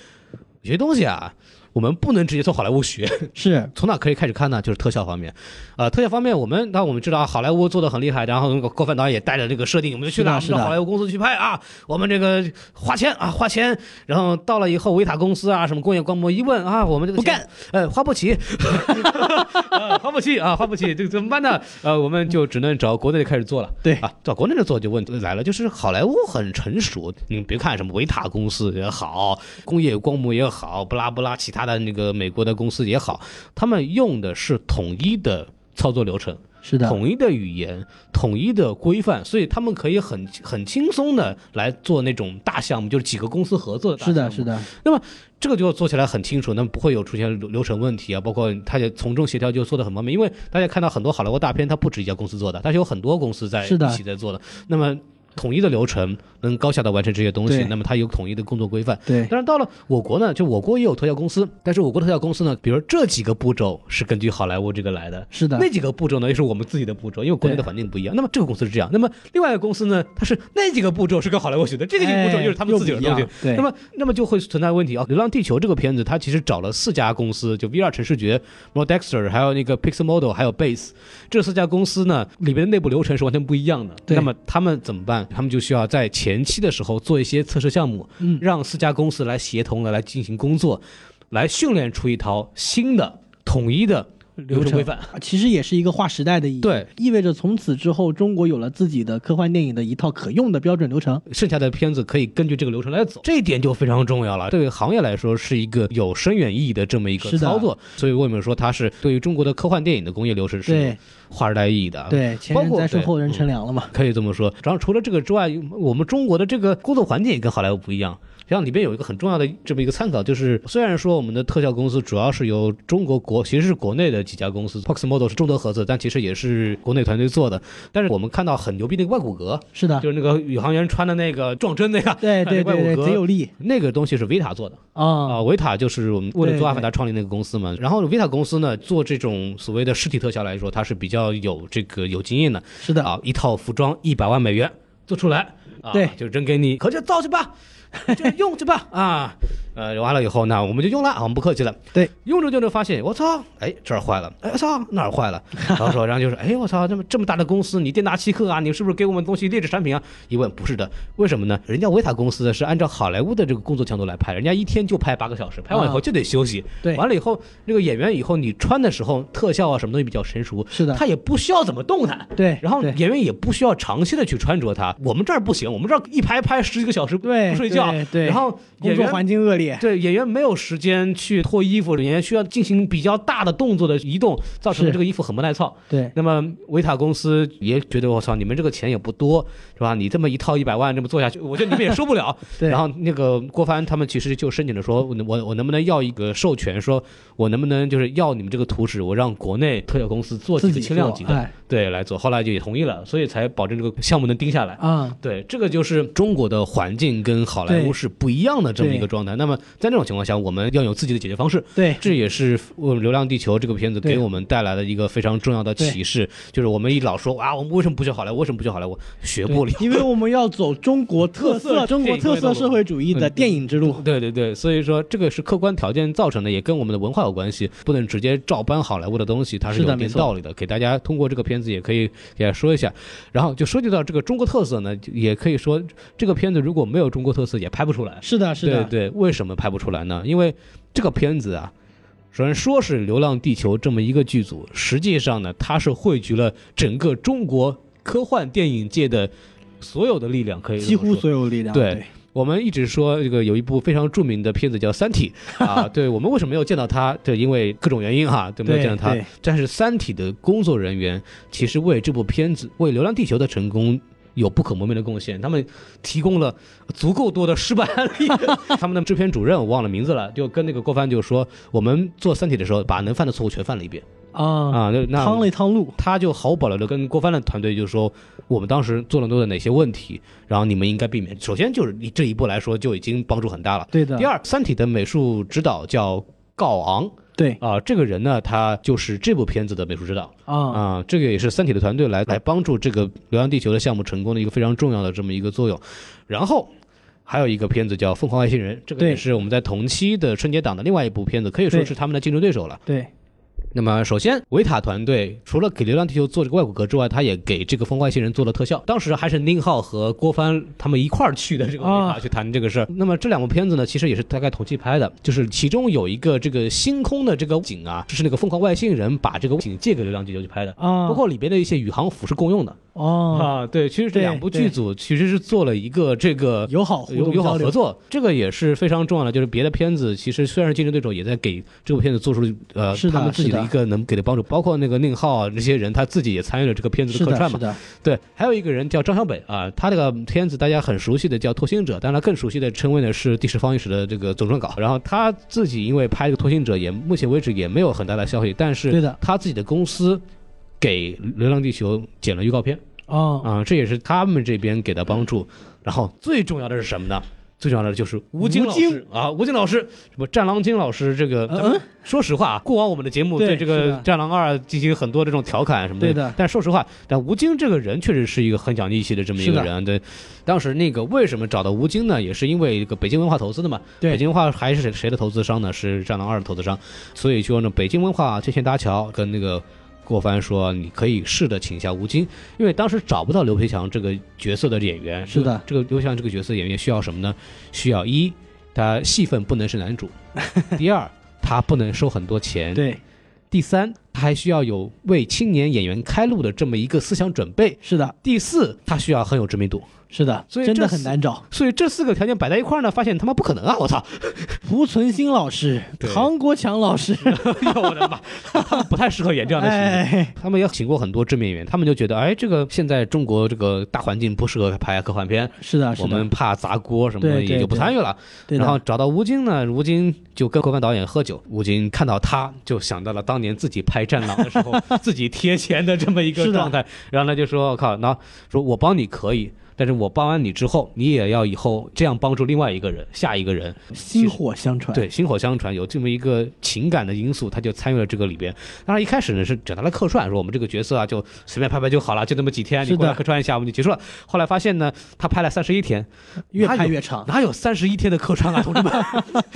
有些东西啊，我们不能直接从好莱坞学，
是
从哪可以开始看呢？就是特效方面，呃，特效方面，我们那我们知道好莱坞做的很厉害，然后高范导演带着这个设定，我们就去了，我
是
们
的
到好莱坞公司去拍啊，我们这个花钱啊花钱，然后到了以后维塔公司啊，什么工业光魔一问啊，我们这个
不
钱
干，
呃，花不起， [LAUGHS] 呃花不起啊，花不起，这个怎么办呢？呃，我们就只能找国内的开始做了。
对
[LAUGHS] 啊，找国内的做就问题来了，就是好莱坞很成熟，你别看什么维塔公司也好，工业光魔也好，不拉不拉其他的那个美国的公司也好，他们用的是统一的操作流程。
是的，
统一的语言、统一的规范，所以他们可以很很轻松的来做那种大项目，就是几个公司合作的
是
大项目。
的，是的，
这个就做起来很清楚，那么不会有出现流流程问题啊，包括它也从中协调就做的很方便。因为大家看到很多好莱坞大片，它不止一家公司做的，它是有很多公司在
是的
一起在做的。那么统一的流程能高效的完成这些东西
对，
那么它有统一的工作规范。
对，
但是到了我国呢，就我国也有特效公司，但是我国的特效公司呢，比如这几个步骤是根据好莱坞这个来的，
是的，
那几个步骤呢，又是我们自己的步骤，因为国内的
对
环境不一样。那么这个公司是这样，那么另外一个公司呢，它是那几个步骤是跟好莱坞学的，这个几个步骤
哎
又是他们自己的东西
又不一样。对
那么那么就会存在问题啊。《流浪地球》这个片子，它其实找了四家公司，就 VR 城市觉、m o Dexter，还有那个 Pixel Model，还有 Base 这四家公司呢，里边的内部流程是完全不一样的。
对
那么他们怎么办？他们就需要在前期的时候做一些测试项目，
嗯
让四家公司来协同的来进行工作，来训练出一套新的统一的流程规范。
啊其实也是一个划时代的意义。
对，
意味着从此之后，中国有了自己的科幻电影的一套可用的标准流程。
剩下的片子可以根据这个流程来走，这一点就非常重要了。对于行业来说，是一个有深远意义的这么一个
是的
操作，所以为什么说它是对于中国的科幻电影的工业流程是有
对
划时代意义的？。
对，前人
包括
栽树，
对
后人
嗯
乘凉了嘛。
可以这么说，然后除了这个之外，我们中国的这个工作环境也跟好莱坞不一样。像里边有一个很重要的这么一个参考，就是虽然说我们的特效公司主要是由中国国，其实是国内的几家公司，Fox Model 是中德合资，但其实也是国内团队做的。但是我们看到很牛逼的外骨骼，
是的，
就是那个宇航员穿的那个撞 [LAUGHS] 针那个，
啊对对
外骨
对对，
骼
贼有力
那个东西是维塔做的啊，
啊！嗯
维塔就是我们为了
对
做阿凡达创立那个公司嘛。然后维塔公司呢，做这种所谓的实体特效来说，它是比较有这个有经验的
是的，
啊，一套服装一百万美元做出来，啊、
对
就扔给你，可就造去吧， [LAUGHS] 就用去吧啊，呃，完了以后呢，我们就用了，我们不客气了，
对，
用着用着发现，我操，哎，这儿坏了，哎，我操，那儿
[LAUGHS]
坏了，然后说，然后就是，哎，我操，这么这么大的公司，你店大欺客啊，你是不是给我们东西劣质产品啊？一问不是的，为什么呢？人家维塔公司是按照好莱坞的这个工作强度来拍，人家一天就拍八个小时，拍完以后
啊
就得休息，
对，
完了以后，那个演员以后你穿的时候特效啊什么东西比较成熟，
是的
他也不需要怎么动弹。
对，
然后
对
演员也不需要长期的去穿着它，我们这儿不行，我们这儿一拍拍十几个小时不
对
睡觉，
对对
然后
工
演
作
员
环境恶劣，
对演员没有时间去脱衣服，演员需要进行比较大的动作的移动，造成
是
了这个衣服很不耐操。
对
那么维塔公司也觉得我操，你们这个钱也不多是吧？你这么一套一百万这么做下去，我觉得你们也受不了。
[LAUGHS] 对，
然后那个郭帆他们其实就申请了说，我我我能不能要一个授权，说我能不能就是要你们这个图纸，我让国内特效公司做几
自
个
己
轻量
做
级的，
哎
对，来做。后来就也同意了，所以才保证这个项目能定下来。
啊，
对，这个就是中国的环境跟好莱坞是不一样的这么一
对
个状态。那么在这种情况下，我们要有自己的解决方式。 [LAUGHS]
对
这也是我们《流浪地球》这个片子
对
给我们带来的一个非常重要的启示，就是我们一老说啊，我们为什么不学好莱坞？为什么不学好莱坞？学不了。
因为我们要走中国特色、
特色嗯
中国特色社会主义的电影之路。
对对对，所以说这个是客观条件造成的，也跟我们的文化有关系，不能直接照搬好莱坞的东西，它是
是的
有一
没
定
错
道理的。给大家通过这个片子也可以给大家说一下，然后就说及到这个中国特色呢，也可以说这个片子如果没有中国特色也拍不出来。
是的，是的，
对对，为什么拍不出来呢？因为这个片子啊，虽然说是《流浪地球》这么一个剧组，实际上呢，它是汇聚了整个中国科幻电影界的所有的力量，可以这么
几乎
说
所有力量。
对我们一直说这个有一部非常著名的片子叫《三体》啊，对我们为什么没有见到它？对，因为各种原因哈，对没有见到它
对。
但是《三体》的工作人员其实为这部片子、为《流浪地球》的成功。有不可磨灭的贡献，他们提供了足够多的失败案例。 [LAUGHS] 他们的制片主任我忘了名字了，就跟那个郭帆就说，我们做《三体》的时候，把能犯的错误全犯了一遍
啊，
啊。那那
趟了一趟路。
他就毫无保留的跟郭帆的团队就说，我们当时做了多啊的哪些问题，然后你们应该避免。首先就是你这一步来说就已经帮助很大了。
对的
第，二，《三体》的美术指导叫告昂
对
啊、这个人呢，他就是这部片子的美术指导
啊，
啊、这个也是《三体》的团队来来帮助这个《流浪地球》的项目成功的一个非常重要的这么一个作用。然后。还有一个片子叫《疯狂外星人》，这个
对
也是我们在同期的春节档的另外一部片子，可以说
对
是他们的竞争对手了。
对
那么，首先维塔团队除了给《流浪地球》做这个外骨骼之外，他也给这个《疯狂外星人》做了特效。当时还是宁浩和郭帆他们一块儿去的这个维塔
啊
去谈这个事儿。那么这两部片子呢，其实也是大概同期拍的，就是其中有一个这个星空的这个景啊，就是那个疯狂外星人把这个景借给《流浪地球》去拍的。
啊，
不过里边的一些宇航服是共用的
哦，
啊，对，其实这
对
两部
对
剧组其实是做了一个这个
友好互
有
动
友好
交流
合作，这个也是非常重要的。就是别的片子其实虽然是竞争对手，也在给这部片子做出了呃
是的
他们自己
是
的
的
一个能给的帮助，包括那个宁浩啊这些人，他自己也参与了这个片子
是
客
的，
串
是
嘛。
的，
对，还有一个人叫张小北啊，他这个片子大家很熟悉的叫《拓星者》，但他更熟悉的称谓呢是《第十方意识》的这个总撰稿。然后他自己因为拍这个《拓星者》也目前为止也没有很大的消息，但
对
是
的，
他自己的公司给《流浪地球》剪了预告片。
哦，
啊、这也是他们这边给的帮助。然后最重要的是什么呢？最重要的就是吴京
吴
老
京
师啊，吴京老师，什么《战狼经》老师，这个、
嗯
咱们说实话啊，过往我们的节目
对
对这
是
个
的
《战狼二》进行很多这种调侃什么
对的
但说实话，但吴京这个人确实是一个很讲义气的这么一
是
个
的
人。对，当时那个为什么找到吴京呢？也是因为一个北京文化投资的嘛。
对
北京文化还是谁谁的投资商呢？是《战狼二》的投资商。所以说呢，北京文化天线搭桥跟那个郭帆说，你可以试着请一下吴京，因为当时找不到刘培强这个角色的演员。
是的
这个刘培强这个角色演员需要什么呢？需要一，他戏份不能是男主；第二，他不能收很多钱；
对，
第三，他还需要有为青年演员开路的这么一个思想准备；
是的，
第四，他需要很有知名度。
是的，
所以
真
这
的很
四
难找。
所以这四个条件摆在一块儿呢，发现他妈不可能啊！我操！
濮存昕老师、
对
唐国强老师，
哎呦我的妈，他们不太适合演这样的戏。
哎，
他们也请过很多知名演员，他们就觉得，哎，这个现在中国这个大环境不适合拍科幻片，
是的，
我
啊是
们
的，
怕砸锅什么的，
对对
也就不参与了。
对
然后
的，
找到吴京呢，吴京就跟郭帆导演喝酒，吴京看到他就想到了当年自己拍《战狼》的
[LAUGHS]
时候，自己贴钱的这么一个
是的
状态，然后他就说：“我靠，那说我帮你可以。”但是我帮完你之后，你也要以后这样帮助另外一个人，下一个人，
薪火相传，
对，薪火相传有这么一个情感的因素，他就参与了这个里边。当然一开始呢是找他来客串，说我们这个角色啊就随便拍拍就好了，就那么几天，你
是
过来
的
客串一下我们就结束了。后来发现呢，他拍了三十一天，
越
哪
拍
有
越长。
哪有三十一天的客串啊，同志们， [LAUGHS]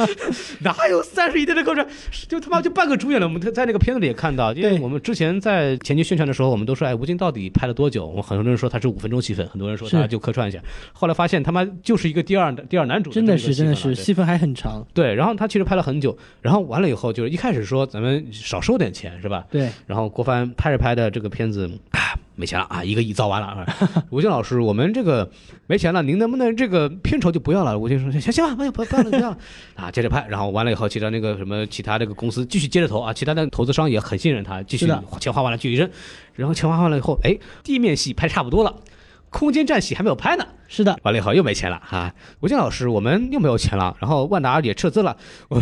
哪有三十一天的客串？就他妈就半个主演了。我们在那个片子里也看到，因为
对
我们之前在前期宣传的时候，我们都说，哎，吴京到底拍了多久？我们很多人说他是五分钟戏份，很多人说他
是
就客串一下。后来发现他妈就是一个第二第二男主，
真的是，真的是，
啊对
戏份还很长。
对，然后他其实拍了很久，然后完了以后，就是一开始说咱们少收点钱是吧？
对，
然后郭帆拍着拍的这个片子啊，没钱了啊，一个亿造完了啊。吴京老师，我们这个没钱了，您能不能这个片酬就不要了？吴京说行行吧，没有不不要了不要了啊，接着拍。然后完了以后，其他那个什么其他这个公司继续接着投啊，其他的投资商也很信任他，继续
是的
钱花完了继续扔，然后钱花完了以后，哎，地面戏拍差不多了，空间站戏还没有拍呢。
是的，
完了以后又没钱了啊！吴京老师，我们又没有钱了，然后万达也撤资了，我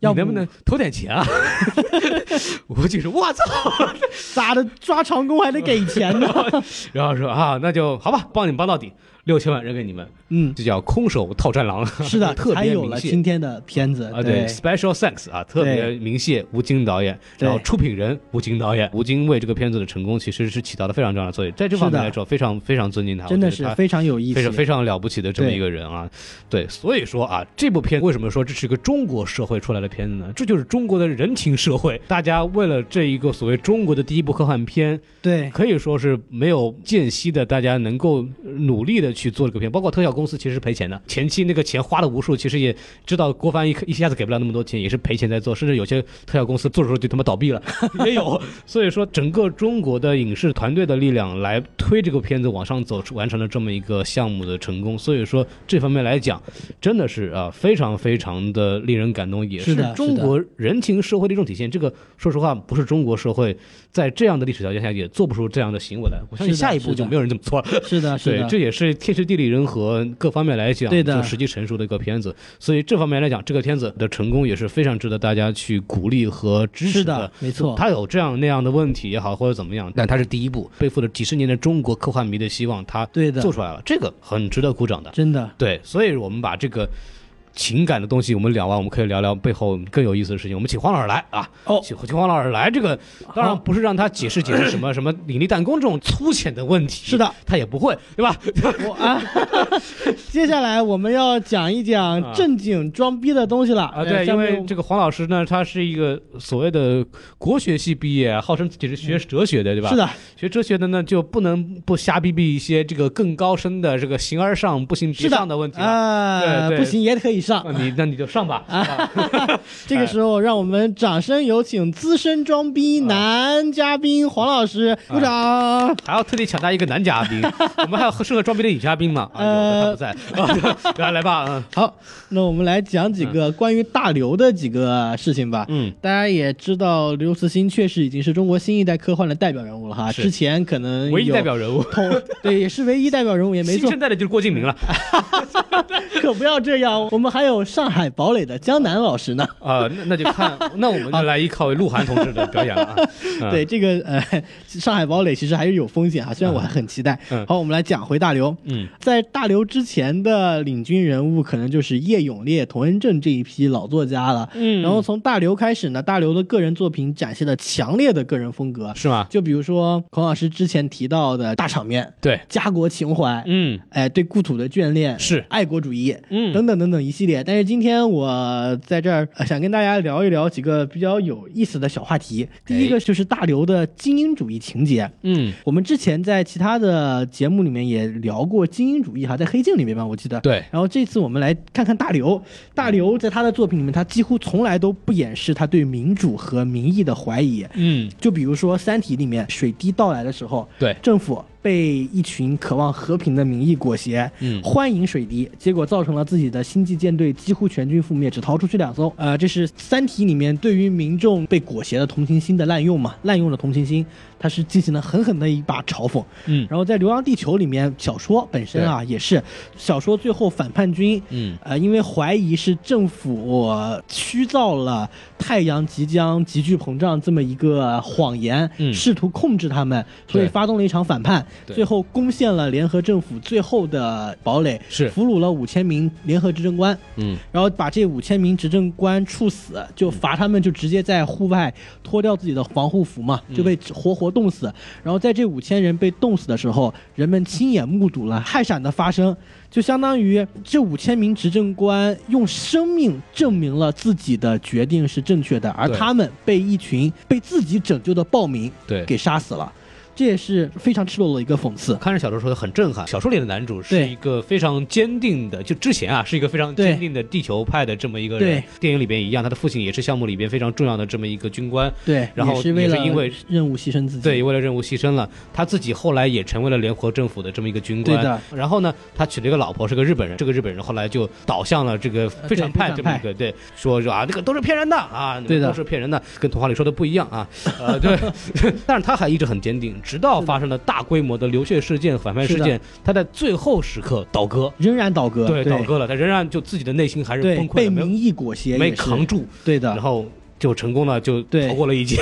要
你能
不
不能投点
[LAUGHS]
钱啊？吴京说：“我操
咋的？抓长工还得给钱呢？！”
[LAUGHS] 然后说：“啊，那就好吧，帮你帮到底。”六千万扔给你们，
嗯，
这叫空手套战狼。
是的，
[LAUGHS] 特
才
别
有
明
了
谢
今天的片子
啊，对，Special thanks 啊，特别
对
鸣谢吴京导演，
对
然后出品人吴京导演，吴京为这个片子的成功其实是起到了非常重要的作用，在这方
是
面
的
来说，非常非常尊敬他，
真
我
的
觉得
是
他
非常有意思，
非常非常了不起的这么
对
一个人啊，对，所以说啊，这部片为什么说这是一个中国社会出来的片子呢？这就是中国的人情社会，大家为了这一个所谓中国的第一部科幻片，
对，
可以说是没有间隙的，大家能够努力的去做这个片，包括特效公司其实是赔钱的，前期那个钱花了无数，其实也知道郭帆一一下子给不了那么多钱，也是赔钱在做，甚至有些特效公司做的时候就他妈倒闭
[LAUGHS]
了，也有。所以说，整个中国的影视团队的力量来推这个片子往上走，完成了这么一个项目的成功。所以说，这方面来讲，真的是啊，非常非常的令人感动，也
是的
中
是的
国人情社会的一种体现。这个说实话，不是中国社会在这样的历史条件下也做不出这样的行为来。我相信
是的
下一步
是的
就没有人这么做了。
是的，是
对，
的，
这也是天时地利人和各方面来讲，
对的
就时机成熟的一个片子。所以这方面来讲，这个片子的成功也是非常值得大家去鼓励和支持
是的，没错，
他有这样那样的问题也好，或者怎么样，但他是第一步，背负了几十年的中国科幻迷的希望，他
对的
做，出来了，这个很值得鼓掌的。
真的，
对，所以我们把这个情感的东西我们聊完，我们可以聊聊背后更有意思的事情。我们请黄老师来啊，
[LAUGHS] 哦
请请黄老师来，这个当然
好
不是让他解释解释
[LAUGHS]
什么什么引力弹弓这种粗浅的问题，
是的，
他也不会，对吧？
我啊， [LAUGHS] 接下来我们要讲一
啊
讲正经装逼的东西了
啊，
呃
对，
下
因
面
为这个黄老师呢，他是一个所谓的国学系毕业，号称自己是学哲学的，对吧？
嗯是的，
学哲学的呢，就不能不瞎逼逼一些这个更高深的这个形而上不行
是
别
的
上的问题了。
啊，
对对哎
不行也可以上。
那你那你就上吧。啊
这个时候，让我们掌声有请资深装
啊
逼男嘉宾黄老师，鼓掌。
还要特地抢答一个男嘉
[LAUGHS]
宾，我们还有适合装逼的女嘉宾嘛？啊，有的他不在，啊
呃
[LAUGHS] 来来吧，嗯
好，那我们来讲几个关于大刘的几个事情吧。
嗯，
[LAUGHS] 大家也知道，刘慈欣确实已经是中国新一代科幻的代表人物了哈。
是
之前可能
唯一
有
代表人物，
同 [LAUGHS] 对，也是唯一代表人物，嗯哎也没
新
错
生。代的就是郭敬明了。
[LAUGHS] 可不要这样，我们还有上海堡垒的江南老师呢。
啊，那那就 [LAUGHS] 看，那我们就来依靠鹿晗同志的表演 [LAUGHS] 了啊。嗯
对，这个呃，上海堡垒其实还是有风险哈，虽然我还很期待。
嗯
好，我们来讲回大刘。
嗯，
在大刘之前的领军人物，可能就是叶永烈、童恩正这一批老作家了。
嗯
然后从大刘开始呢，大刘的个人作品展现了强烈的个人风格，
是吗？
就比如说孔老师之前提到的大场面、
对，
家国情怀，
嗯，
哎，对故土的眷恋
是
爱国主义，
嗯
等等等等一系列。但是今天我在这儿、呃想跟大家聊一聊几个比较有意思的小话题。第
哎
一个就是大刘的精英主义情节。
嗯，
我们之前在其他的节目里面也聊过精英主义哈，在黑镜里面吧，我记得。
对，
然后这次我们来看看大刘。大刘在他的作品里面，他几乎从来都不掩饰他对民主和民意的怀疑。
嗯，
就比如说《三体》里面水滴到来的时候，
对，
政府被一群渴望和平的民意裹挟，
嗯
欢迎水滴，结果造成了自己的星际舰队几乎全军覆灭，只逃出去两艘。呃，这是《三体》里面对于民众被裹挟的同情心的滥用嘛？滥用了同情心，它是进行了狠狠的一把嘲讽。
嗯
然后在《流浪地球》里面，小说本身啊也是，小说最后反叛军，
嗯，
呃，因为怀疑是政府呃虚造了太阳即将急剧膨胀这么一个谎言，
嗯
试图控制他们，所以
对
发动了一场反叛，
对
最后攻陷了联合政府最后的堡垒，
是
俘虏了五千名联合执政官，
嗯，
然后把这五千名执政官处死，就罚他们就直接在户外脱掉自己的防护服嘛，
嗯
就被活活冻死。然后在这五千人被冻死的时候，人们亲眼目睹了氦闪的发生，就相当于这五千名执政官用生命证明了自己的决定是正确的，而
对
他们被一群被自己拯救的暴民
对。
给杀死了，这也是非常赤裸裸的一个讽刺。
看着小说的时候很震撼。小说里的男主是
对
一个非常坚定的，就之前啊是一个非常
对
坚定的地球派的这么一个人
对。
电影里边一样，他的父亲也是项目里边非常重要的这么一个军官。
对，
然后
也是为
也
了
是因为
任务牺牲自己。
对，为了任务牺牲了，他自己后来也成为了联合政府的这么一个军官。
对的。
然后呢，他娶了一个老婆，是个日本人。这个日本人后来就倒向了这个非常派
呃对
这
非常派
么一个，对，说说啊，这个都是骗人的啊，你们
对的
都是骗人的，跟童话里说的不一样啊。
[LAUGHS]
呃，对。 [LAUGHS] 但是他还一直很坚定，直到
是的
发生了大规模的流血事件、反派
是
事
的
件，他在最后时刻倒戈。
仍然倒戈，
对，倒戈了，他仍然就自己的内心还是
对，
崩溃
被
了，没有
民意裹挟，
没扛，住， [LAUGHS]
对的
然，后就成功了，就
对
逃过了一劫，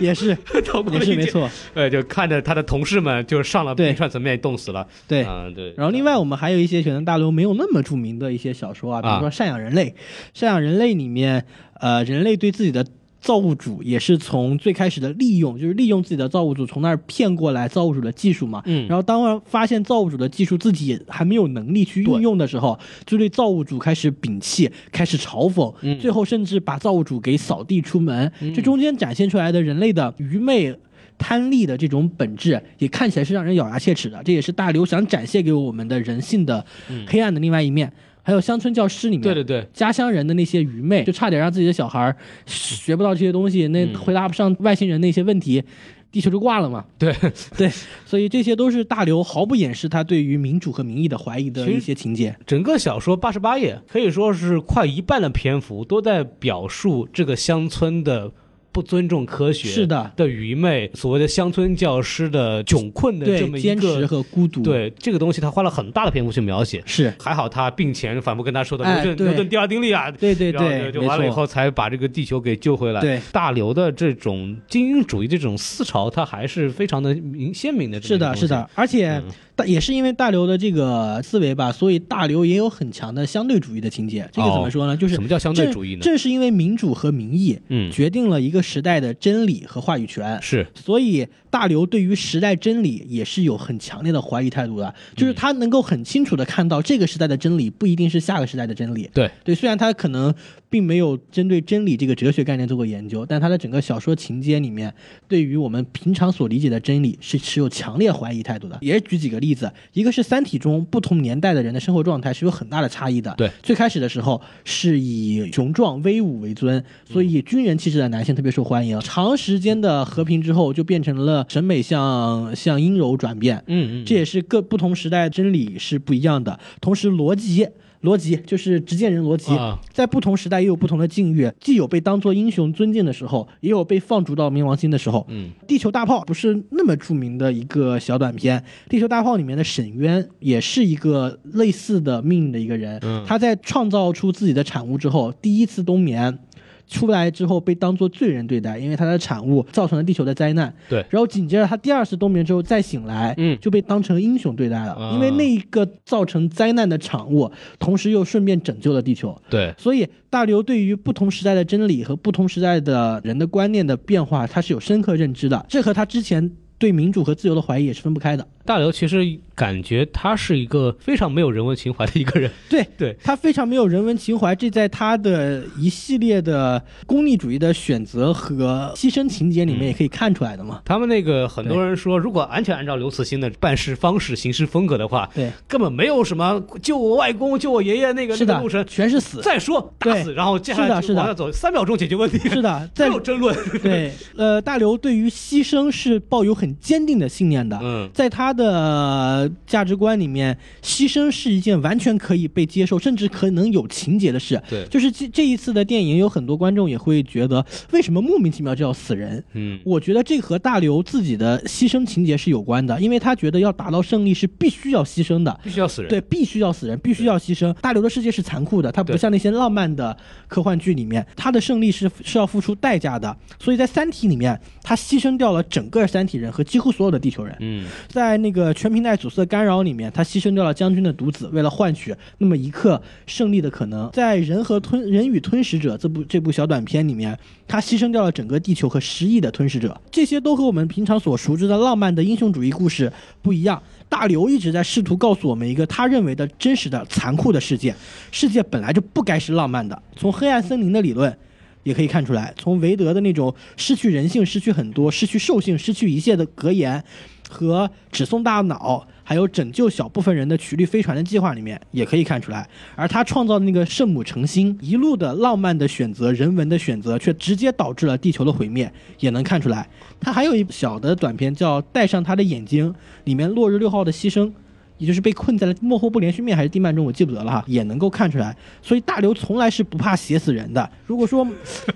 也
[LAUGHS]
是
逃过
也
了一
是
劫， [LAUGHS]
没错，
呃，就看着他的同事们就上了
对
冰川层面冻死了，
对。
啊，对，
然后，另外我们还有一些选择大流没有那么著名的一些小说啊，比如说《赡养人类》，赡养人类》里面，呃，人类对自己的造物主也是从最开始的利用，就是利用自己的造物主从那儿骗过来造物主的技术嘛。
嗯
然后，当然发现造物主的技术自己也还没有能力去运用的时候，就对造物主开始摒弃，开始嘲讽，
嗯
最后甚至把造物主给扫地出门。这中间展现出来的人类的愚昧。贪利的这种本质，也看起来是让人咬牙切齿的。这也是大刘想展现给我们的人性的黑暗的另外一面。还有乡村教师里面，
嗯对对对，
家乡人的那些愚昧，就差点让自己的小孩儿学不到这些东西，
嗯
那回答不上外星人那些问题，地球就挂了嘛。
对 [LAUGHS]
对，所以这些都是大刘毫不掩饰他对于民主和民意的怀疑的
其实
一些情节。
整个小说八十八页，可以说是快一半的篇幅都在表述这个乡村的不尊重科学，
是的
的愚昧，所谓的乡村教师的窘困的这
对
么，一
坚持
个，
和孤独，，
对这个东西，他花了很大的篇幅去描写。
是，
还好他病前反复跟他说的
哎
牛顿、
对
牛顿第二定律啊，
对对
然
对
后，就
没
完了以
错，
后才把这个地球给救回来。
对，
大刘的这种精英主义这种思潮，它还是非常的明鲜明的。
是的，是，的，而且
嗯
大也是因为大刘的这个思维吧，所以大刘也有很强的相对主义的情节。这个怎么说呢？就是
哦什么叫相对主义呢？
正是因为民主和民意
嗯，
决定了一个时代的真理和话语权，
是
所以大刘对于时代真理也是有很强烈的怀疑态度的，就是
嗯
他能够很清楚的看到这个时代的真理不一定是下个时代的真理。
对
对，虽然他可能并没有针对真理这个哲学概念做过研究，但他的整个小说情节里面，对于我们平常所理解的真理是持有强烈怀疑态度的。也举几个例子，一个是《三体》中不同年代的人的生活状态是有很大的差异的。
对，
最开始的时候是以雄壮威武为尊，所以军人气质的男性特别受欢迎。长时间的和平之后，就变成了审美向向阴柔转变。
嗯嗯，
这也是各不同时代真理是不一样的。同时，逻辑逻辑就是执剑人逻辑，
啊
在不同时代也有不同的境遇，既有被当做英雄尊敬的时候，也有被放逐到冥王星的时候。
嗯，
地球大炮不是那么著名的一个小短片，地球大炮里面的沈渊也是一个类似的命运的一个人，
嗯
他在创造出自己的产物之后，第一次冬眠。出来之后被当作罪人对待，因为他的产物造成了地球的灾难。
对
然后紧接着他第二次冬眠之后再醒来，
嗯
就被当成英雄对待了，
啊
因为那一个造成灾难的产物，同时又顺便拯救了地球。
对，
所以，大刘对于不同时代的真理和不同时代的人的观念的变化，他是有深刻认知的。这和他之前对民主和自由的怀疑也是分不开的。
大刘其实感觉他是一个非常没有人文情怀的一个人。
对
对，
他非常没有人文情怀，这在他的一系列的功利主义的选择和牺牲情节里面也可以看出来的嘛。
他们那个很多人说，如果完全按照刘慈欣的办事方式、行事风格的话，
对，
根本没有什么救我外公、救我爷爷那个
是
那个
的
路，程。
全是
[LAUGHS]
死。
再说打死，然后接下来
是
就
的
往下走，三秒钟解决问题，
是的，
没
在
有争论。 [LAUGHS]
对，呃，大刘对于牺牲是抱有很坚定的信念的。
嗯，
在他的价值观里面，牺牲是一件完全可以被接受，甚至可能有情节的事。
对
就是这这一次的电影，有很多观众也会觉得，为什么莫名其妙就要死人？
嗯，
我觉得这和大刘自己的牺牲情节是有关的，因为他觉得要达到胜利是必须要牺牲的。
必须要死人。
对，必须要死人，必须要牺牲。大刘的世界是残酷的，它不
对
像那些浪漫的科幻剧里面，他的胜利是是要付出代价的。所以在《三体》里面，他牺牲掉了整个三体人和几乎所有的地球人。
嗯，
在那个全平台阻塞干扰里面，他牺牲掉了将军的独子，为了换取那么一刻胜利的可能。在《人和吞人与吞食者》这部这部小短片里面，他牺牲掉了整个地球和十亿的吞食者，这些都和我们平常所熟知的浪漫的英雄主义故事不一样。大刘一直在试图告诉我们一个他认为的真实的残酷的世界，世界本来就不该是浪漫的。从黑暗森林的理论。也可以看出来，从韦德的那种失去人性、失去很多、失去兽性、失去一切的格言，和只送大脑，还有拯救小部分人的曲率飞船的计划里面也可以看出来。而他创造的那个圣母诚心，一路的浪漫的选择、人文的选择，却直接导致了地球的毁灭，也能看出来。他还有一小的短片叫《戴上他的眼睛》，里面落日六号的牺牲。也就是被困在了幕后不连续面还是地幔中，我记不得了哈，也能够看出来。所以大刘从来是不怕写死人的。如果说，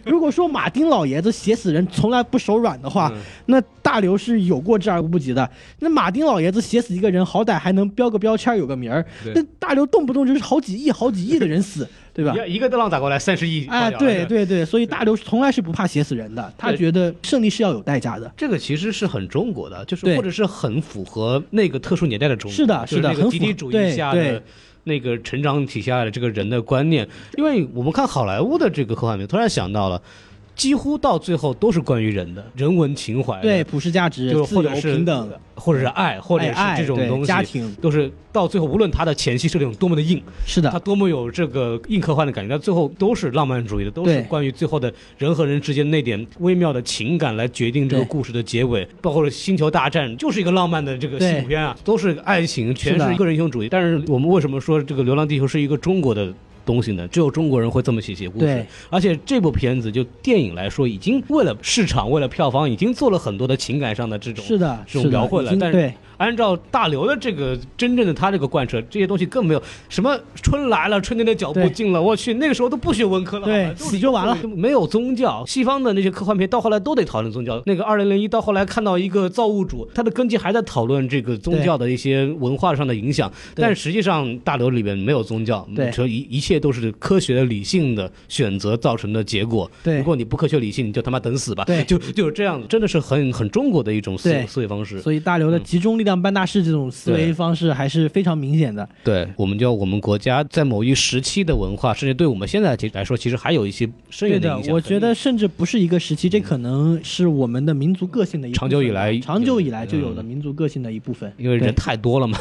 如果说马丁老爷子写死人从来不手软的话，那大刘是有过之而无不及的。那马丁老爷子写死一个人，好歹还能标个标签，有个名儿
对。 [LAUGHS]
那大刘动不动就是好几亿、好几亿的人死，对吧？
一一个浪打过来，三十亿
哎，
花掉了
对，对对，所以大刘从来是不怕写死人的，他
对
觉得胜利是要有代价的。
这个其实是很中国的，就是
对
或者是很符合那个特殊年代的中国，
是的
就是
的
那
很
个
符
集体主
对
义下
对
的那个成长体下的这个人的观念。因为我们看好莱坞的这个科幻片，突然想到了，几乎到最后都是关于人的人文情怀的，
对，普世价值
哎就、是
自
或
由、
者是
平等、，
或者是爱，或者
哎
是
爱
这种
对
东西，
家庭，
都是到最后，无论它的前期设定有多么的硬，
是的
它，多么有这个硬科幻的感觉，但最后都是浪漫主义的，都
对
是关于最后的人和人之间那点微妙的情感来决定这个
对
故事的结尾，包括《星球大战》就是一个浪漫的这个
对
西部片啊，都是爱情，全
是的
是个人英雄主义。但是我们为什么说这个《流浪地球》是一个中国的？东西呢，只有中国人会这么写写故事
对，
而且这部片子就电影来说，已经为了市场、为了票房，已经做了很多的情感上的这种
是的，
这种
是的
描绘
已
了
经
但是
对
按照大刘的这个真正的他这个贯彻，这些东西更没有什么春来了，春天的脚步
对
近了。我去，那个时候都不学文科了，
对
好吧都是
死就完了
没有宗教。西方的那些科幻片到后来都得讨论宗教。那个二零零一到后来看到一个造物主，他的根基还在讨论这个宗教的一些文化上的影响，
对
但实际上大刘里边没有宗教，
对
这一一切都是科学的理性的选择造成的结果。
对
如果你不科学理性，你就他妈等死吧。
对
就就是这样，真的是很很中国的一种思
对
思维方式。
所以大刘的集中力量办大事这种思维
嗯对
方式还是非常明显的。
对，我们叫我们国家在某一时期的文化，甚至对我们现在其实来说，其实还有一些深
对
远
的
影，响。嗯
我觉得甚至不是一个时期，这可能是我们的民族个性的一部
长久以
分了
来
长久以来就有
嗯
的民族个性的一部分。
因为人
对
太多
[LAUGHS]
了嘛，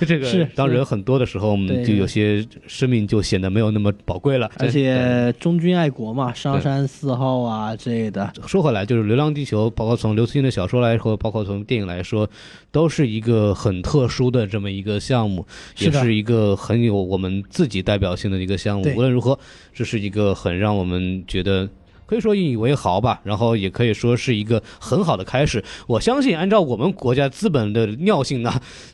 对这个
是
当
是
人很多的时候，我
对
们就有些生命就显得没有那么宝贵了。
而
对
且忠君爱国嘛，商山四号啊之类
[LAUGHS]
的，
说回来，就是《流浪地球》，包括从刘慈欣的小说来说，包括从电影来说，都是一个很特殊的这么一个项目，
是
也
的
是一个很有我们自己代表性的一个项目
对。
无论如何，这是一个很让我们觉得。可以说引以为豪吧，然后也可以说是一个很好的开始。我相信，按照我们国家资本的尿性呢，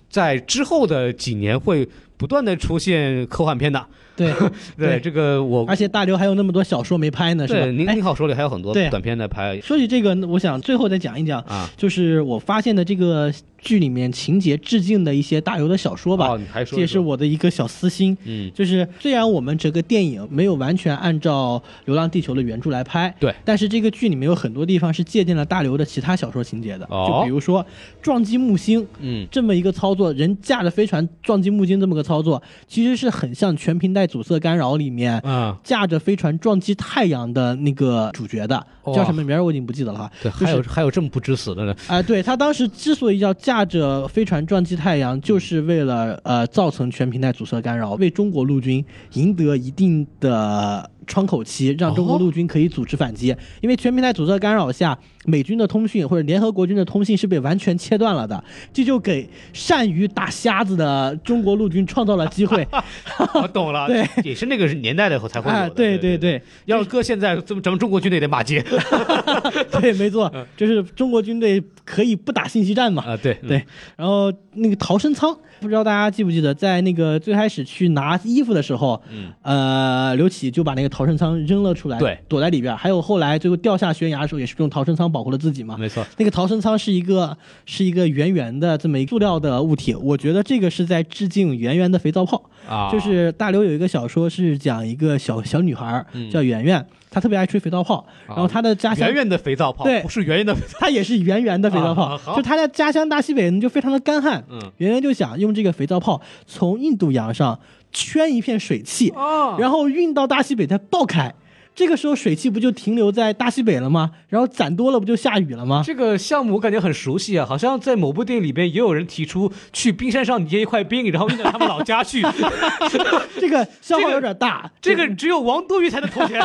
在之后的几年会不断的出现科幻片的。
对，对
这个我
而且大刘还有那么多小说没拍呢，是吧
对？您
哎
您好手里还有很多
对
短片在拍
说起这个，我想最后再讲一讲，
啊。
就是我发现的这个剧里面情节致敬的一些大刘的小说吧，
哦，你还说
这也是
说
我的一个小私心。
嗯，
就是虽然我们整个电影没有完全按照《流浪地球》的原著来拍，
对，
但是这个剧里面有很多地方是借鉴了大刘的其他小说情节的，
哦
就比如说撞击木星
嗯，
这么一个操作，人驾着飞船撞击木星这么个操作，其实是很像《全频带阻塞干扰》里面
啊，
驾着飞船撞击太阳的那个主角的，
哇
叫什么名儿我已经不记得了哈。
对，
就是
还有还有这么不知死的呢，
啊、对他当时之所以要驾着飞船撞击太阳，就是为了呃造成全平台阻塞干扰，为中国陆军赢得一定的窗口期，让中国
哦
陆军可以组织反击。因为全平台阻塞干扰下，美军的通讯或者联合国军的通信是被完全切断了的，这就给善于打瞎子的中国陆军创造了机会。
[LAUGHS] 我懂了，
对，
也是那个年代的才会有
啊、
的，
对
对
对，对，
要是搁现在，咱们咱们中国军队得骂街
对，没错，
嗯
就是中国军队可以不打信息战嘛。
[LAUGHS] 啊，对
对，然后那个逃生舱，不知道大家记不记得，在那个最开始去拿衣服的时候，
嗯，
呃，刘启就把那个逃生舱扔了出来，
对，
躲在里边儿。还有后来最后掉下悬崖的时候，也是用逃生舱保护了自己嘛。
啊没错，
那个逃生舱是一个是一个圆圆的这么一个塑料的物体，我觉得这个是在致敬圆圆的肥皂泡。
啊，
就是大刘有一个小说是讲一个小小女孩儿叫圆圆，她特别爱吹肥皂泡，然后她的家乡
嗯啊圆圆的肥皂泡，
对
不是圆圆的 [LAUGHS] 肥皂，
它也是圆圆的肥皂泡，
啊好
就它的家乡大西北呢就非常的干旱，
嗯
圆圆就想用这个肥皂泡从印度洋上圈一片水汽，
啊，
然后运到大西北再爆开，这个时候水汽不就停留在大西北了吗？然后攒多了不就下雨了 [LAUGHS] 吗？
这个项目我感觉很熟悉啊，好像在某部电影里边也有人提出去冰山上捏一块冰，然后运到他们老家去，
这个消耗有点大，
这个只有王多鱼才能投钱，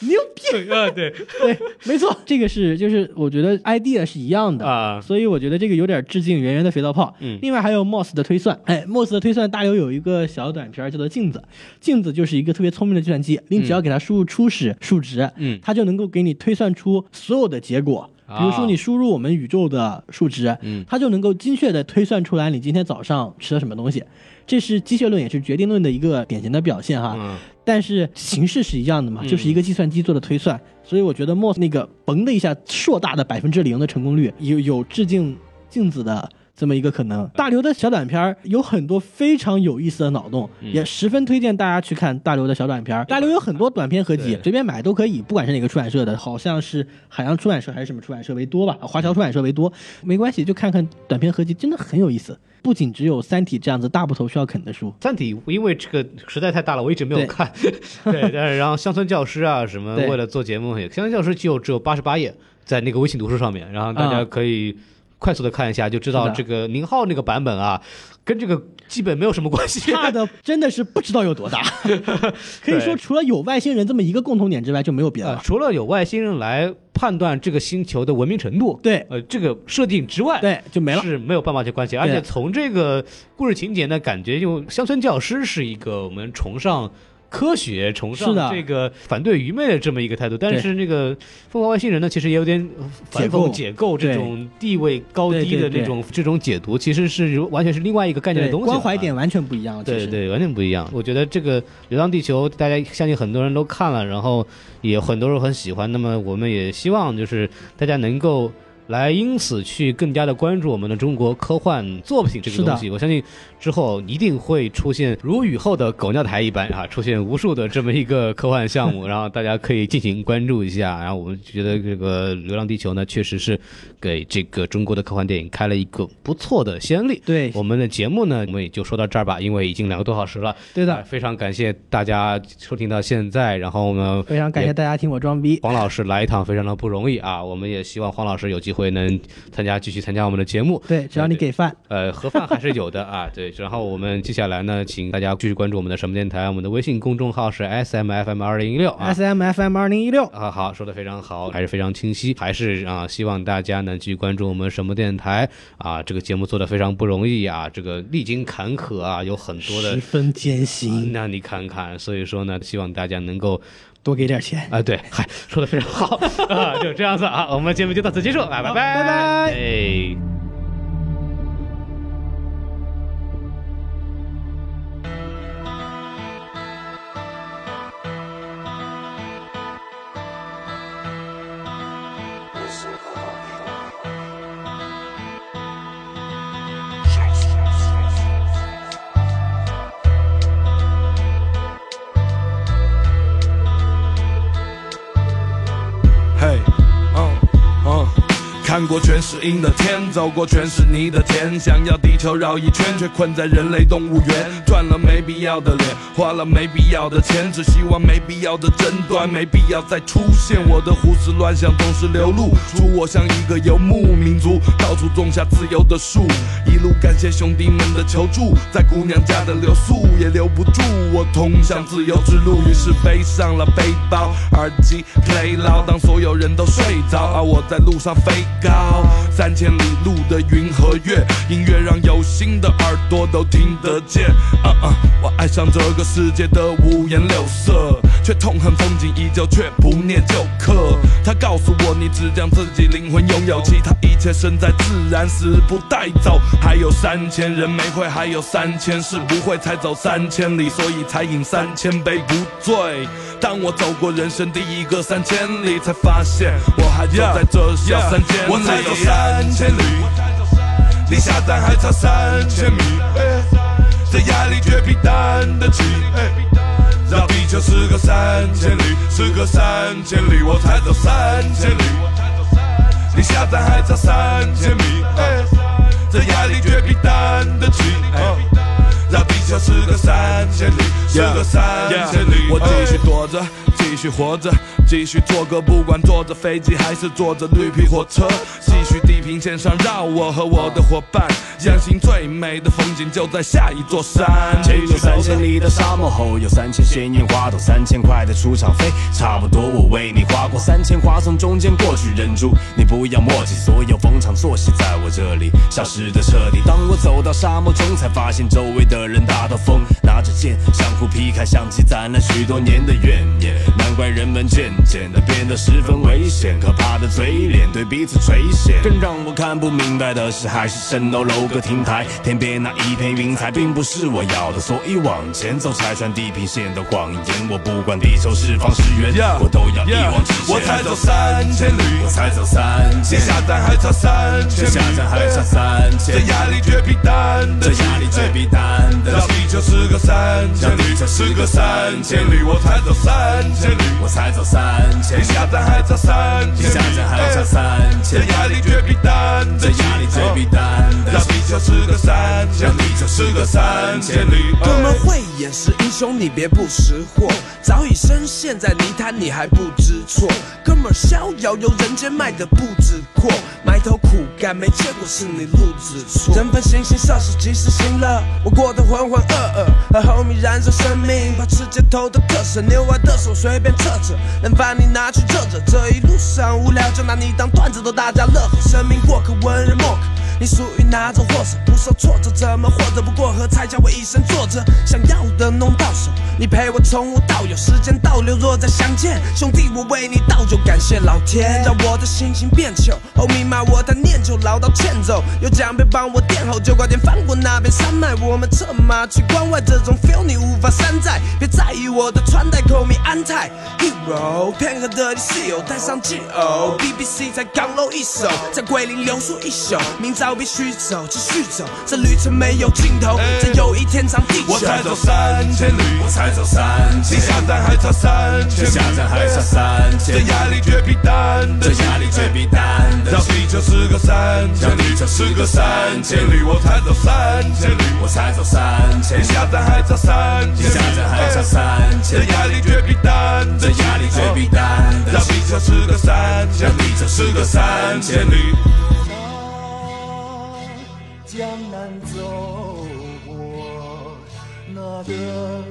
牛逼，
对啊，对
[LAUGHS] 对，没错，这个是就是我觉得 idea 是一样的。
啊，
所以我觉得这个有点致敬圆圆的肥皂泡。
嗯
另外还有 Moss 的推算，哎，Moss 的推算，大刘有一个小短片儿叫做《镜子》，镜子就是一个特别聪明的计算机，你只要给它输入初始数值，
嗯
它就能够给你推算出所有的结果。比如说你输入我们宇宙的数值，
啊嗯
它就能够精确的推算出来你今天早上吃了什么东西。这是机械论也是决定论的一个典型的表现哈。
嗯，
但是形式是一样的嘛，就是一个计算机做的推算，所以我觉得 Moss 那个嘣的一下硕大的百分之零的成功率，有有致敬镜子的这么一个可能。大刘的小短片儿有很多非常有意思的脑洞，也十分推荐大家去看大刘的小短片儿。大刘有很多短片合集，随便买都可以，不管是哪个出版社的，好像是海洋出版社还是什么出版社为多吧，华侨出版社为多，没关系，就看看短片合集，真的很有意思。不仅只有《三体》这样子大部头需要啃的书，
三体因为这个实在太大了，我一直没有
对
看。 [LAUGHS] 对，但是然后乡村教师啊什么，
对
为了做节目也，乡村教师只有只有八十八页，在那个微信读书上面，然后大家
嗯
可以快速的看一下，就知
是
道
的
这个宁浩那个版本啊，跟这个基本没有什么关系。
差的真的是不知道有多大。可以说，除了有外星人这么一个共同点之外，就没有别的
[LAUGHS] 呃
了。，
除了有外星人来判断这个星球的文明程度，
对
呃，这个设定之外，
对，就没了。
是没有办法去关系。而且从这个故事情节呢，感觉就乡村教师是一个我们崇尚。科学崇尚
是的
这个反对愚昧的这么一个态度，但
对
是那个疯狂外星人呢，其实也有点呃反
解
讽
构
解构这
对
种地位高低
对
的
对对
那种这种解读，其实是完全是另外一个概念的
对，
东西了啊。
关怀点完全不一样了。其
对
实
对，完全不一样。我觉得这个《流浪地球》，大家相信很多人都看了，然后也很多人很喜欢。那么我们也希望就是大家能够来因此去更加的关注我们的中国科幻作品这个
是的
东西。我相信之后一定会出现如雨后的狗尿台一般啊，出现无数的这么一个科幻
[LAUGHS]
项目，然后大家可以进行关注一下。然后我们觉得这个《流浪地球》呢，确实是给这个中国的科幻电影开了一个不错的先例。
对
我们的节目呢，我们也就说到这儿吧，因为已经两个多小时了。
对
呃
的，
非常感谢大家收听到现在，然后呢，
非常感
也
谢大家听我装逼。
黄老师来一趟非常的不容易啊，我们也希望黄老师有机会能参加继续参加我们的节目。
对，只要你
对
给饭，
呃，盒饭还是有的啊，对。然后我们接下来呢，请大家继续关注我们的什么电台，我们的微信公众号是 S M F M 二零一六啊。
S M F M 二零一六，
啊，好，说的非常好，还是非常清晰，还是啊，希望大家呢继续关注我们什么电台啊，这个节目做的非常不容易啊，这个历经坎坷啊，有很多的
十分艰
啊
辛，
那你看看，所以说呢，希望大家能够
多给点钱。
啊，对，嗨，说的非常好啊，就这样子啊，我们节目就到此结束，啊，拜拜，
好拜拜
哎。
嘿，嗯嗯，看过全是阴的天，走过全是泥的田，想要地球绕一圈，却困在人类动物园，赚了没必要的脸，花了没必要的钱，只希望没必要的争端没必要再出现。我的胡思乱想总是流露出我像一个游牧民族，到处种下自由的树，一路感谢兄弟们的求助，在姑娘家的留宿也留不住我通向自由之路，于是背上了背包，耳机 play loud，当所有人都睡着，而我在路上飞高，三千里路的云和月，音乐让有心的耳朵都听得见。嗯嗯，我爱上这个世界的五颜六色，却痛恨风景依旧，却不念旧课。他告诉我，你只将自己灵魂拥有，其他一切身在自然，死不带走。还有三千人没会，还有三千事不会，才走三千里，所以才饮三千杯不醉。当我走过人生第一个三千里，才发现我还走在这小山间里，
我才走三千里，离下站还差三千米，哎这压力绝比担得起。哎绕地球是个三千里，是个三千里，我才走三千里，离下站还差三千米，哎这压力绝比担得起。哎绕地球是个三千里，是个三千里，
我继续
哎
躲着，继续活着，继续做个不管坐着飞机还是坐着绿皮火车，继续地平线上绕我和我的伙伴，相信最美的风景就在下一座山。
进入三千里的沙漠后，有三千鲜艳花朵，三千块的出场费，差不多我为你花过三千花从中间过去，忍住你不要墨迹，所有逢场作戏在我这里消失的彻底。当我走到沙漠中，才发现周围的人大都疯，拿着剑相互劈开，像极攒了许多年的怨念。难怪人们渐渐的变得十分危险，可怕的嘴脸对彼此垂涎。更让我看不明白的是，还是蜃楼楼阁亭台，天边那一片云彩并不是我要的，所以往前走拆穿地平线的谎言。我不管地球是方是圆
Yeah，
我都要一往直前。
我才走三千里，
我才走三
这
千，
下站还差三千
这
米，
下站还差三千
这，压力绝比单的
这
轻
压力绝比单的
绕
轻。
地球是个三千
让
里
地，球是
是
个
个
三
三
千
千
里
里，我才走三千里，
我才走三千
这，下站还差三
这
千
下
里，
站还差
哎
三
这
千，
压力绝比单
这
的轻
压力绝比
哦
单的
让
轻。
地球是个三千
让
里
地，球是
是
个
个
三
三
千
千
里
里。
我
哎
们慧眼识英雄，你别不识货。早已深陷在泥潭，你还不知错。哥们儿逍遥游人间，卖的不止阔。埋头苦干，没结果是你路指错。人分形形色色，及时行乐。我过得浑浑噩噩，和 homie 燃烧生命，把持街头的特色，牛蛙的手随便扯扯，能把你拿去热热。这一路上无聊，就拿你当段子逗大家乐呵。生命过客，文人墨客。你属于哪种货色？不受挫折，怎么活着？不过河才叫我一生坐着。想要的弄到手，你陪我从无到有，时间倒流，若再相见，兄弟，我为你倒酒，感谢老天让我的心情变旧。Homie 骂我太念旧，老到欠揍，有奖杯帮我垫后，就快点翻过那边山脉，我们策马去关外，这种 feel 你无法山寨，别在意我的穿戴，call me 安泰 hero，配合的你室友带上戒偶，BBC 才刚露一手，在桂林留宿一宿，明早必须走，继续走，这旅程没有尽头，这有一天长地久。
我才走三千里，
我才走三
这
千，
下站还差三千
这
米，
下站还差三
这
千，
压力绝比单的
这
轻
压力绝比单的
绕
轻。
地球是个三千
让
里，
地球是个三千
千里，我才走三千里，
我才走三千
这，下站还差三
这
千
下
里，
站还差三千
这，压力绝比单
这
的轻
压力绝比单的
绕
轻。
地球是个三千
让
里，
地球是
是
个
个
三
三
千
千里。
江南走过，那个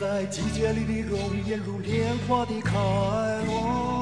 在季节里的容颜如莲花的开落。